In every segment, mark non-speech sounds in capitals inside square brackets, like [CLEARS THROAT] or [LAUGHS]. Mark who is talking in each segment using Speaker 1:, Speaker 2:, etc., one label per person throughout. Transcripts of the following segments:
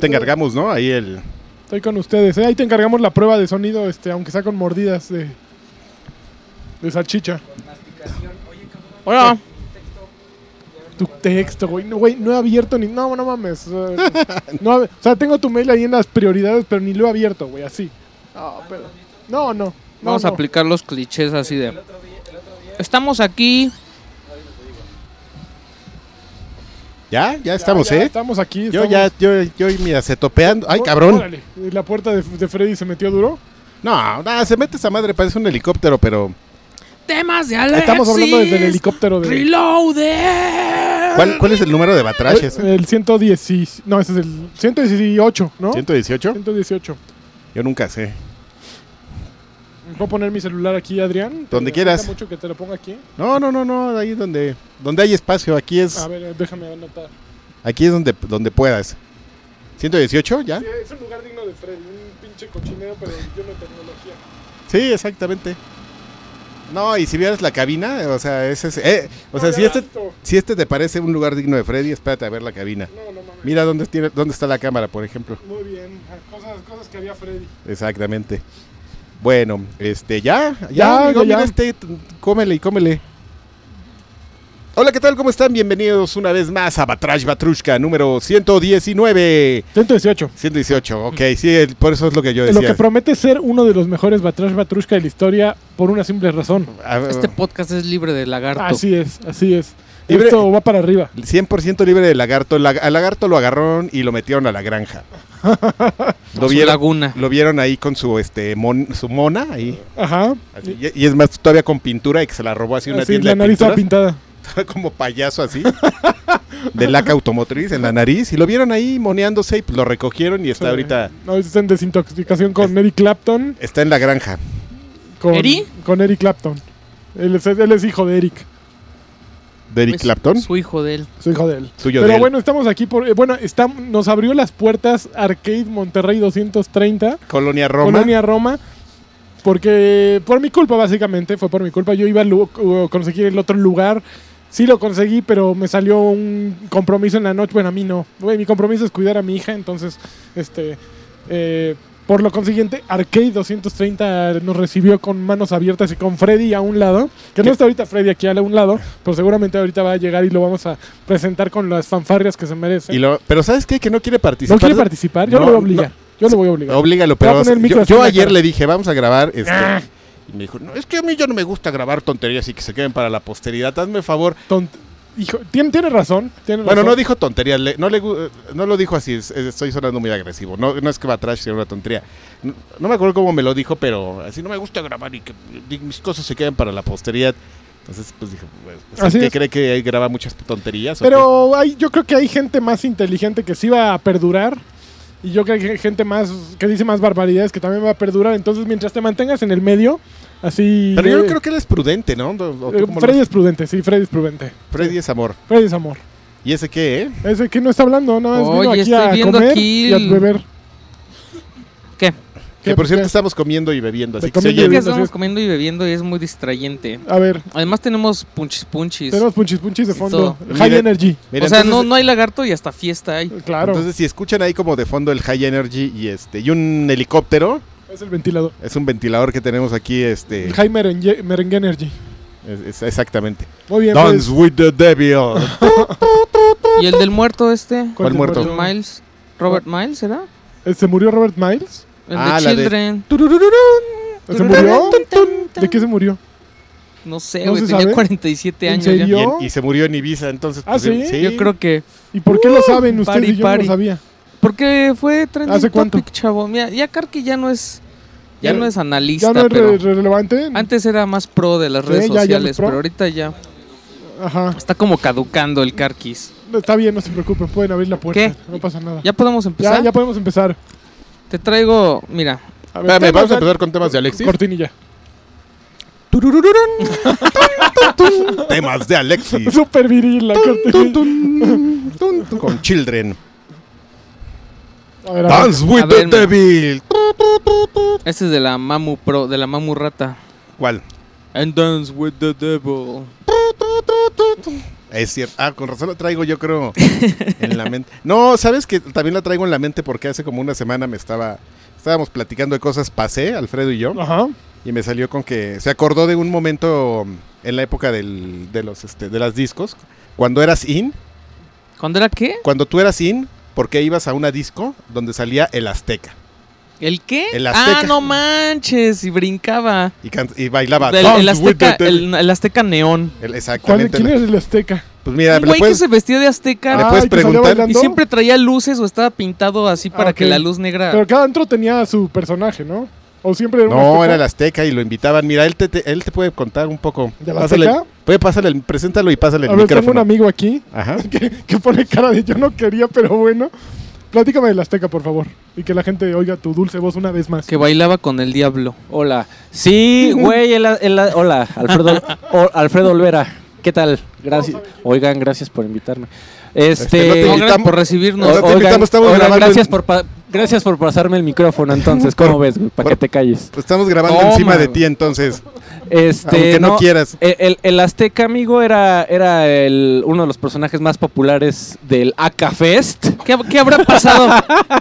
Speaker 1: te encargamos, ¿no? Ahí el...
Speaker 2: Estoy con ustedes. ¿eh? Ahí te encargamos la prueba de sonido, este, aunque sea con mordidas de, de salchicha. Hola. Tu texto, güey. No, güey, no he abierto ni. No, no mames. eh,
Speaker 1: [LAUGHS]
Speaker 2: no hab- o sea, tengo tu mail ahí en las prioridades, pero ni lo he abierto, güey, así. Ah, pero- No, no. no,
Speaker 3: Vamos a
Speaker 2: no.
Speaker 3: aplicar los clichés así de. Estamos aquí.
Speaker 1: Ya, ya estamos,
Speaker 2: Ya, ya
Speaker 1: ¿eh?
Speaker 2: Estamos aquí.
Speaker 1: Yo
Speaker 2: estamos-
Speaker 1: ya, yo, yo, mira, se topeando. Ay,
Speaker 2: Ó-
Speaker 1: cabrón.
Speaker 2: órale, La puerta de, de Freddy se metió duro.
Speaker 1: No, nada, se mete esa madre, parece un helicóptero, pero...
Speaker 3: Temas de Alexis.
Speaker 2: Estamos hablando desde el helicóptero de.
Speaker 3: Reloaded.
Speaker 1: ¿Cuál, cuál es el número de Batrash? ese?
Speaker 2: El 110. No, ese es el 118, ¿no?
Speaker 1: 118?
Speaker 2: 118.
Speaker 1: Yo nunca sé.
Speaker 2: Voy a poner mi celular aquí, Adrián. Te
Speaker 1: Donde
Speaker 2: agradezco
Speaker 1: quieras.
Speaker 2: mucho que te lo ponga aquí.
Speaker 1: No, no, no, no, ahí donde donde hay espacio, aquí
Speaker 2: A
Speaker 1: es
Speaker 2: ver, eh, déjame anotar.
Speaker 1: aquí es donde donde puedas. 118, ¿ya?
Speaker 2: Sí, es un lugar digno de Freddy. Un pinche cochinero, pero yo no tecnología.
Speaker 1: Sí, exactamente. No, y si vieras la cabina, o sea, ese es eh, o sea,
Speaker 2: No,
Speaker 1: si
Speaker 2: ya
Speaker 1: este
Speaker 2: listo.
Speaker 1: si este te parece un lugar digno de Freddy, espérate a ver la cabina.
Speaker 2: No, no mames.
Speaker 1: Mira dónde tiene dónde está la cámara, por ejemplo.
Speaker 2: Muy bien. Ah, Cosas, cosas que había Freddy.
Speaker 1: Exactamente. Bueno, este, ya, ya,
Speaker 2: Ya,
Speaker 1: amigo,
Speaker 2: ya,
Speaker 1: mira
Speaker 2: ya.
Speaker 1: este, t- cómele y cómele. Hola, ¿qué tal? ¿Cómo están? Bienvenidos una vez más a Batrash Batrushka número 119.
Speaker 2: 118.
Speaker 1: 118, ok, sí, el- por eso es lo que yo
Speaker 2: Lo
Speaker 1: decía.
Speaker 2: que promete ser uno de los mejores Batrash Batrushka de la historia por una simple razón.
Speaker 1: A ver,
Speaker 3: Este podcast es libre de lagarto.
Speaker 2: Así es, así es.
Speaker 1: Libre-
Speaker 2: Esto va para arriba.
Speaker 1: 100% libre de lagarto. El lag- Al lagarto lo agarraron y lo metieron a la granja.
Speaker 3: A
Speaker 1: lo,
Speaker 3: su
Speaker 1: vieron,
Speaker 3: laguna.
Speaker 1: lo vieron ahí con su, este, mon- su mona, ahí.
Speaker 2: Ajá.
Speaker 1: así, Y, y es más, todavía con pintura, y que se la robó así una
Speaker 2: Así,
Speaker 1: tienda
Speaker 2: Ah, la
Speaker 1: de
Speaker 2: nariz estaba
Speaker 1: pinturas.
Speaker 2: pintada.
Speaker 1: [LAUGHS] como payaso así, de laca automotriz en la nariz, y lo vieron ahí moneándose y pues, lo recogieron y está
Speaker 2: Sí.
Speaker 1: ahorita,
Speaker 2: No, está en desintoxicación con Eric Clapton.
Speaker 1: está en la granja.
Speaker 2: Con,
Speaker 3: ¿Eri?
Speaker 2: Con Eric Clapton. Él es, él es hijo de Eric.
Speaker 1: De Eric
Speaker 3: Es
Speaker 1: Clapton,
Speaker 3: Su hijo de él.
Speaker 2: Soy hijo de él.
Speaker 1: suyo
Speaker 2: Pues, Pero
Speaker 1: de él.
Speaker 2: bueno, estamos aquí por... eh, Bueno, está- nos abrió las puertas Arcade Monterrey 230,
Speaker 1: Colonia Roma.
Speaker 2: Colonia Roma, porque por mi culpa básicamente, fue por mi culpa. Yo iba a lu- uh, conseguir el otro lugar, sí lo conseguí, pero me salió un compromiso en la noche. Bueno, a mí no. Güey, mi compromiso es cuidar a mi hija, entonces, este... eh, por lo consiguiente, Arcade 230 nos recibió con manos abiertas y con Freddy a un lado. Que no está ahorita Freddy aquí a un lado, pero seguramente ahorita va a llegar y lo vamos a presentar con las fanfarrias que se merece.
Speaker 1: Y lo- pero ¿sabes qué? Que no quiere participar.
Speaker 2: ¿No quiere participar? Yo
Speaker 1: No,
Speaker 2: lo voy a obligar. Yo lo voy a obligar.
Speaker 1: Oblígalo,
Speaker 2: Te voy a
Speaker 1: pero
Speaker 2: poner el
Speaker 1: yo,
Speaker 2: micro así Ah. en
Speaker 1: yo
Speaker 2: la
Speaker 1: ayer
Speaker 2: cara.
Speaker 1: le dije, vamos a grabar. este, y me dijo, no, es que a mí ya no me gusta grabar tonterías y que se queden para la posteridad. Hazme favor.
Speaker 2: Tont- Hijo, tiene, tiene razón. [LAUGHS] Tiene
Speaker 1: Bueno, no
Speaker 2: razón.
Speaker 1: dijo tonterías, le- no, le, gu- no lo dijo así, es- es- estoy sonando muy agresivo. No, no es que va trash, sino una tontería. No, no me acuerdo cómo me lo dijo, pero así no me gusta grabar y que y mis cosas se queden para la posteridad. Entonces, pues dije, pues,
Speaker 2: Así
Speaker 1: ¿qué
Speaker 2: es.
Speaker 1: cree que él graba muchas tonterías? o qué?
Speaker 2: Pero hay, yo creo que hay gente más inteligente que sí va a perdurar. Y yo creo que hay gente más que dice más barbaridades que también va a perdurar. Entonces, mientras te mantengas en el medio, así.
Speaker 1: Pero yo
Speaker 2: eh,
Speaker 1: creo que él es prudente, ¿no? ¿O tú
Speaker 2: eh,
Speaker 1: cómo lo-
Speaker 2: Freddy es prudente, sí, Freddy es prudente.
Speaker 1: Freddy es amor.
Speaker 2: Freddy es amor.
Speaker 1: ¿Y ese qué, eh?
Speaker 2: Ese que no está hablando, nada más vino
Speaker 3: Oye,
Speaker 2: aquí
Speaker 3: estoy
Speaker 2: a
Speaker 3: viendo
Speaker 2: comer
Speaker 3: aquí
Speaker 2: y a
Speaker 3: el-
Speaker 2: beber.
Speaker 3: ¿Qué?
Speaker 1: Que
Speaker 2: ¿Qué-
Speaker 1: por cierto
Speaker 2: qué?
Speaker 1: estamos comiendo y bebiendo, así
Speaker 2: Te
Speaker 1: que se
Speaker 2: comiendo
Speaker 1: oye-
Speaker 2: y
Speaker 3: Es que
Speaker 2: bebiendo.
Speaker 3: estamos
Speaker 2: así es.
Speaker 3: comiendo y bebiendo y es muy distrayente.
Speaker 2: A ver,
Speaker 3: Además tenemos punchis punchis.
Speaker 2: tenemos punchis punchis de
Speaker 3: Sí,
Speaker 2: fondo.
Speaker 3: todo.
Speaker 2: High
Speaker 1: Mire-
Speaker 2: energy.
Speaker 1: Mira,
Speaker 3: o sea,
Speaker 1: entonces-
Speaker 3: no, no hay lagarto y hasta fiesta hay.
Speaker 2: Claro.
Speaker 1: Entonces, si escuchan ahí como de fondo el high energy y este y un helicóptero,
Speaker 2: es el ventilador.
Speaker 1: es un ventilador que tenemos aquí, este,
Speaker 2: El High merengue, merengue energy.
Speaker 1: es- es- exactamente.
Speaker 2: Muy bien. pues.
Speaker 1: Dance with the Devil.
Speaker 3: ¿Y el del muerto este?
Speaker 1: ¿Cuál
Speaker 2: del
Speaker 1: muerto?
Speaker 3: El Miles. ¿Robert Miles será?
Speaker 2: Eh, ¿Se murió Robert Miles?
Speaker 3: El
Speaker 1: Ah,
Speaker 3: de
Speaker 1: la de-
Speaker 3: Children.
Speaker 2: ¿Se murió?
Speaker 3: Tun, tun, tun.
Speaker 2: ¿De qué se murió?
Speaker 3: No sé,
Speaker 2: ¿No
Speaker 3: güey.
Speaker 2: se
Speaker 3: tenía
Speaker 2: sabe?
Speaker 3: 47
Speaker 2: ¿En
Speaker 3: años
Speaker 1: y,
Speaker 2: serio?
Speaker 3: ya.
Speaker 1: en- y se murió en Ibiza, entonces. pues,
Speaker 2: ¿Ah, sí?
Speaker 3: Yo creo que.
Speaker 2: ¿Y por qué lo saben
Speaker 3: Uh,
Speaker 2: ustedes?
Speaker 3: party,
Speaker 2: y yo no
Speaker 3: party.
Speaker 2: lo sabía.
Speaker 3: Porque fue trending
Speaker 2: ¿Hace cuánto?
Speaker 3: topic, chavo. Mira, ya Karki ya no es. Ya,
Speaker 1: Ya
Speaker 3: no
Speaker 1: no-
Speaker 3: es analista,
Speaker 2: Ya no es re-
Speaker 3: pero.
Speaker 2: relevante.
Speaker 3: Antes era más pro de las
Speaker 2: Sí,
Speaker 3: redes
Speaker 2: ya- ya
Speaker 3: sociales,
Speaker 2: es pro.
Speaker 3: pero ahorita ya.
Speaker 2: Ajá.
Speaker 3: Está como caducando el Karkis.
Speaker 2: Está bien, no se preocupen. Pueden abrir la puerta.
Speaker 3: ¿Qué?
Speaker 2: No pasa nada. Ya,
Speaker 3: ¿Ya podemos empezar?
Speaker 2: ya, podemos empezar.
Speaker 3: Te traigo. Mira.
Speaker 2: A ver,
Speaker 1: Espérame,
Speaker 2: temas
Speaker 1: vamos a
Speaker 2: de-
Speaker 1: empezar con temas de Alexis.
Speaker 2: Cortinilla.
Speaker 1: [LAUGHS] temas de Alexis.
Speaker 2: [LAUGHS] Súper viril la cortinilla.
Speaker 1: con Children.
Speaker 2: A ver, a ver.
Speaker 1: Dance with
Speaker 3: A
Speaker 1: the
Speaker 3: ver, mira.
Speaker 1: Devil.
Speaker 3: Este es de la Mamu Pro, de la Mamu Rata.
Speaker 1: ¿Cuál?
Speaker 3: And dance with the devil.
Speaker 1: Es cierto. Ah, con razón la traigo yo creo en la
Speaker 3: [LAUGHS]
Speaker 1: mente. No, sabes que también la traigo en la mente porque hace como una semana me estaba... Estábamos platicando de cosas, pasé, Alfredo y yo,
Speaker 2: Ajá.
Speaker 1: y me salió con que se acordó de un momento en la época del- de los este, de las discos, cuando eras in,
Speaker 3: ¿Cuándo era qué?
Speaker 1: cuando tú eras in, porque ibas a una disco donde salía el Azteca
Speaker 3: ¿El qué?
Speaker 1: El
Speaker 3: ah,
Speaker 1: Azteca.
Speaker 3: no manches, y brincaba.
Speaker 1: y, can- y bailaba.
Speaker 3: El, el
Speaker 1: Dance with the
Speaker 3: azteca,
Speaker 1: Devil.
Speaker 3: el, el azteca neón.
Speaker 1: El-
Speaker 2: ¿Cuál,
Speaker 1: exactamente.
Speaker 2: ¿Quién es el Azteca?
Speaker 1: Pues mira,
Speaker 3: Un
Speaker 1: le
Speaker 3: güey que
Speaker 1: puedes,
Speaker 3: se vestía de azteca
Speaker 1: le
Speaker 2: Ah,
Speaker 1: puedes
Speaker 2: ¿y que salió
Speaker 1: preguntar-
Speaker 2: bailando?
Speaker 3: y siempre traía luces o estaba pintado así
Speaker 2: Ah,
Speaker 3: para que
Speaker 2: ok.
Speaker 3: la luz negra...
Speaker 2: Pero cada antro tenía su personaje, ¿no? O siempre era un
Speaker 1: No,
Speaker 2: azteca.
Speaker 1: era el Azteca y lo invitaban. Mira, él te, te- él te puede contar un poco.
Speaker 2: ¿Del Azteca?
Speaker 1: puede pásale, el- preséntalo y pásale el
Speaker 2: A ver, tengo un
Speaker 1: micrófono.
Speaker 2: amigo aquí
Speaker 1: Ajá.
Speaker 2: que pone cara de yo no quería, pero bueno. Platícame del Azteca, por favor. Y que la gente oiga tu dulce voz una vez más.
Speaker 3: Que bailaba con el diablo.
Speaker 4: Hola. Sí, güey, el- el- hola, Alfredo, o- Alfredo Olvera. ¿Qué tal? Gracias. Oigan, gracias por invitarme.
Speaker 1: Este, no
Speaker 4: Este,
Speaker 1: te
Speaker 3: No,
Speaker 1: invitamos.
Speaker 3: gracias por recibirnos.
Speaker 1: No te
Speaker 4: oigan,
Speaker 1: invitamos, estamos
Speaker 4: oigan,
Speaker 1: grabando
Speaker 4: gracias
Speaker 1: en-
Speaker 4: por pa- gracias por pasarme el micrófono entonces, ¿cómo ves? Para que
Speaker 1: por-
Speaker 4: te calles.
Speaker 1: Pues estamos grabando
Speaker 3: Toma,
Speaker 1: encima de
Speaker 3: güey.
Speaker 1: ti entonces,
Speaker 4: Este,
Speaker 1: aunque no, quieras.
Speaker 4: El, el- el Azteca, amigo, era, era el- uno de los personajes más populares del Aca Fest.
Speaker 3: ¿Qué, qué habrá
Speaker 2: [LAUGHS]
Speaker 3: pasado?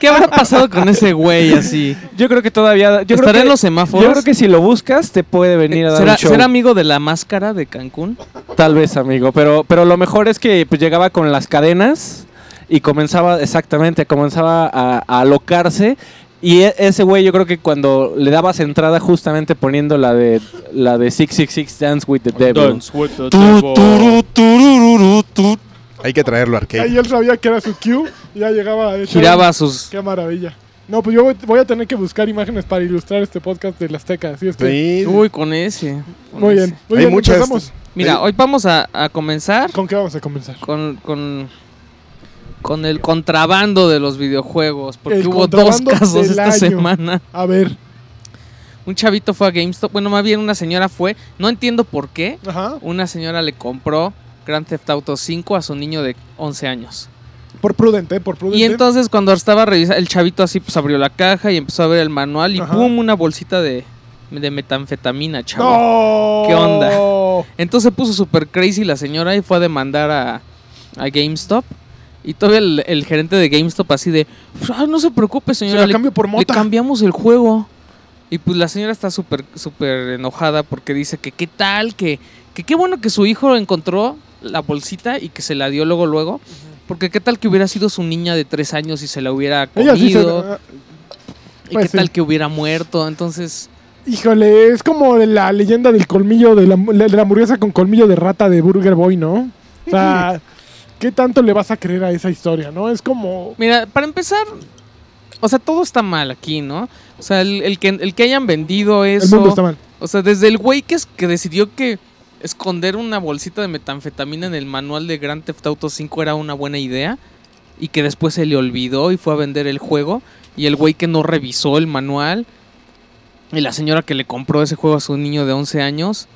Speaker 3: ¿Qué habrá pasado con ese güey así?
Speaker 4: Yo creo que todavía... Yo
Speaker 3: ¿Estará
Speaker 4: creo
Speaker 3: en
Speaker 4: que,
Speaker 3: los semáforos?
Speaker 4: Yo creo que si lo buscas te puede venir a dar
Speaker 3: ¿Será,
Speaker 4: un show.
Speaker 3: será amigo de la máscara de Cancún?
Speaker 4: Tal vez, amigo, pero, pero lo mejor es que pues, llegaba con las cadenas y comenzaba, exactamente, comenzaba a, a alocarse. Y e- ese güey yo creo que cuando le dabas entrada justamente poniendo la de la de 666 Dance with the Devil.
Speaker 1: Hay que traerlo a
Speaker 2: Ahí
Speaker 1: arcade.
Speaker 2: él sabía que era su cue y ya llegaba. a echar-
Speaker 3: Giraba sus...
Speaker 2: Qué maravilla. No, pues yo voy, voy a tener que buscar imágenes para ilustrar este podcast del Azteca. Así es que.
Speaker 1: Sí.
Speaker 3: Uy, con ese. con
Speaker 2: Muy
Speaker 3: ese.
Speaker 2: bien. Muy
Speaker 1: Hay
Speaker 2: bien,
Speaker 1: muchas-
Speaker 2: empezamos.
Speaker 3: Mira,
Speaker 1: Eh.
Speaker 3: hoy vamos a, a comenzar
Speaker 2: ¿Con qué vamos a comenzar?
Speaker 3: con, con, con el contrabando de los videojuegos, porque
Speaker 2: El
Speaker 3: hubo dos
Speaker 2: contrabando
Speaker 3: casos
Speaker 2: del
Speaker 3: esta
Speaker 2: año.
Speaker 3: semana.
Speaker 2: A ver.
Speaker 3: Un chavito fue a GameStop, bueno, más bien una señora fue, no entiendo por qué,
Speaker 2: Ajá.
Speaker 3: una señora le compró Grand Theft Auto 5 a su niño de 11 años.
Speaker 2: Por prudente, por prudente.
Speaker 3: Y entonces cuando estaba revisando, el chavito así pues abrió la caja y empezó a ver el manual y
Speaker 2: Ajá.
Speaker 3: pum, una bolsita de, de metanfetamina, chavo.
Speaker 2: ¡No!
Speaker 3: ¿Qué onda? Entonces se puso super crazy la señora y fue a demandar a, a GameStop. Y todavía el, el gerente de GameStop así de, "Ah, no se preocupe
Speaker 2: Se
Speaker 3: señora,
Speaker 2: la
Speaker 3: le,
Speaker 2: cambio por
Speaker 3: le
Speaker 2: mota.
Speaker 3: cambiamos el juego. Y pues la señora está súper súper enojada porque dice que qué tal, que que qué bueno que su hijo encontró la bolsita y que se la dio luego luego. Porque qué tal que hubiera sido su niña de tres años y se la hubiera comido.
Speaker 2: Ella sí se-
Speaker 3: y
Speaker 2: pues
Speaker 3: qué
Speaker 2: sí.
Speaker 3: tal que hubiera muerto. Entonces,
Speaker 2: Híjole, es como la leyenda del colmillo, de la, de la hamburguesa con colmillo de rata de Burger Boy, ¿no? O sea, ¿qué tanto le vas a creer a esa historia, no? Es como...
Speaker 3: Mira, para empezar, o sea, todo está mal aquí, ¿no? O sea, el, el que, el que hayan vendido eso.
Speaker 2: El mundo está mal.
Speaker 3: O sea, desde el güey que, es, que decidió que esconder una bolsita de metanfetamina en el manual de Grand Theft Auto 5 era una buena idea y que después se le olvidó y fue a vender el juego y el güey que no revisó el manual y la señora que le compró ese juego a su niño de 11 años.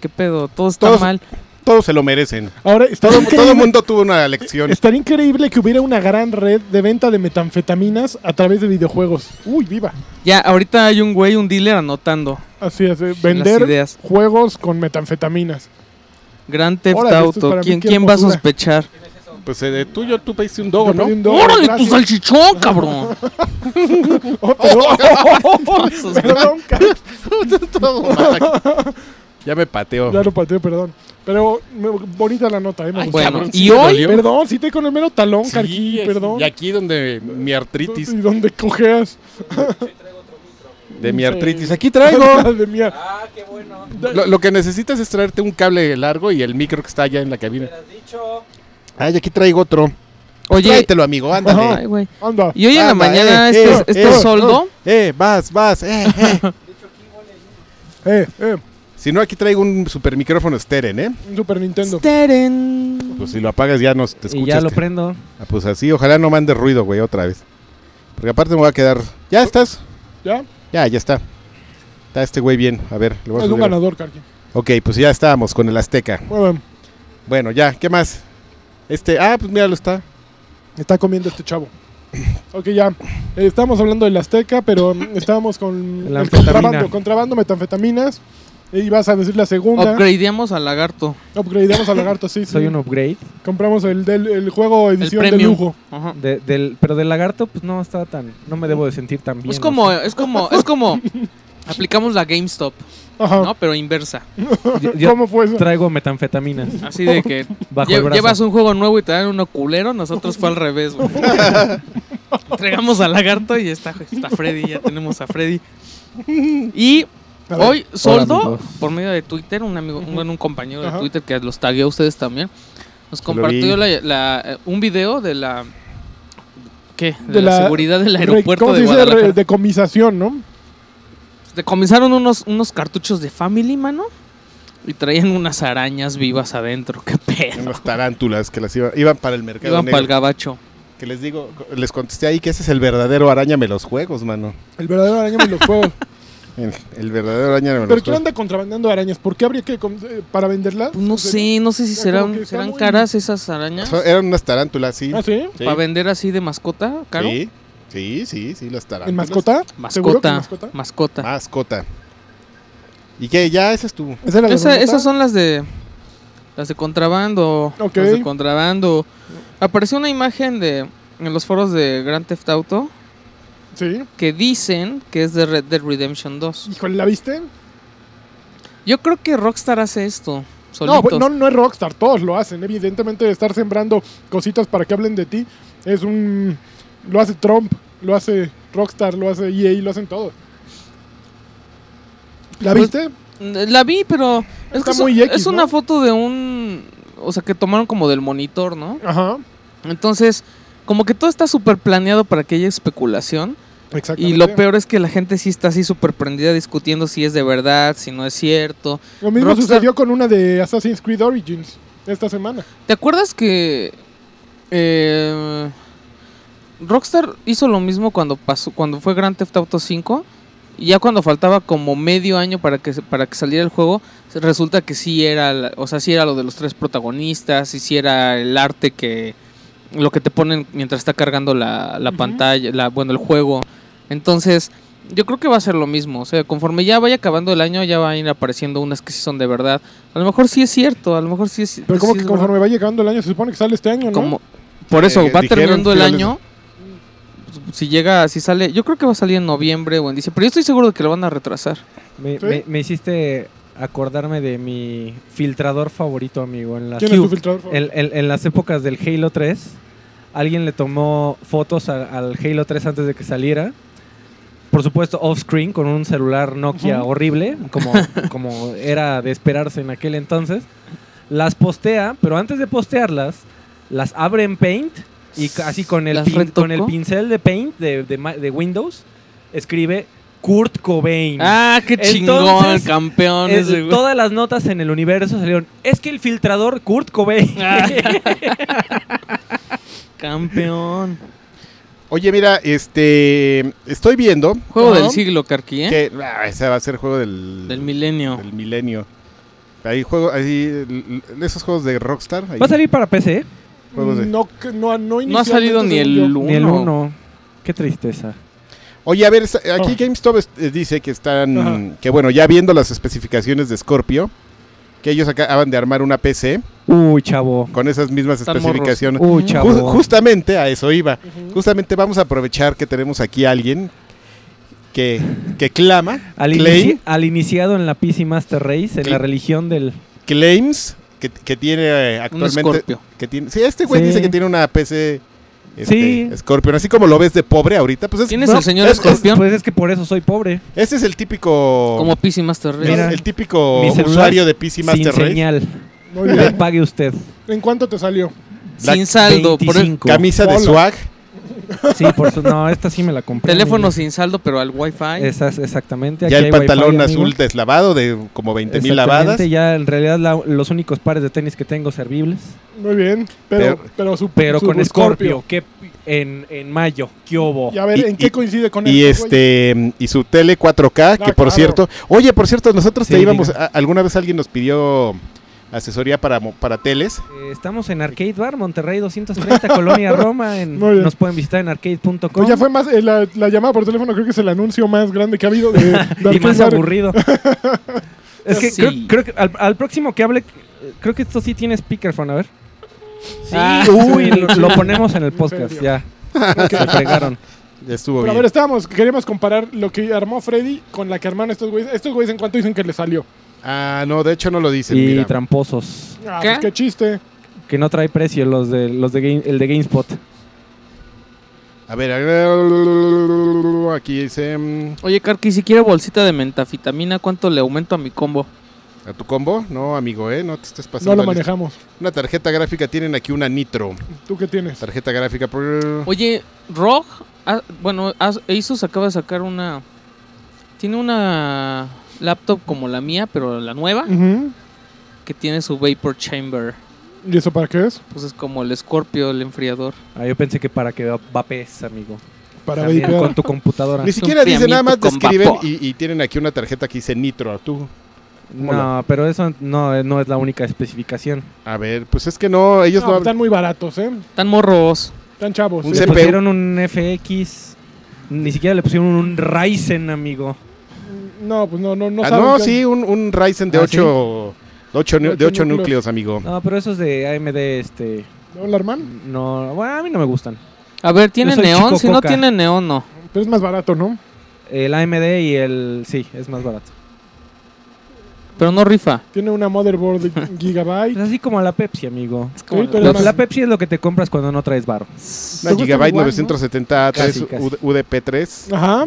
Speaker 3: ¿Qué pedo? Todo está
Speaker 1: Todos-
Speaker 3: mal.
Speaker 1: Todos se lo merecen.
Speaker 2: Ahora, está
Speaker 1: Todo,
Speaker 2: increíble-
Speaker 1: todo mundo tuvo una lección.
Speaker 2: Estaría increíble que hubiera una gran red de venta de metanfetaminas a través de videojuegos. Uy, viva.
Speaker 3: Ya, ahorita hay un güey, un dealer anotando
Speaker 2: Así es, eh,
Speaker 3: las
Speaker 2: vender
Speaker 3: ideas.
Speaker 2: juegos con metanfetaminas.
Speaker 3: Gran Theft
Speaker 2: Órale, esto es
Speaker 3: Auto.
Speaker 2: para mí,
Speaker 3: ¿Quién,
Speaker 2: qué
Speaker 3: ¿quién va a
Speaker 2: hermosura.
Speaker 3: sospechar?
Speaker 1: Pues eh, de tuyo tú pediste un dogo,
Speaker 2: Yo pedí
Speaker 1: ¿no?
Speaker 2: un doble,
Speaker 3: Oh, ¡Órale,
Speaker 2: gracias.
Speaker 3: tu salchichón, cabrón!
Speaker 2: [LAUGHS] Oh,
Speaker 3: [LAUGHS]
Speaker 2: perdón.
Speaker 3: Pasos,
Speaker 2: [LAUGHS]
Speaker 3: ¿no?
Speaker 2: Perdón, Carlos.
Speaker 1: Todo mal. ya me pateó.
Speaker 2: Ya lo pateé, perdón. Pero me- bonita la nota, ¿eh? me
Speaker 1: Ay,
Speaker 2: gustó.
Speaker 3: Bueno,
Speaker 1: cabrón, sí
Speaker 3: y
Speaker 1: me
Speaker 3: hoy.
Speaker 1: dolió.
Speaker 2: Perdón, sí te con el mero talón,
Speaker 1: Sí,
Speaker 2: Carqui,
Speaker 1: es-
Speaker 2: perdón.
Speaker 1: Y aquí donde mi artritis,
Speaker 2: ¿Y dónde cojeas?
Speaker 1: de mi
Speaker 2: Sí.
Speaker 1: artritis, aquí traigo.
Speaker 2: [LAUGHS] Madre mía.
Speaker 1: Lo, lo que necesitas es traerte un cable largo y el micro que está allá en la cabina. Ay, aquí traigo otro.
Speaker 3: Oye.
Speaker 1: Tráetelo, amigo, ándale.
Speaker 3: Ay, güey.
Speaker 2: Anda.
Speaker 3: Y hoy en la
Speaker 1: Anda, eh,
Speaker 3: mañana este,
Speaker 1: eh,
Speaker 3: este
Speaker 1: eh,
Speaker 3: soldo.
Speaker 1: Eh, vas, vas, eh, eh.
Speaker 2: Eh, eh,
Speaker 1: si no, aquí traigo un super micrófono Steren, ¿eh?
Speaker 2: un Super Nintendo.
Speaker 3: Este Steren.
Speaker 1: Pues si lo apagas ya no te escuchas.
Speaker 4: Y ya lo
Speaker 1: que-
Speaker 4: prendo.
Speaker 1: Ah, pues así, ojalá no mande ruido, güey, otra vez. Porque aparte me voy a quedar... ¿Ya estás?
Speaker 2: ¿Ya?
Speaker 1: Ya, ya está. Está este güey bien. A ver, le voy a
Speaker 2: Es un
Speaker 1: subir.
Speaker 2: ganador, Carqui.
Speaker 1: Ok, pues ya estábamos con el Azteca.
Speaker 2: Muy bien.
Speaker 1: Bueno, ya, ¿qué más? Este, ah, pues míralo, está.
Speaker 2: Está comiendo este chavo. [CLEARS THROAT] Ok, ya. Eh, Estábamos hablando del Azteca, pero mm, estábamos con
Speaker 4: La
Speaker 2: el contrabando,
Speaker 4: anfetamina.
Speaker 2: contrabando, metanfetaminas. Eh, Y vas a decir la segunda.
Speaker 3: Upgradeamos al lagarto.
Speaker 2: Upgradeamos al lagarto,
Speaker 5: [LAUGHS]
Speaker 2: sí. sí.
Speaker 5: Soy un upgrade.
Speaker 2: Compramos el, del, el juego
Speaker 3: El
Speaker 2: edición de
Speaker 3: premium.
Speaker 2: lujo.
Speaker 3: Ajá.
Speaker 5: De- del, pero del lagarto, pues no estaba tan. No me debo de sentir tan bien.
Speaker 3: Es como,
Speaker 5: ¿no?
Speaker 3: es como,
Speaker 4: [LAUGHS]
Speaker 3: es como. Aplicamos la GameStop,
Speaker 2: Ajá.
Speaker 3: ¿no? Pero inversa.
Speaker 5: Yo, yo
Speaker 2: ¿Cómo fue eso?
Speaker 5: traigo metanfetaminas
Speaker 3: Así de que
Speaker 5: [LAUGHS] bajo el
Speaker 3: lle-
Speaker 5: brazo.
Speaker 3: llevas un juego nuevo y te dan uno culero, nosotros fue al revés,
Speaker 5: [LAUGHS]
Speaker 3: güey. Entregamos al lagarto y está, está Freddy, ya tenemos a Freddy. Y
Speaker 2: A ver.
Speaker 3: hoy Soldo,
Speaker 5: amigos.
Speaker 3: por medio de Twitter, un amigo, un, bueno, un compañero de
Speaker 2: Ajá.
Speaker 3: Twitter que los tagueó a ustedes también, nos
Speaker 1: lo
Speaker 3: compartió
Speaker 1: vi.
Speaker 3: la- la- eh, un video de la ¿qué? De,
Speaker 2: De
Speaker 3: la,
Speaker 2: la-
Speaker 3: seguridad del
Speaker 2: Re-
Speaker 3: aeropuerto
Speaker 2: ¿Cómo se
Speaker 3: de
Speaker 2: dice? Re-
Speaker 3: Guadalajara.
Speaker 2: Decomisación, ¿no?
Speaker 3: Decomisaron unos, unos cartuchos de Family, mano. Y traían unas arañas vivas adentro. Qué pedo.
Speaker 1: Unas tarántulas que las iba- iban para el mercado
Speaker 3: Iban para el
Speaker 1: negro.
Speaker 3: gabacho.
Speaker 1: Que les digo, les contesté ahí que ese es el verdadero arañame los juegos, mano.
Speaker 2: El verdadero araña de los juegos.
Speaker 1: El, el verdadero arañame los
Speaker 2: Pero ¿quién
Speaker 1: juegos.
Speaker 2: anda contrabandeando arañas? ¿Por qué habría que... con- eh, ¿Para venderlas?
Speaker 3: Pues No
Speaker 2: O sea,
Speaker 3: sé, no sé si
Speaker 2: ya como que
Speaker 3: serán,
Speaker 2: está
Speaker 3: serán
Speaker 2: muy-
Speaker 3: caras esas arañas.
Speaker 1: Son- eran unas tarántulas, sí.
Speaker 2: ¿Ah, sí?
Speaker 1: Sí.
Speaker 3: Para vender así de mascota, caro.
Speaker 1: Sí, sí, sí, sí, las tarántulas.
Speaker 2: ¿En mascota? ¿Seguro que
Speaker 3: Mascota,
Speaker 2: en
Speaker 3: mascota.
Speaker 2: mascota?
Speaker 1: Ah, Mascota. ¿Y qué? Ya, ese es tu.
Speaker 2: ¿Esa era la
Speaker 3: Esa-
Speaker 2: mascota?
Speaker 3: esas son las de las de contrabando.
Speaker 2: Ok.
Speaker 3: Las de contrabando. Apareció una imagen de en los foros de Grand Theft Auto
Speaker 2: Sí.
Speaker 3: que dicen que es de Red Dead Redemption 2.
Speaker 2: Híjole, ¿la viste?
Speaker 3: Yo creo que Rockstar hace esto.
Speaker 2: No,
Speaker 3: solitos.
Speaker 2: pues, no, no es Rockstar, todos lo hacen. Evidentemente, estar sembrando cositas para que hablen de ti es un. Lo hace Trump, lo hace Rockstar, lo hace EA, lo hacen todos. ¿La
Speaker 3: Pues,
Speaker 2: viste?
Speaker 3: La vi, pero es,
Speaker 2: Está
Speaker 3: que
Speaker 2: muy
Speaker 3: so-
Speaker 2: X,
Speaker 3: es una
Speaker 2: ¿no?
Speaker 3: foto de un... O sea, que tomaron como del monitor, ¿no?
Speaker 2: Ajá,
Speaker 3: Entonces, como que todo está súper planeado para que haya especulación.
Speaker 2: exactamente.
Speaker 3: Y lo peor es que la gente sí está así súper prendida discutiendo si es de verdad, si no es cierto.
Speaker 2: Lo mismo
Speaker 3: Rockstar-
Speaker 2: sucedió con una de Assassin's Creed Origins esta semana.
Speaker 3: ¿Te acuerdas que... eh, Rockstar hizo lo mismo cuando pasó, cuando fue Grand Theft Auto 5. Y ya cuando faltaba como medio año para que, para que saliera el juego, se- resulta que sí era, la- o sea, sí era lo de los tres protagonistas, y sí era el arte que, lo que te ponen mientras está cargando la, la
Speaker 2: Ujú.
Speaker 3: pantalla, la, bueno, el juego. Entonces, yo creo que va a ser lo mismo. O sea, conforme ya vaya acabando el año, ya van a ir apareciendo unas que sí son de verdad. A lo mejor sí es cierto, a lo mejor sí es
Speaker 2: Pero como
Speaker 3: Pues sí
Speaker 2: que
Speaker 3: es verdad.
Speaker 2: conforme va llegando el año, se supone que sale este año, ¿no?
Speaker 3: Como- por eso,
Speaker 1: Eh,
Speaker 3: va
Speaker 1: dijeron
Speaker 3: terminando el
Speaker 1: finales-
Speaker 3: año. Si llega, si sale, yo creo que va a salir en noviembre o en diciembre. Pero yo estoy seguro de que lo van a retrasar.
Speaker 5: Me,
Speaker 2: ¿Sí?
Speaker 5: me- me hiciste acordarme de mi filtrador favorito, amigo. En las,
Speaker 2: ¿Quién es tu filtrador? favorito?
Speaker 5: en, en- en las épocas del Halo 3, alguien le tomó fotos a- al Halo 3 antes de que saliera. Por supuesto, off-screen, con un celular Nokia
Speaker 2: Ujú.
Speaker 5: horrible,
Speaker 3: [LAUGHS]
Speaker 5: como, como era de esperarse en aquel entonces. Las postea, pero antes de postearlas, las abre en Paint y ca- así con el,
Speaker 3: ¿Las
Speaker 5: pin- con el
Speaker 3: retocó?
Speaker 5: pincel de Paint de, de ma- de Windows, escribe Kurt Cobain.
Speaker 3: Ah, qué chingón,
Speaker 5: Entonces,
Speaker 3: campeón.
Speaker 5: Es-
Speaker 3: ese güey.
Speaker 5: todas las notas en el universo salieron. Es que el filtrador Kurt Cobain.
Speaker 3: Ah. Campeón.
Speaker 1: Oye, mira, este. Estoy viendo
Speaker 3: Juego
Speaker 2: Ajá.
Speaker 3: del siglo, Carqui, ¿eh?
Speaker 1: que. ah, ese va a ser juego del.
Speaker 3: Del milenio.
Speaker 1: del milenio. Hay juego, ahí, l- l- esos juegos de Rockstar. ahí,
Speaker 5: [LAUGHS] Va a salir para PC,
Speaker 1: juegos de-
Speaker 2: No, que- no, no,
Speaker 3: No ha salido ni
Speaker 2: inicialmente, según
Speaker 3: el
Speaker 2: yo.
Speaker 5: ni el
Speaker 3: uno.
Speaker 5: 1. Qué tristeza.
Speaker 1: Oye, a ver, está- aquí
Speaker 2: Oh.
Speaker 1: GameStop es- eh, dice que están,
Speaker 2: Ajá.
Speaker 1: que bueno, ya viendo las especificaciones de Scorpio, que ellos acaban de armar una PC
Speaker 5: Uy, chavo.
Speaker 1: con esas mismas
Speaker 3: Están
Speaker 1: especificaciones.
Speaker 5: Uy,
Speaker 1: Ju-
Speaker 5: chavo.
Speaker 1: justamente a eso iba.
Speaker 2: Ujú.
Speaker 1: Justamente vamos a aprovechar que tenemos aquí a alguien que, que clama,
Speaker 5: al,
Speaker 1: claim-
Speaker 5: inici- al iniciado en la PC Master Race, en
Speaker 1: Cl-
Speaker 5: la religión del.
Speaker 1: claims, que, que tiene eh,
Speaker 3: Un
Speaker 1: actualmente
Speaker 3: Scorpio.
Speaker 1: que tiene, sí, este güey
Speaker 5: Sí.
Speaker 1: dice que tiene una PC este,
Speaker 5: Sí.
Speaker 1: Scorpion, así como lo ves de pobre ahorita, pues es,
Speaker 3: ¿Quién es el señor
Speaker 1: es- es-
Speaker 3: Scorpion?
Speaker 5: Pues es que por eso soy pobre.
Speaker 1: este es el típico
Speaker 3: Como PC Master Race.
Speaker 5: Mira,
Speaker 1: el típico
Speaker 5: mi celular
Speaker 1: usuario de PC
Speaker 5: Sin
Speaker 1: Master Race,
Speaker 5: señal.
Speaker 2: Muy
Speaker 5: Le
Speaker 2: bien.
Speaker 5: pague usted.
Speaker 2: ¿En cuánto te salió?
Speaker 3: sin saldo. por el-
Speaker 5: 25.
Speaker 1: camisa de
Speaker 2: Hola.
Speaker 1: swag,
Speaker 5: Sí, por su- No, esta sí me la compré.
Speaker 3: teléfono
Speaker 5: amigo.
Speaker 3: sin saldo, pero al Wi-Fi.
Speaker 5: Esas, exactamente.
Speaker 1: ya
Speaker 5: aquí
Speaker 1: el
Speaker 5: hay
Speaker 1: pantalón
Speaker 5: Wi-Fi, amigo.
Speaker 1: azul deslavado de como 20 mil lavadas,
Speaker 5: Exactamente, Ya en realidad la- los únicos pares de tenis que tengo servibles.
Speaker 2: Muy bien. Pero, pero, su-
Speaker 5: Pero
Speaker 2: su
Speaker 5: con
Speaker 2: Scorpio.
Speaker 5: Scorpio, que en, en mayo, ¿qué hubo?
Speaker 2: Y a ver,
Speaker 1: Y-
Speaker 2: ¿en qué
Speaker 1: y-
Speaker 2: coincide con
Speaker 1: y
Speaker 2: esto, güey?
Speaker 1: este y su tele 4K, que
Speaker 2: Ah,
Speaker 1: por
Speaker 2: claro.
Speaker 1: cierto, oye, por cierto, nosotros te
Speaker 5: Sí,
Speaker 1: íbamos,
Speaker 5: diga.
Speaker 1: a- alguna vez alguien nos pidió asesoría para, mo- para teles,
Speaker 5: Eh, Estamos en Arcade Bar, Monterrey 230, [LAUGHS] Colonia Roma. en-
Speaker 2: Muy bien.
Speaker 5: nos pueden visitar en arcade.com.
Speaker 2: No, ya fue más. eh, la, la llamada por teléfono creo que es el anuncio más grande que ha habido. De, de
Speaker 5: y
Speaker 2: [LAUGHS] Arcade
Speaker 5: más
Speaker 2: Bar.
Speaker 5: aburrido. Es que
Speaker 3: Sí.
Speaker 5: creo, creo que al, al próximo que hable, eh, creo que esto sí tiene speakerphone, a ver. Sí,
Speaker 3: Ah.
Speaker 5: uy,
Speaker 2: Sí.
Speaker 5: lo, lo ponemos en el
Speaker 2: En
Speaker 5: podcast,
Speaker 2: serio.
Speaker 5: ya. Se fregaron.
Speaker 2: [LAUGHS]
Speaker 1: Ya estuvo
Speaker 2: Pero a
Speaker 1: bien.
Speaker 2: ver, estábamos, queríamos comparar lo que armó Freddy con la que armaron estos güeyes. Estos güeyes en cuánto dicen que le salió.
Speaker 1: Ah, no, de hecho no lo dicen.
Speaker 5: Y
Speaker 1: mira.
Speaker 5: tramposos.
Speaker 2: Ah,
Speaker 3: ¿Qué?
Speaker 2: pues qué chiste.
Speaker 5: Que no trae precio los de los de Game- el de GameSpot.
Speaker 1: A ver, a- aquí dice mm,
Speaker 3: Oye, Karki, si quiero bolsita de mentafitamina, ¿cuánto le aumento a mi combo?
Speaker 1: a tu combo. No, amigo, ¿eh? No te estés pasando.
Speaker 2: No lo
Speaker 1: la lista.
Speaker 2: manejamos.
Speaker 1: Una tarjeta gráfica, tienen aquí una Nitro.
Speaker 2: ¿Tú qué tienes?
Speaker 1: Tarjeta gráfica. prr.
Speaker 3: Oye, Rog, ah, bueno, as- Asus acaba de sacar una. Tiene una laptop como la mía, pero la nueva,
Speaker 2: Ujú.
Speaker 3: que tiene su Vapor Chamber.
Speaker 2: ¿Y eso para qué es?
Speaker 3: Pues es como el Scorpio, el enfriador.
Speaker 5: Ah, yo pensé que para que va- vapees, amigo.
Speaker 2: Para
Speaker 5: También
Speaker 2: vapear.
Speaker 5: con tu computadora.
Speaker 1: Ni siquiera dice
Speaker 3: enfriamiento
Speaker 1: nada más,
Speaker 3: con
Speaker 1: describen
Speaker 3: vapor.
Speaker 1: y, y tienen aquí una tarjeta que dice Nitro. Tú.
Speaker 5: No, pero eso no, eh, no es la única especificación.
Speaker 1: A ver, pues es que no, ellos
Speaker 2: No,
Speaker 1: no, hablan.
Speaker 2: están muy baratos, ¿eh?
Speaker 3: Tan morros.
Speaker 2: Están chavos. ¿eh?
Speaker 1: Un
Speaker 2: sí.
Speaker 5: Le
Speaker 1: CPU.
Speaker 5: pusieron un FX, ni siquiera le pusieron un Ryzen, amigo.
Speaker 2: No, pues no, no, no
Speaker 1: Ah,
Speaker 2: saben.
Speaker 1: no,
Speaker 2: qué-
Speaker 1: sí, un, un Ryzen de
Speaker 5: Ah,
Speaker 1: 8
Speaker 2: De
Speaker 1: de ocho
Speaker 2: ocho núcleos.
Speaker 1: núcleos, amigo.
Speaker 5: No, pero esos de AMD, este...
Speaker 2: Hola, hermano.
Speaker 5: No, bueno, a mí no me gustan.
Speaker 3: A ver, ¿tiene
Speaker 5: Yo soy
Speaker 3: neón?
Speaker 5: chico
Speaker 3: Si no
Speaker 5: coca.
Speaker 3: tiene neón, no.
Speaker 2: Pero es más barato, ¿no?
Speaker 5: El AMD y el... Sí, es más barato.
Speaker 3: Pero no rifa.
Speaker 2: Tiene una motherboard
Speaker 1: [LAUGHS]
Speaker 2: de
Speaker 5: Es
Speaker 2: gigabyte.
Speaker 5: Pues así como la Pepsi, amigo.
Speaker 3: Es como
Speaker 2: Sí, pero
Speaker 3: la-
Speaker 5: Lo-
Speaker 2: más-
Speaker 5: la Pepsi es lo que te compras cuando no traes barro.
Speaker 1: Una
Speaker 2: gusta
Speaker 1: Gigabyte
Speaker 2: igual,
Speaker 1: 970
Speaker 5: Casi,
Speaker 1: tres
Speaker 5: casi.
Speaker 1: UD- UDP3.
Speaker 2: Ajá.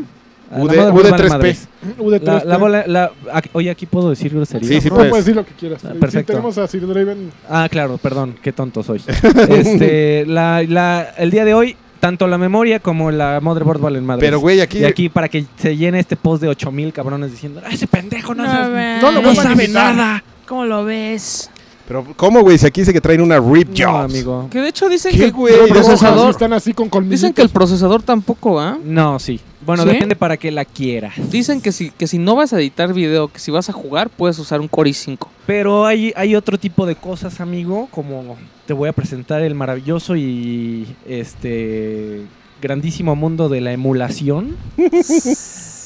Speaker 5: Ah,
Speaker 1: UD
Speaker 5: la motherboard vale
Speaker 1: 3P.
Speaker 5: madres.
Speaker 2: UD3.
Speaker 5: La, la bola- la- aquí- oye, aquí puedo decir grosería.
Speaker 1: Sí, sí,
Speaker 2: no
Speaker 1: pues.
Speaker 2: puedes decir lo que quieras.
Speaker 5: Ah,
Speaker 2: Sí,
Speaker 5: perfecto.
Speaker 2: tenemos a Sir Draven.
Speaker 5: Ah, claro, perdón, qué
Speaker 1: [LAUGHS]
Speaker 5: tonto soy. Este, la, la- el día de hoy, tanto la memoria como la motherboard valen madres.
Speaker 1: Pero, güey, aquí,
Speaker 5: Y aquí para que se llene este post de 8000 cabrones diciendo, "Ah, ese pendejo no, sabe,
Speaker 2: No lo
Speaker 5: no
Speaker 2: voy a
Speaker 5: sabe
Speaker 2: invitar.
Speaker 5: nada.
Speaker 3: ¿Cómo lo ves?
Speaker 1: Pero, ¿cómo, güey? Si aquí dice que traen una Rip
Speaker 5: No,
Speaker 1: Jobs.
Speaker 5: amigo.
Speaker 3: Que de hecho dicen
Speaker 1: ¿Qué,
Speaker 3: que el
Speaker 1: güey?
Speaker 2: Pero
Speaker 3: procesador-
Speaker 2: sí Están así con colmillitos.
Speaker 3: Dicen que el procesador tampoco, ¿ah?
Speaker 5: No, sí. Bueno,
Speaker 3: ¿Sí?
Speaker 5: depende para que la quieras.
Speaker 3: Dicen que si, que si no vas a editar video, que si vas a jugar, puedes usar un Core i5.
Speaker 5: Pero hay, hay otro tipo de cosas, amigo, como te voy a presentar el maravilloso y este grandísimo mundo de la emulación.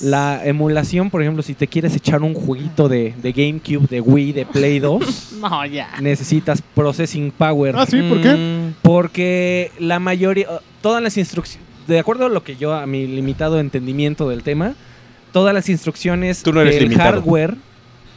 Speaker 5: la emulación, por ejemplo, si te quieres echar un jueguito de, de GameCube, de Wii, de Play 2,
Speaker 3: No, ya.
Speaker 5: necesitas processing power.
Speaker 2: Ah, sí, ¿por qué?
Speaker 3: Mm.
Speaker 5: Porque la mayoría, todas las instrucciones, de acuerdo a lo que yo, a mi limitado entendimiento del tema, todas las instrucciones
Speaker 1: Tú no eres
Speaker 5: del
Speaker 1: limitado.
Speaker 5: hardware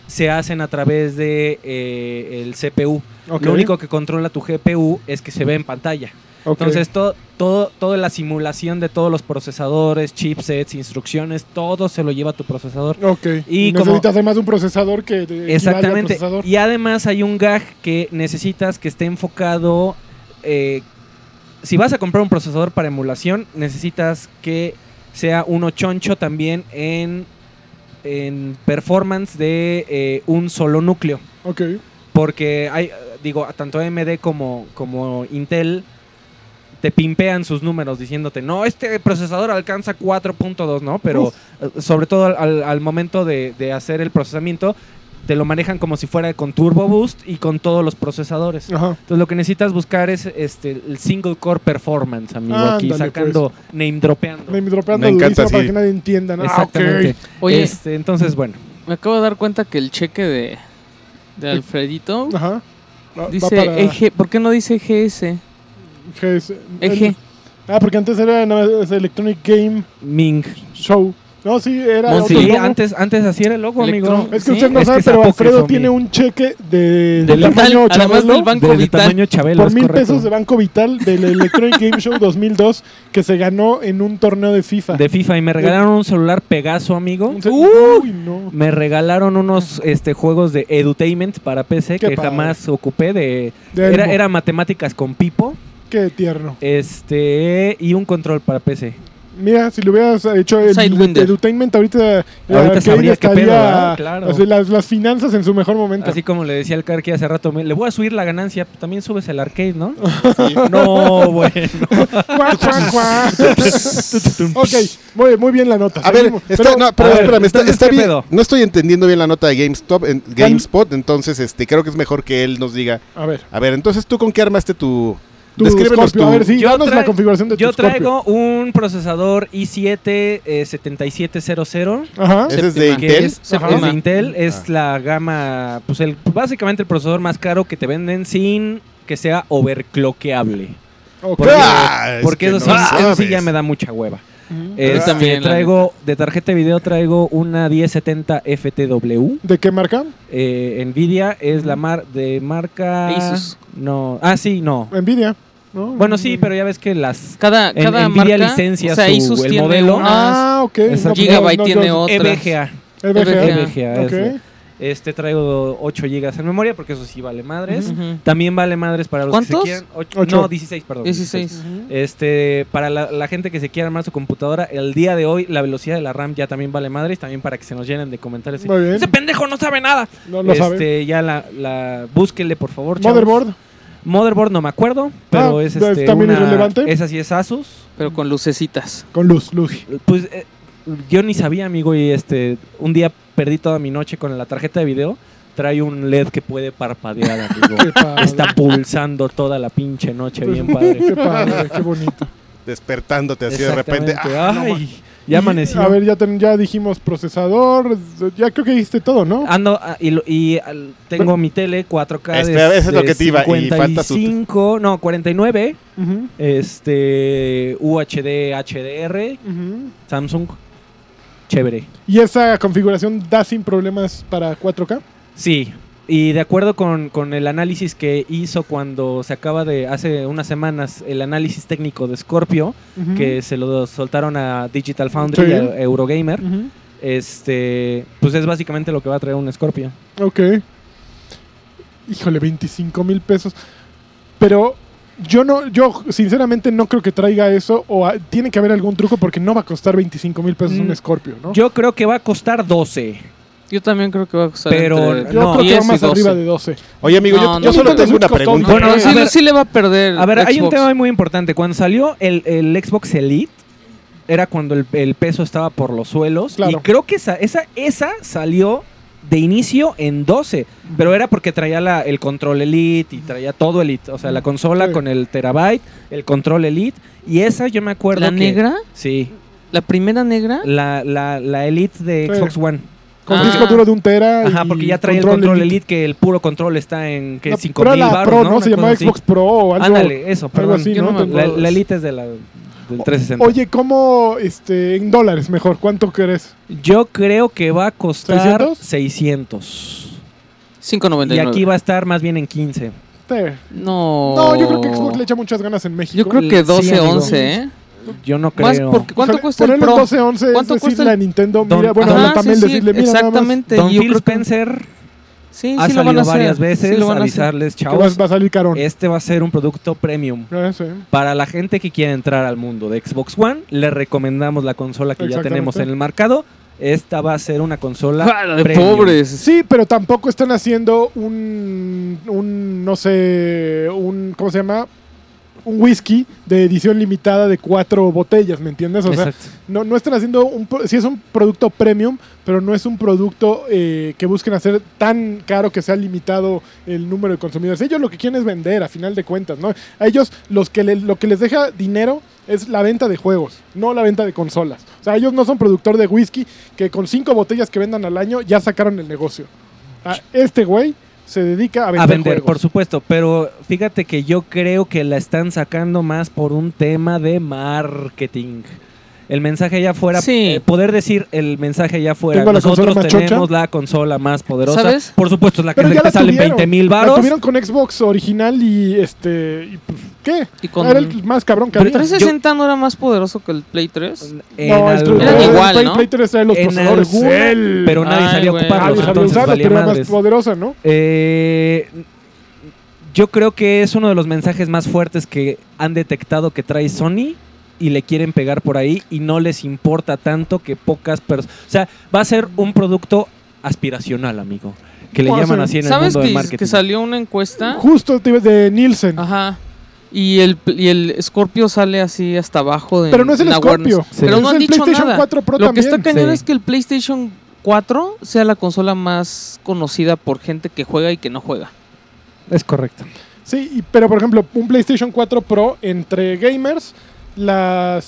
Speaker 5: se hacen a través de eh, el CPU.
Speaker 2: Ok,
Speaker 5: Lo único que controla tu GPU es que se ve en pantalla.
Speaker 2: ok.
Speaker 5: Entonces, todo, todo, toda la simulación de todos los procesadores, chipsets, instrucciones, todo se lo lleva tu procesador.
Speaker 2: Ok.
Speaker 5: Y
Speaker 2: Y
Speaker 5: como-
Speaker 2: Necesitas además un procesador que te equivale al
Speaker 5: Exactamente.
Speaker 2: procesador.
Speaker 5: Y además hay un gag que necesitas que esté enfocado. eh, si vas a comprar un procesador para emulación, necesitas que sea uno choncho también en, en performance de eh, un solo núcleo.
Speaker 2: Ok.
Speaker 5: Porque hay, eh, digo, tanto AMD como, como Intel te pimpean sus números diciéndote, no, este procesador alcanza 4.2, ¿no? Pero eh, sobre todo al- al, al momento de, de hacer el procesamiento, te lo manejan como si fuera con Turbo Boost y con todos los procesadores.
Speaker 2: Ajá.
Speaker 5: Entonces lo que necesitas buscar es este el single core performance, amigo, aquí
Speaker 2: Ándale, pues.
Speaker 5: sacando, name dropeando.
Speaker 2: Me dropeando
Speaker 1: Me encanta,
Speaker 2: durísimo para
Speaker 1: sí.
Speaker 2: que nadie entienda. ¿no? Ah, ok.
Speaker 5: Exactamente.
Speaker 3: Oye,
Speaker 5: Este, entonces, bueno,
Speaker 3: me acabo de dar cuenta que el cheque de,
Speaker 5: Eh,
Speaker 3: de Alfredito
Speaker 2: Ajá. Va- va
Speaker 3: dice
Speaker 2: para
Speaker 3: EG. ¿Por qué no dice E EGS?
Speaker 2: GS.
Speaker 3: EG.
Speaker 2: Ah, porque antes era nada más, es Electronic Game
Speaker 5: Ming.
Speaker 2: Show. No, sí, era
Speaker 3: Bueno,
Speaker 2: otro
Speaker 5: Sí,
Speaker 2: logo.
Speaker 5: antes, antes así era el logo, amigo.
Speaker 3: Electro-
Speaker 2: Es que
Speaker 3: sí,
Speaker 2: usted no
Speaker 5: es
Speaker 2: sabe,
Speaker 5: que es
Speaker 2: pero
Speaker 5: apócrifo,
Speaker 2: Alfredo
Speaker 5: mire.
Speaker 2: tiene un cheque de,
Speaker 5: Del
Speaker 2: del
Speaker 3: Vital,
Speaker 2: tamaño
Speaker 3: además
Speaker 2: Chabelo
Speaker 3: del Banco
Speaker 5: Desde
Speaker 3: Vital.
Speaker 5: tamaño Chabelo,
Speaker 2: por
Speaker 5: es
Speaker 2: mil
Speaker 5: correcto.
Speaker 2: pesos de Banco Vital del Electronic Game Show 2002 que se ganó en un torneo de FIFA.
Speaker 5: de FIFA y me regalaron un celular Pegaso, amigo. Uh,
Speaker 2: Un se- Uy, no.
Speaker 5: Me regalaron unos este, juegos de edutainment para PC
Speaker 2: Qué
Speaker 5: que
Speaker 2: padre.
Speaker 5: jamás ocupé de
Speaker 2: De
Speaker 5: era,
Speaker 2: Elmo.
Speaker 5: era matemáticas con Pipo,
Speaker 2: Qué tierno.
Speaker 5: este y un control para PC.
Speaker 2: Mira, si le hubieras hecho el
Speaker 3: Sidewinder.
Speaker 2: edutainment ahorita, la
Speaker 5: Ahorita
Speaker 2: arcade
Speaker 5: sabría qué pedo,
Speaker 2: estaría
Speaker 5: ¿verdad? Claro.
Speaker 2: así, las, las finanzas en su mejor momento.
Speaker 5: Así como le decía al Karki hace rato, me- le voy a subir la ganancia, también subes el
Speaker 2: [LAUGHS]
Speaker 5: arcade, ¿no? No, bueno.
Speaker 2: Cuá, cuá, cuá. ok, muy, muy bien la nota.
Speaker 1: A ver,
Speaker 2: Seguimos.
Speaker 1: está,
Speaker 2: Pero-
Speaker 1: no, pero
Speaker 5: a ver,
Speaker 1: espérame, está,
Speaker 5: entonces,
Speaker 1: está
Speaker 5: ¿qué
Speaker 1: bien.
Speaker 5: pedo?
Speaker 1: No estoy entendiendo bien la nota de GameStop, en- GameSpot, entonces este, creo que es mejor que él nos diga.
Speaker 2: a ver,
Speaker 1: A ver, entonces tú con qué armaste tu,
Speaker 2: tu
Speaker 1: Descríbenos
Speaker 2: Scorpio.
Speaker 1: tu-
Speaker 2: A ver, sí,
Speaker 5: Yo
Speaker 2: danos la
Speaker 5: tra-
Speaker 2: configuración de tu
Speaker 5: Yo
Speaker 2: Scorpio.
Speaker 5: traigo un procesador i7 eh, 7700.
Speaker 2: Ajá.
Speaker 1: Ese es de
Speaker 3: Séptima.
Speaker 1: Intel. Ah.
Speaker 3: Es
Speaker 5: Ajá.
Speaker 3: séptima.
Speaker 5: Es de Intel, es la gama, pues el, básicamente el procesador más caro que te venden sin que sea overcloqueable.
Speaker 2: Ok.
Speaker 5: Porque,
Speaker 1: Ah, es
Speaker 5: porque
Speaker 1: que
Speaker 5: eso,
Speaker 1: no
Speaker 5: sí, eso sí
Speaker 1: sabes.
Speaker 5: ya me da mucha hueva.
Speaker 2: Ujú.
Speaker 5: Este,
Speaker 3: también, la
Speaker 5: traigo, de tarjeta de video traigo una 1070 FTW.
Speaker 2: ¿De qué marca?
Speaker 5: eh, Nvidia es la mar de marca...
Speaker 3: Asus.
Speaker 5: No, ah, sí, no.
Speaker 2: Nvidia. ¿no?
Speaker 5: Bueno, sí, pero ya ves que las
Speaker 3: Cada,
Speaker 5: En-
Speaker 3: cada
Speaker 5: Nvidia
Speaker 3: marca,
Speaker 5: licencia
Speaker 3: o sea,
Speaker 5: su-
Speaker 3: Asus
Speaker 5: el
Speaker 3: tiene
Speaker 5: modelo.
Speaker 3: unas-
Speaker 2: Ah, ok.
Speaker 5: Exacto.
Speaker 3: Gigabyte tiene
Speaker 5: E
Speaker 3: otras.
Speaker 5: EVGA. E
Speaker 2: EVGA.
Speaker 5: EVGA,
Speaker 2: Ok.
Speaker 5: es- Este traigo 8 GB en memoria porque eso sí vale madres.
Speaker 3: Ujú.
Speaker 5: También vale madres para los
Speaker 3: ¿Cuántos?
Speaker 5: que se quieran. Ocho-
Speaker 2: Ocho.
Speaker 5: No, 16, perdón.
Speaker 3: 16.
Speaker 5: Este, para la, la gente que se quiera armar su computadora, el día de hoy la velocidad de la RAM ya también vale madres, también para que se nos llenen de comentarios.
Speaker 2: Muy bien.
Speaker 5: Ese pendejo no sabe nada.
Speaker 2: No lo
Speaker 5: este,
Speaker 2: sabe.
Speaker 5: ya la, la búsquenle, por favor. chavos.
Speaker 2: Motherboard.
Speaker 5: Motherboard no me acuerdo, pero
Speaker 2: Ah,
Speaker 5: es
Speaker 2: es
Speaker 5: este
Speaker 2: también
Speaker 5: una-
Speaker 2: irrelevante.
Speaker 5: Esa sí es Asus.
Speaker 3: Pero con lucecitas.
Speaker 2: Con luz,
Speaker 5: [LAUGHS]
Speaker 2: luz.
Speaker 5: Pues eh, yo ni sabía, amigo, y este un día perdí toda mi noche con la tarjeta de video. Trae un LED que puede parpadear, amigo.
Speaker 2: [LAUGHS] Qué padre.
Speaker 5: Está pulsando toda la pinche noche, bien padre.
Speaker 2: Qué padre, qué bonito.
Speaker 1: Despertándote así de repente.
Speaker 5: Exactamente.
Speaker 1: Ah, no ma-
Speaker 5: Ay, ya amaneció.
Speaker 2: Y, a ver, ya, ten- ya dijimos procesador. Ya creo que dijiste todo, ¿no?
Speaker 5: Ando ah, y, lo- y, al- tengo mi tele 4K de,
Speaker 1: Espera, eso es lo
Speaker 5: de
Speaker 1: que te iba, y falta su-
Speaker 5: 55, no, 49,
Speaker 2: Ujú,
Speaker 5: este UHD HDR,
Speaker 2: ujú.
Speaker 5: Samsung chévere.
Speaker 2: ¿Y esa configuración da sin problemas para 4K?
Speaker 5: Sí, y de acuerdo con, con el análisis que hizo cuando se acaba de hace unas semanas el análisis técnico de Scorpio,
Speaker 2: Ujú,
Speaker 5: que se lo soltaron a Digital Foundry
Speaker 2: Sí.
Speaker 5: y a Eurogamer,
Speaker 2: ujú.
Speaker 5: este, pues es básicamente lo que va a traer un Scorpio.
Speaker 2: Ok. Híjole, 25 mil pesos. Pero yo no, yo sinceramente no creo que traiga eso. O a- tiene que haber algún truco porque no va a costar 25 mil pesos
Speaker 5: Mm.
Speaker 2: un Scorpio, ¿no?
Speaker 5: Yo creo que va a costar 12.
Speaker 3: Yo también creo que va a costar.
Speaker 5: Pero
Speaker 3: entre
Speaker 2: Yo
Speaker 5: no,
Speaker 2: creo que
Speaker 3: 10
Speaker 2: va
Speaker 3: y
Speaker 2: más
Speaker 3: 12.
Speaker 2: arriba de 12.
Speaker 1: Oye, amigo,
Speaker 3: No,
Speaker 1: yo,
Speaker 3: no,
Speaker 1: yo solo
Speaker 2: no.
Speaker 1: tengo una
Speaker 2: Costó un
Speaker 1: pregunta.
Speaker 5: Bueno,
Speaker 3: Pero
Speaker 5: a
Speaker 3: sí,
Speaker 5: ver-
Speaker 3: sí le va a perder.
Speaker 5: A ver, hay un
Speaker 3: Xbox.
Speaker 5: tema muy importante. Cuando salió el, el Xbox Elite, era cuando el, el peso estaba por los suelos.
Speaker 2: Claro.
Speaker 5: Y creo que esa, esa, esa salió de inicio en 12. Pero era porque traía la- el control Elite y traía todo Elite. O sea, la consola
Speaker 2: Sí.
Speaker 5: con el terabyte, el control Elite. Y esa yo me acuerdo
Speaker 3: ¿La
Speaker 5: que-
Speaker 3: negra?
Speaker 5: Sí.
Speaker 3: ¿La primera negra?
Speaker 5: La, la, la Elite de
Speaker 2: Sí.
Speaker 5: Xbox One.
Speaker 2: Con
Speaker 3: Ah.
Speaker 2: disco duro de un tera.
Speaker 5: Ajá,
Speaker 2: y
Speaker 5: porque ya traía el control Elite. que el puro control está en que
Speaker 2: No,
Speaker 5: 5000
Speaker 2: la
Speaker 5: baros,
Speaker 2: Pro,
Speaker 5: ¿no?
Speaker 2: ¿no?
Speaker 5: Una
Speaker 2: Se llamaba
Speaker 5: cosa así.
Speaker 2: Xbox Pro o algo.
Speaker 5: Ándale, eso,
Speaker 2: algo
Speaker 5: perdón.
Speaker 2: así,
Speaker 3: yo
Speaker 2: ¿no?
Speaker 3: no me
Speaker 5: La, la Elite es de la del 360.
Speaker 2: Oye, ¿cómo este, en dólares mejor? ¿Cuánto crees?
Speaker 5: Yo creo que va a costar
Speaker 2: ¿600?
Speaker 5: 600.
Speaker 3: 5.99.
Speaker 5: Y aquí va a estar más bien en 15.
Speaker 2: Te-
Speaker 3: No.
Speaker 2: No, yo creo que Xbox le echa muchas ganas en México.
Speaker 3: Yo creo que
Speaker 5: Sí,
Speaker 3: 12,
Speaker 5: amigo.
Speaker 3: 11, ¿eh?
Speaker 5: Yo no
Speaker 3: Más
Speaker 5: creo.
Speaker 3: porque ¿cuánto
Speaker 2: Híjole,
Speaker 3: cuesta el
Speaker 2: ponerlo en
Speaker 3: Pro?
Speaker 2: 12, 11
Speaker 3: ¿Cuánto
Speaker 2: es
Speaker 3: cuesta
Speaker 2: decirle
Speaker 3: el- Ah,
Speaker 2: a Nintendo,
Speaker 5: Don-
Speaker 2: mira, bueno,
Speaker 5: Ajá,
Speaker 2: a Tamel
Speaker 3: sí, sí,
Speaker 2: decirle, mira, nada más,
Speaker 3: exactamente.
Speaker 5: Don
Speaker 3: yo
Speaker 5: Phil
Speaker 3: creo que-
Speaker 5: Spencer
Speaker 3: sí,
Speaker 5: ha
Speaker 3: sí lo
Speaker 5: salido
Speaker 3: van a hacer.
Speaker 5: varias veces
Speaker 3: Sí lo van
Speaker 5: a
Speaker 3: a hacer.
Speaker 5: avisarles,
Speaker 2: que va,
Speaker 5: chavos,
Speaker 2: va a salir carón.
Speaker 3: Eh,
Speaker 5: este va a ser un producto premium.
Speaker 2: Ah, sí.
Speaker 5: Para la gente que quiere entrar al mundo de Xbox One, le recomendamos la consola que ya
Speaker 2: Exactamente.
Speaker 5: tenemos en el mercado. Esta va a ser una consola
Speaker 3: [LAUGHS] Ah, la de
Speaker 5: premium.
Speaker 3: pobres.
Speaker 2: Sí, pero tampoco están haciendo un, un, no sé, un, ¿cómo se llama? Un whisky de edición limitada de cuatro botellas, ¿me entiendes? O sea,
Speaker 5: Exacto.
Speaker 2: no, no están haciendo un... Si es un producto premium, pero no es un producto eh, que busquen hacer tan caro que sea limitado el número de consumidores. Ellos lo que quieren es vender, a final de cuentas, ¿no? A ellos los que le- lo que les deja dinero es la venta de juegos, no la venta de consolas. O sea, ellos no son productor de whisky que con cinco botellas que vendan al año ya sacaron el negocio. Ah, este güey se dedica a
Speaker 5: a
Speaker 2: vender,
Speaker 5: vender, por
Speaker 2: pues, juegos.
Speaker 5: supuesto, pero fíjate que yo creo que la están sacando más por un tema de marketing. El mensaje allá afuera,
Speaker 3: Sí.
Speaker 5: eh, poder decir el mensaje allá afuera,
Speaker 2: Tengo la
Speaker 5: nosotros
Speaker 2: consola más
Speaker 5: tenemos
Speaker 2: chocha.
Speaker 5: la consola más poderosa.
Speaker 3: ¿Sabes?
Speaker 5: Por supuesto, es la que
Speaker 2: Pero ya
Speaker 5: te
Speaker 2: la
Speaker 5: salen
Speaker 2: tuvieron.
Speaker 5: 20 mil
Speaker 2: La
Speaker 5: varos.
Speaker 2: tuvieron con Xbox original y este... y, pues, ¿Qué?
Speaker 3: Y con-
Speaker 2: Era el más cabrón que
Speaker 3: ¿Pero
Speaker 2: había.
Speaker 3: 360 no era más poderoso que el Play 3?
Speaker 5: En
Speaker 2: No, el
Speaker 5: algún-
Speaker 2: Play-
Speaker 3: Eran
Speaker 2: el
Speaker 3: igual,
Speaker 2: Play-
Speaker 3: ¿no?
Speaker 2: Play 3 trae los
Speaker 5: En
Speaker 2: procesadores.
Speaker 5: alguna,
Speaker 2: Él. Ah,
Speaker 5: pero nadie
Speaker 3: Ay,
Speaker 5: sabía
Speaker 3: güey.
Speaker 5: ocuparlos,
Speaker 2: Nadie
Speaker 3: pues,
Speaker 2: sabía
Speaker 5: entonces
Speaker 2: usarlo,
Speaker 5: valía
Speaker 2: pero era más
Speaker 5: madres.
Speaker 2: poderosa, ¿no?
Speaker 5: Eh, yo creo que es uno de los mensajes más fuertes que han detectado que trae Sony y le quieren pegar por ahí y no les importa tanto que pocas personas... O sea, va a ser un producto aspiracional, amigo. Que le
Speaker 2: Bueno,
Speaker 5: llaman
Speaker 2: sí.
Speaker 5: así en el
Speaker 3: ¿Sabes
Speaker 5: mundo de
Speaker 3: que,
Speaker 5: marketing.
Speaker 3: que salió una encuesta?
Speaker 2: Justo te iba- de Nielsen.
Speaker 3: Ajá. Y el, y el Scorpio sale así hasta abajo de
Speaker 2: pero no es el
Speaker 3: la
Speaker 2: Scorpio.
Speaker 3: awareness. Pero
Speaker 2: es
Speaker 3: no
Speaker 2: el
Speaker 3: han dicho
Speaker 2: PlayStation
Speaker 3: nada.
Speaker 2: 4 Pro
Speaker 3: Lo
Speaker 2: también.
Speaker 3: que está cañón
Speaker 5: Sí.
Speaker 3: es que el PlayStation 4 sea la consola más conocida por gente que juega y que no juega.
Speaker 5: Es correcto.
Speaker 2: Sí, y- pero por ejemplo, un PlayStation 4 Pro entre gamers, la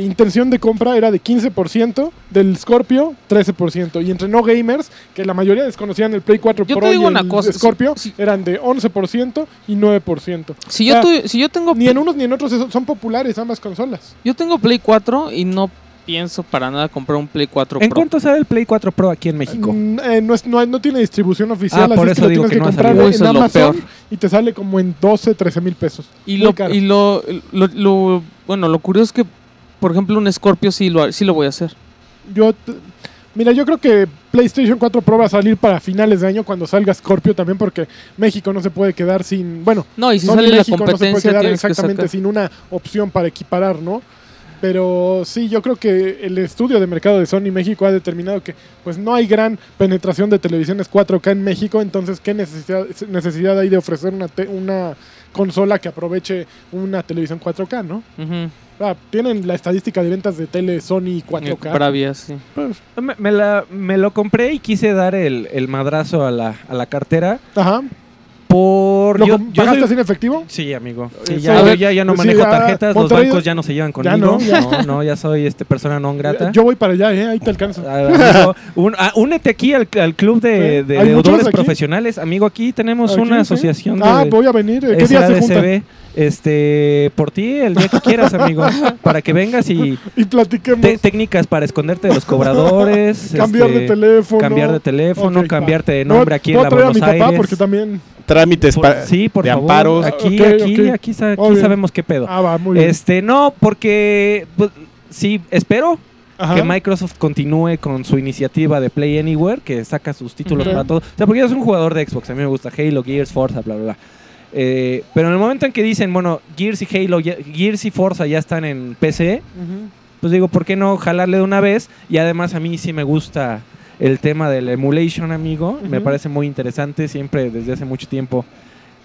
Speaker 2: intención de compra era de 15%, del Scorpio 13%, y entre no gamers, que la mayoría desconocían el Play 4
Speaker 3: Yo te
Speaker 2: Pro
Speaker 3: digo
Speaker 2: y
Speaker 3: una
Speaker 2: el
Speaker 3: cosa, si-
Speaker 2: Scorpio,
Speaker 3: si-
Speaker 2: eran de 11% y 9%.
Speaker 3: Si
Speaker 2: O
Speaker 3: yo,
Speaker 2: sea,
Speaker 3: tu- si yo tengo
Speaker 2: Ni en unos ni en otros son- son populares ambas consolas.
Speaker 3: yo tengo Play 4 y no pienso para nada comprar un Play 4
Speaker 5: ¿En
Speaker 3: Pro.
Speaker 5: cuánto sale el Play 4 Pro aquí en México?
Speaker 2: Mm, eh, no, es- no hay- no tiene distribución oficial,
Speaker 5: Ah,
Speaker 2: así
Speaker 5: por
Speaker 2: es que
Speaker 5: eso
Speaker 2: lo
Speaker 5: digo
Speaker 2: tienes
Speaker 5: que
Speaker 2: que,
Speaker 5: no ha
Speaker 2: comprar
Speaker 5: salido.
Speaker 3: Eso
Speaker 2: en
Speaker 3: es lo
Speaker 2: Amazon
Speaker 3: peor.
Speaker 2: y te sale como en 12, 13 mil pesos.
Speaker 3: Y,
Speaker 2: Muy
Speaker 3: lo,
Speaker 2: caro.
Speaker 3: y lo, lo, lo- bueno, lo curioso es que, por ejemplo, un Scorpio sí lo, ha- sí lo voy a hacer.
Speaker 2: Yo, t- mira, yo creo que PlayStation 4 Pro va a salir para finales de año cuando salga Scorpio también, porque México no se puede quedar sin. Bueno,
Speaker 3: No, y si
Speaker 2: Sony
Speaker 3: sale la
Speaker 2: México no se
Speaker 3: competencia,
Speaker 2: puede quedar
Speaker 3: tienes que
Speaker 2: exactamente
Speaker 3: sacar.
Speaker 2: sin una opción para equiparar, ¿no? Pero sí, yo creo que el estudio de mercado de Sony México ha determinado que pues no hay gran penetración de televisiones 4K en México, entonces qué necesidad, necesidad hay de ofrecer una, te- una consola que aproveche una televisión 4K, ¿no?
Speaker 3: Ujú.
Speaker 2: Ah, tienen la estadística de ventas de tele Sony 4K.
Speaker 3: Bravia, sí.
Speaker 5: Me, me la- me lo compré y quise dar el, el madrazo a la, a la cartera.
Speaker 2: Ajá.
Speaker 5: Por.
Speaker 2: ¿Lo
Speaker 5: yo-
Speaker 2: com-
Speaker 5: yo soy-
Speaker 2: pagaste sin efectivo?
Speaker 5: Sí, amigo.
Speaker 2: Sí,
Speaker 5: Sí, ya,
Speaker 2: a
Speaker 5: yo
Speaker 2: ver,
Speaker 5: ya, ya no
Speaker 2: sí,
Speaker 5: manejo
Speaker 2: ya,
Speaker 5: tarjetas, los
Speaker 2: Monterrey-
Speaker 5: bancos ya no se llevan conmigo.
Speaker 2: no,
Speaker 5: no,
Speaker 2: ya.
Speaker 5: [LAUGHS] no, ya soy este persona non grata.
Speaker 2: Yo voy para allá, ¿eh? ahí te alcanzo.
Speaker 5: Ah, amigo, un- ah, únete aquí al, al club de,
Speaker 2: Sí,
Speaker 5: de
Speaker 2: ¿Eh? hay muchos
Speaker 5: deudores
Speaker 2: aquí.
Speaker 5: profesionales. Amigo, aquí tenemos
Speaker 2: Aquí,
Speaker 5: una
Speaker 2: sí.
Speaker 5: asociación
Speaker 2: Ah,
Speaker 5: de,
Speaker 2: voy a venir. ¿Qué día se juntan?
Speaker 5: SADCB. Este, por ti, el día que quieras,
Speaker 2: [LAUGHS]
Speaker 5: amigo. para que vengas y
Speaker 2: Y platiquemos.
Speaker 5: te- técnicas para esconderte de los cobradores.
Speaker 2: [LAUGHS] cambiar
Speaker 5: este,
Speaker 2: de teléfono.
Speaker 5: Cambiar de teléfono,
Speaker 2: Ok, va.
Speaker 5: cambiarte de nombre
Speaker 2: No,
Speaker 5: aquí
Speaker 2: no
Speaker 5: en la
Speaker 2: traer a
Speaker 5: Buenos
Speaker 2: mi papá
Speaker 5: Aires.
Speaker 2: porque también.
Speaker 1: Trámites
Speaker 5: Por-
Speaker 1: para-
Speaker 5: sí, por
Speaker 1: de
Speaker 5: favor.
Speaker 1: amparos.
Speaker 5: Aquí,
Speaker 2: Ok,
Speaker 5: aquí,
Speaker 2: ok.
Speaker 5: aquí, sa- aquí
Speaker 2: Muy bien.
Speaker 5: sabemos qué pedo.
Speaker 2: Ah, va, muy bien.
Speaker 5: este, no, porque pues, sí, espero
Speaker 2: Ajá.
Speaker 5: que Microsoft continúe con su iniciativa de Play Anywhere, que saca sus títulos
Speaker 2: Ujú.
Speaker 5: para todo. O sea, porque yo soy un jugador de Xbox, a mí me gusta Halo, Gears, Forza, bla, bla, bla. Eh, pero en el momento en que dicen, bueno, Gears y Halo, ya- Gears y Forza ya están en PC,
Speaker 2: Ujú.
Speaker 5: pues digo, ¿por qué no jalarle de una vez? Y además a mí sí me gusta el tema del emulation, amigo. Me
Speaker 2: Ujú.
Speaker 5: parece muy interesante, siempre desde hace mucho tiempo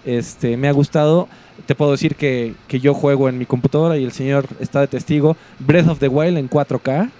Speaker 5: este, me ha gustado. Te puedo decir que, que yo juego en mi computadora y el señor está de testigo. Breath of the Wild
Speaker 2: [LAUGHS]
Speaker 5: en 4K.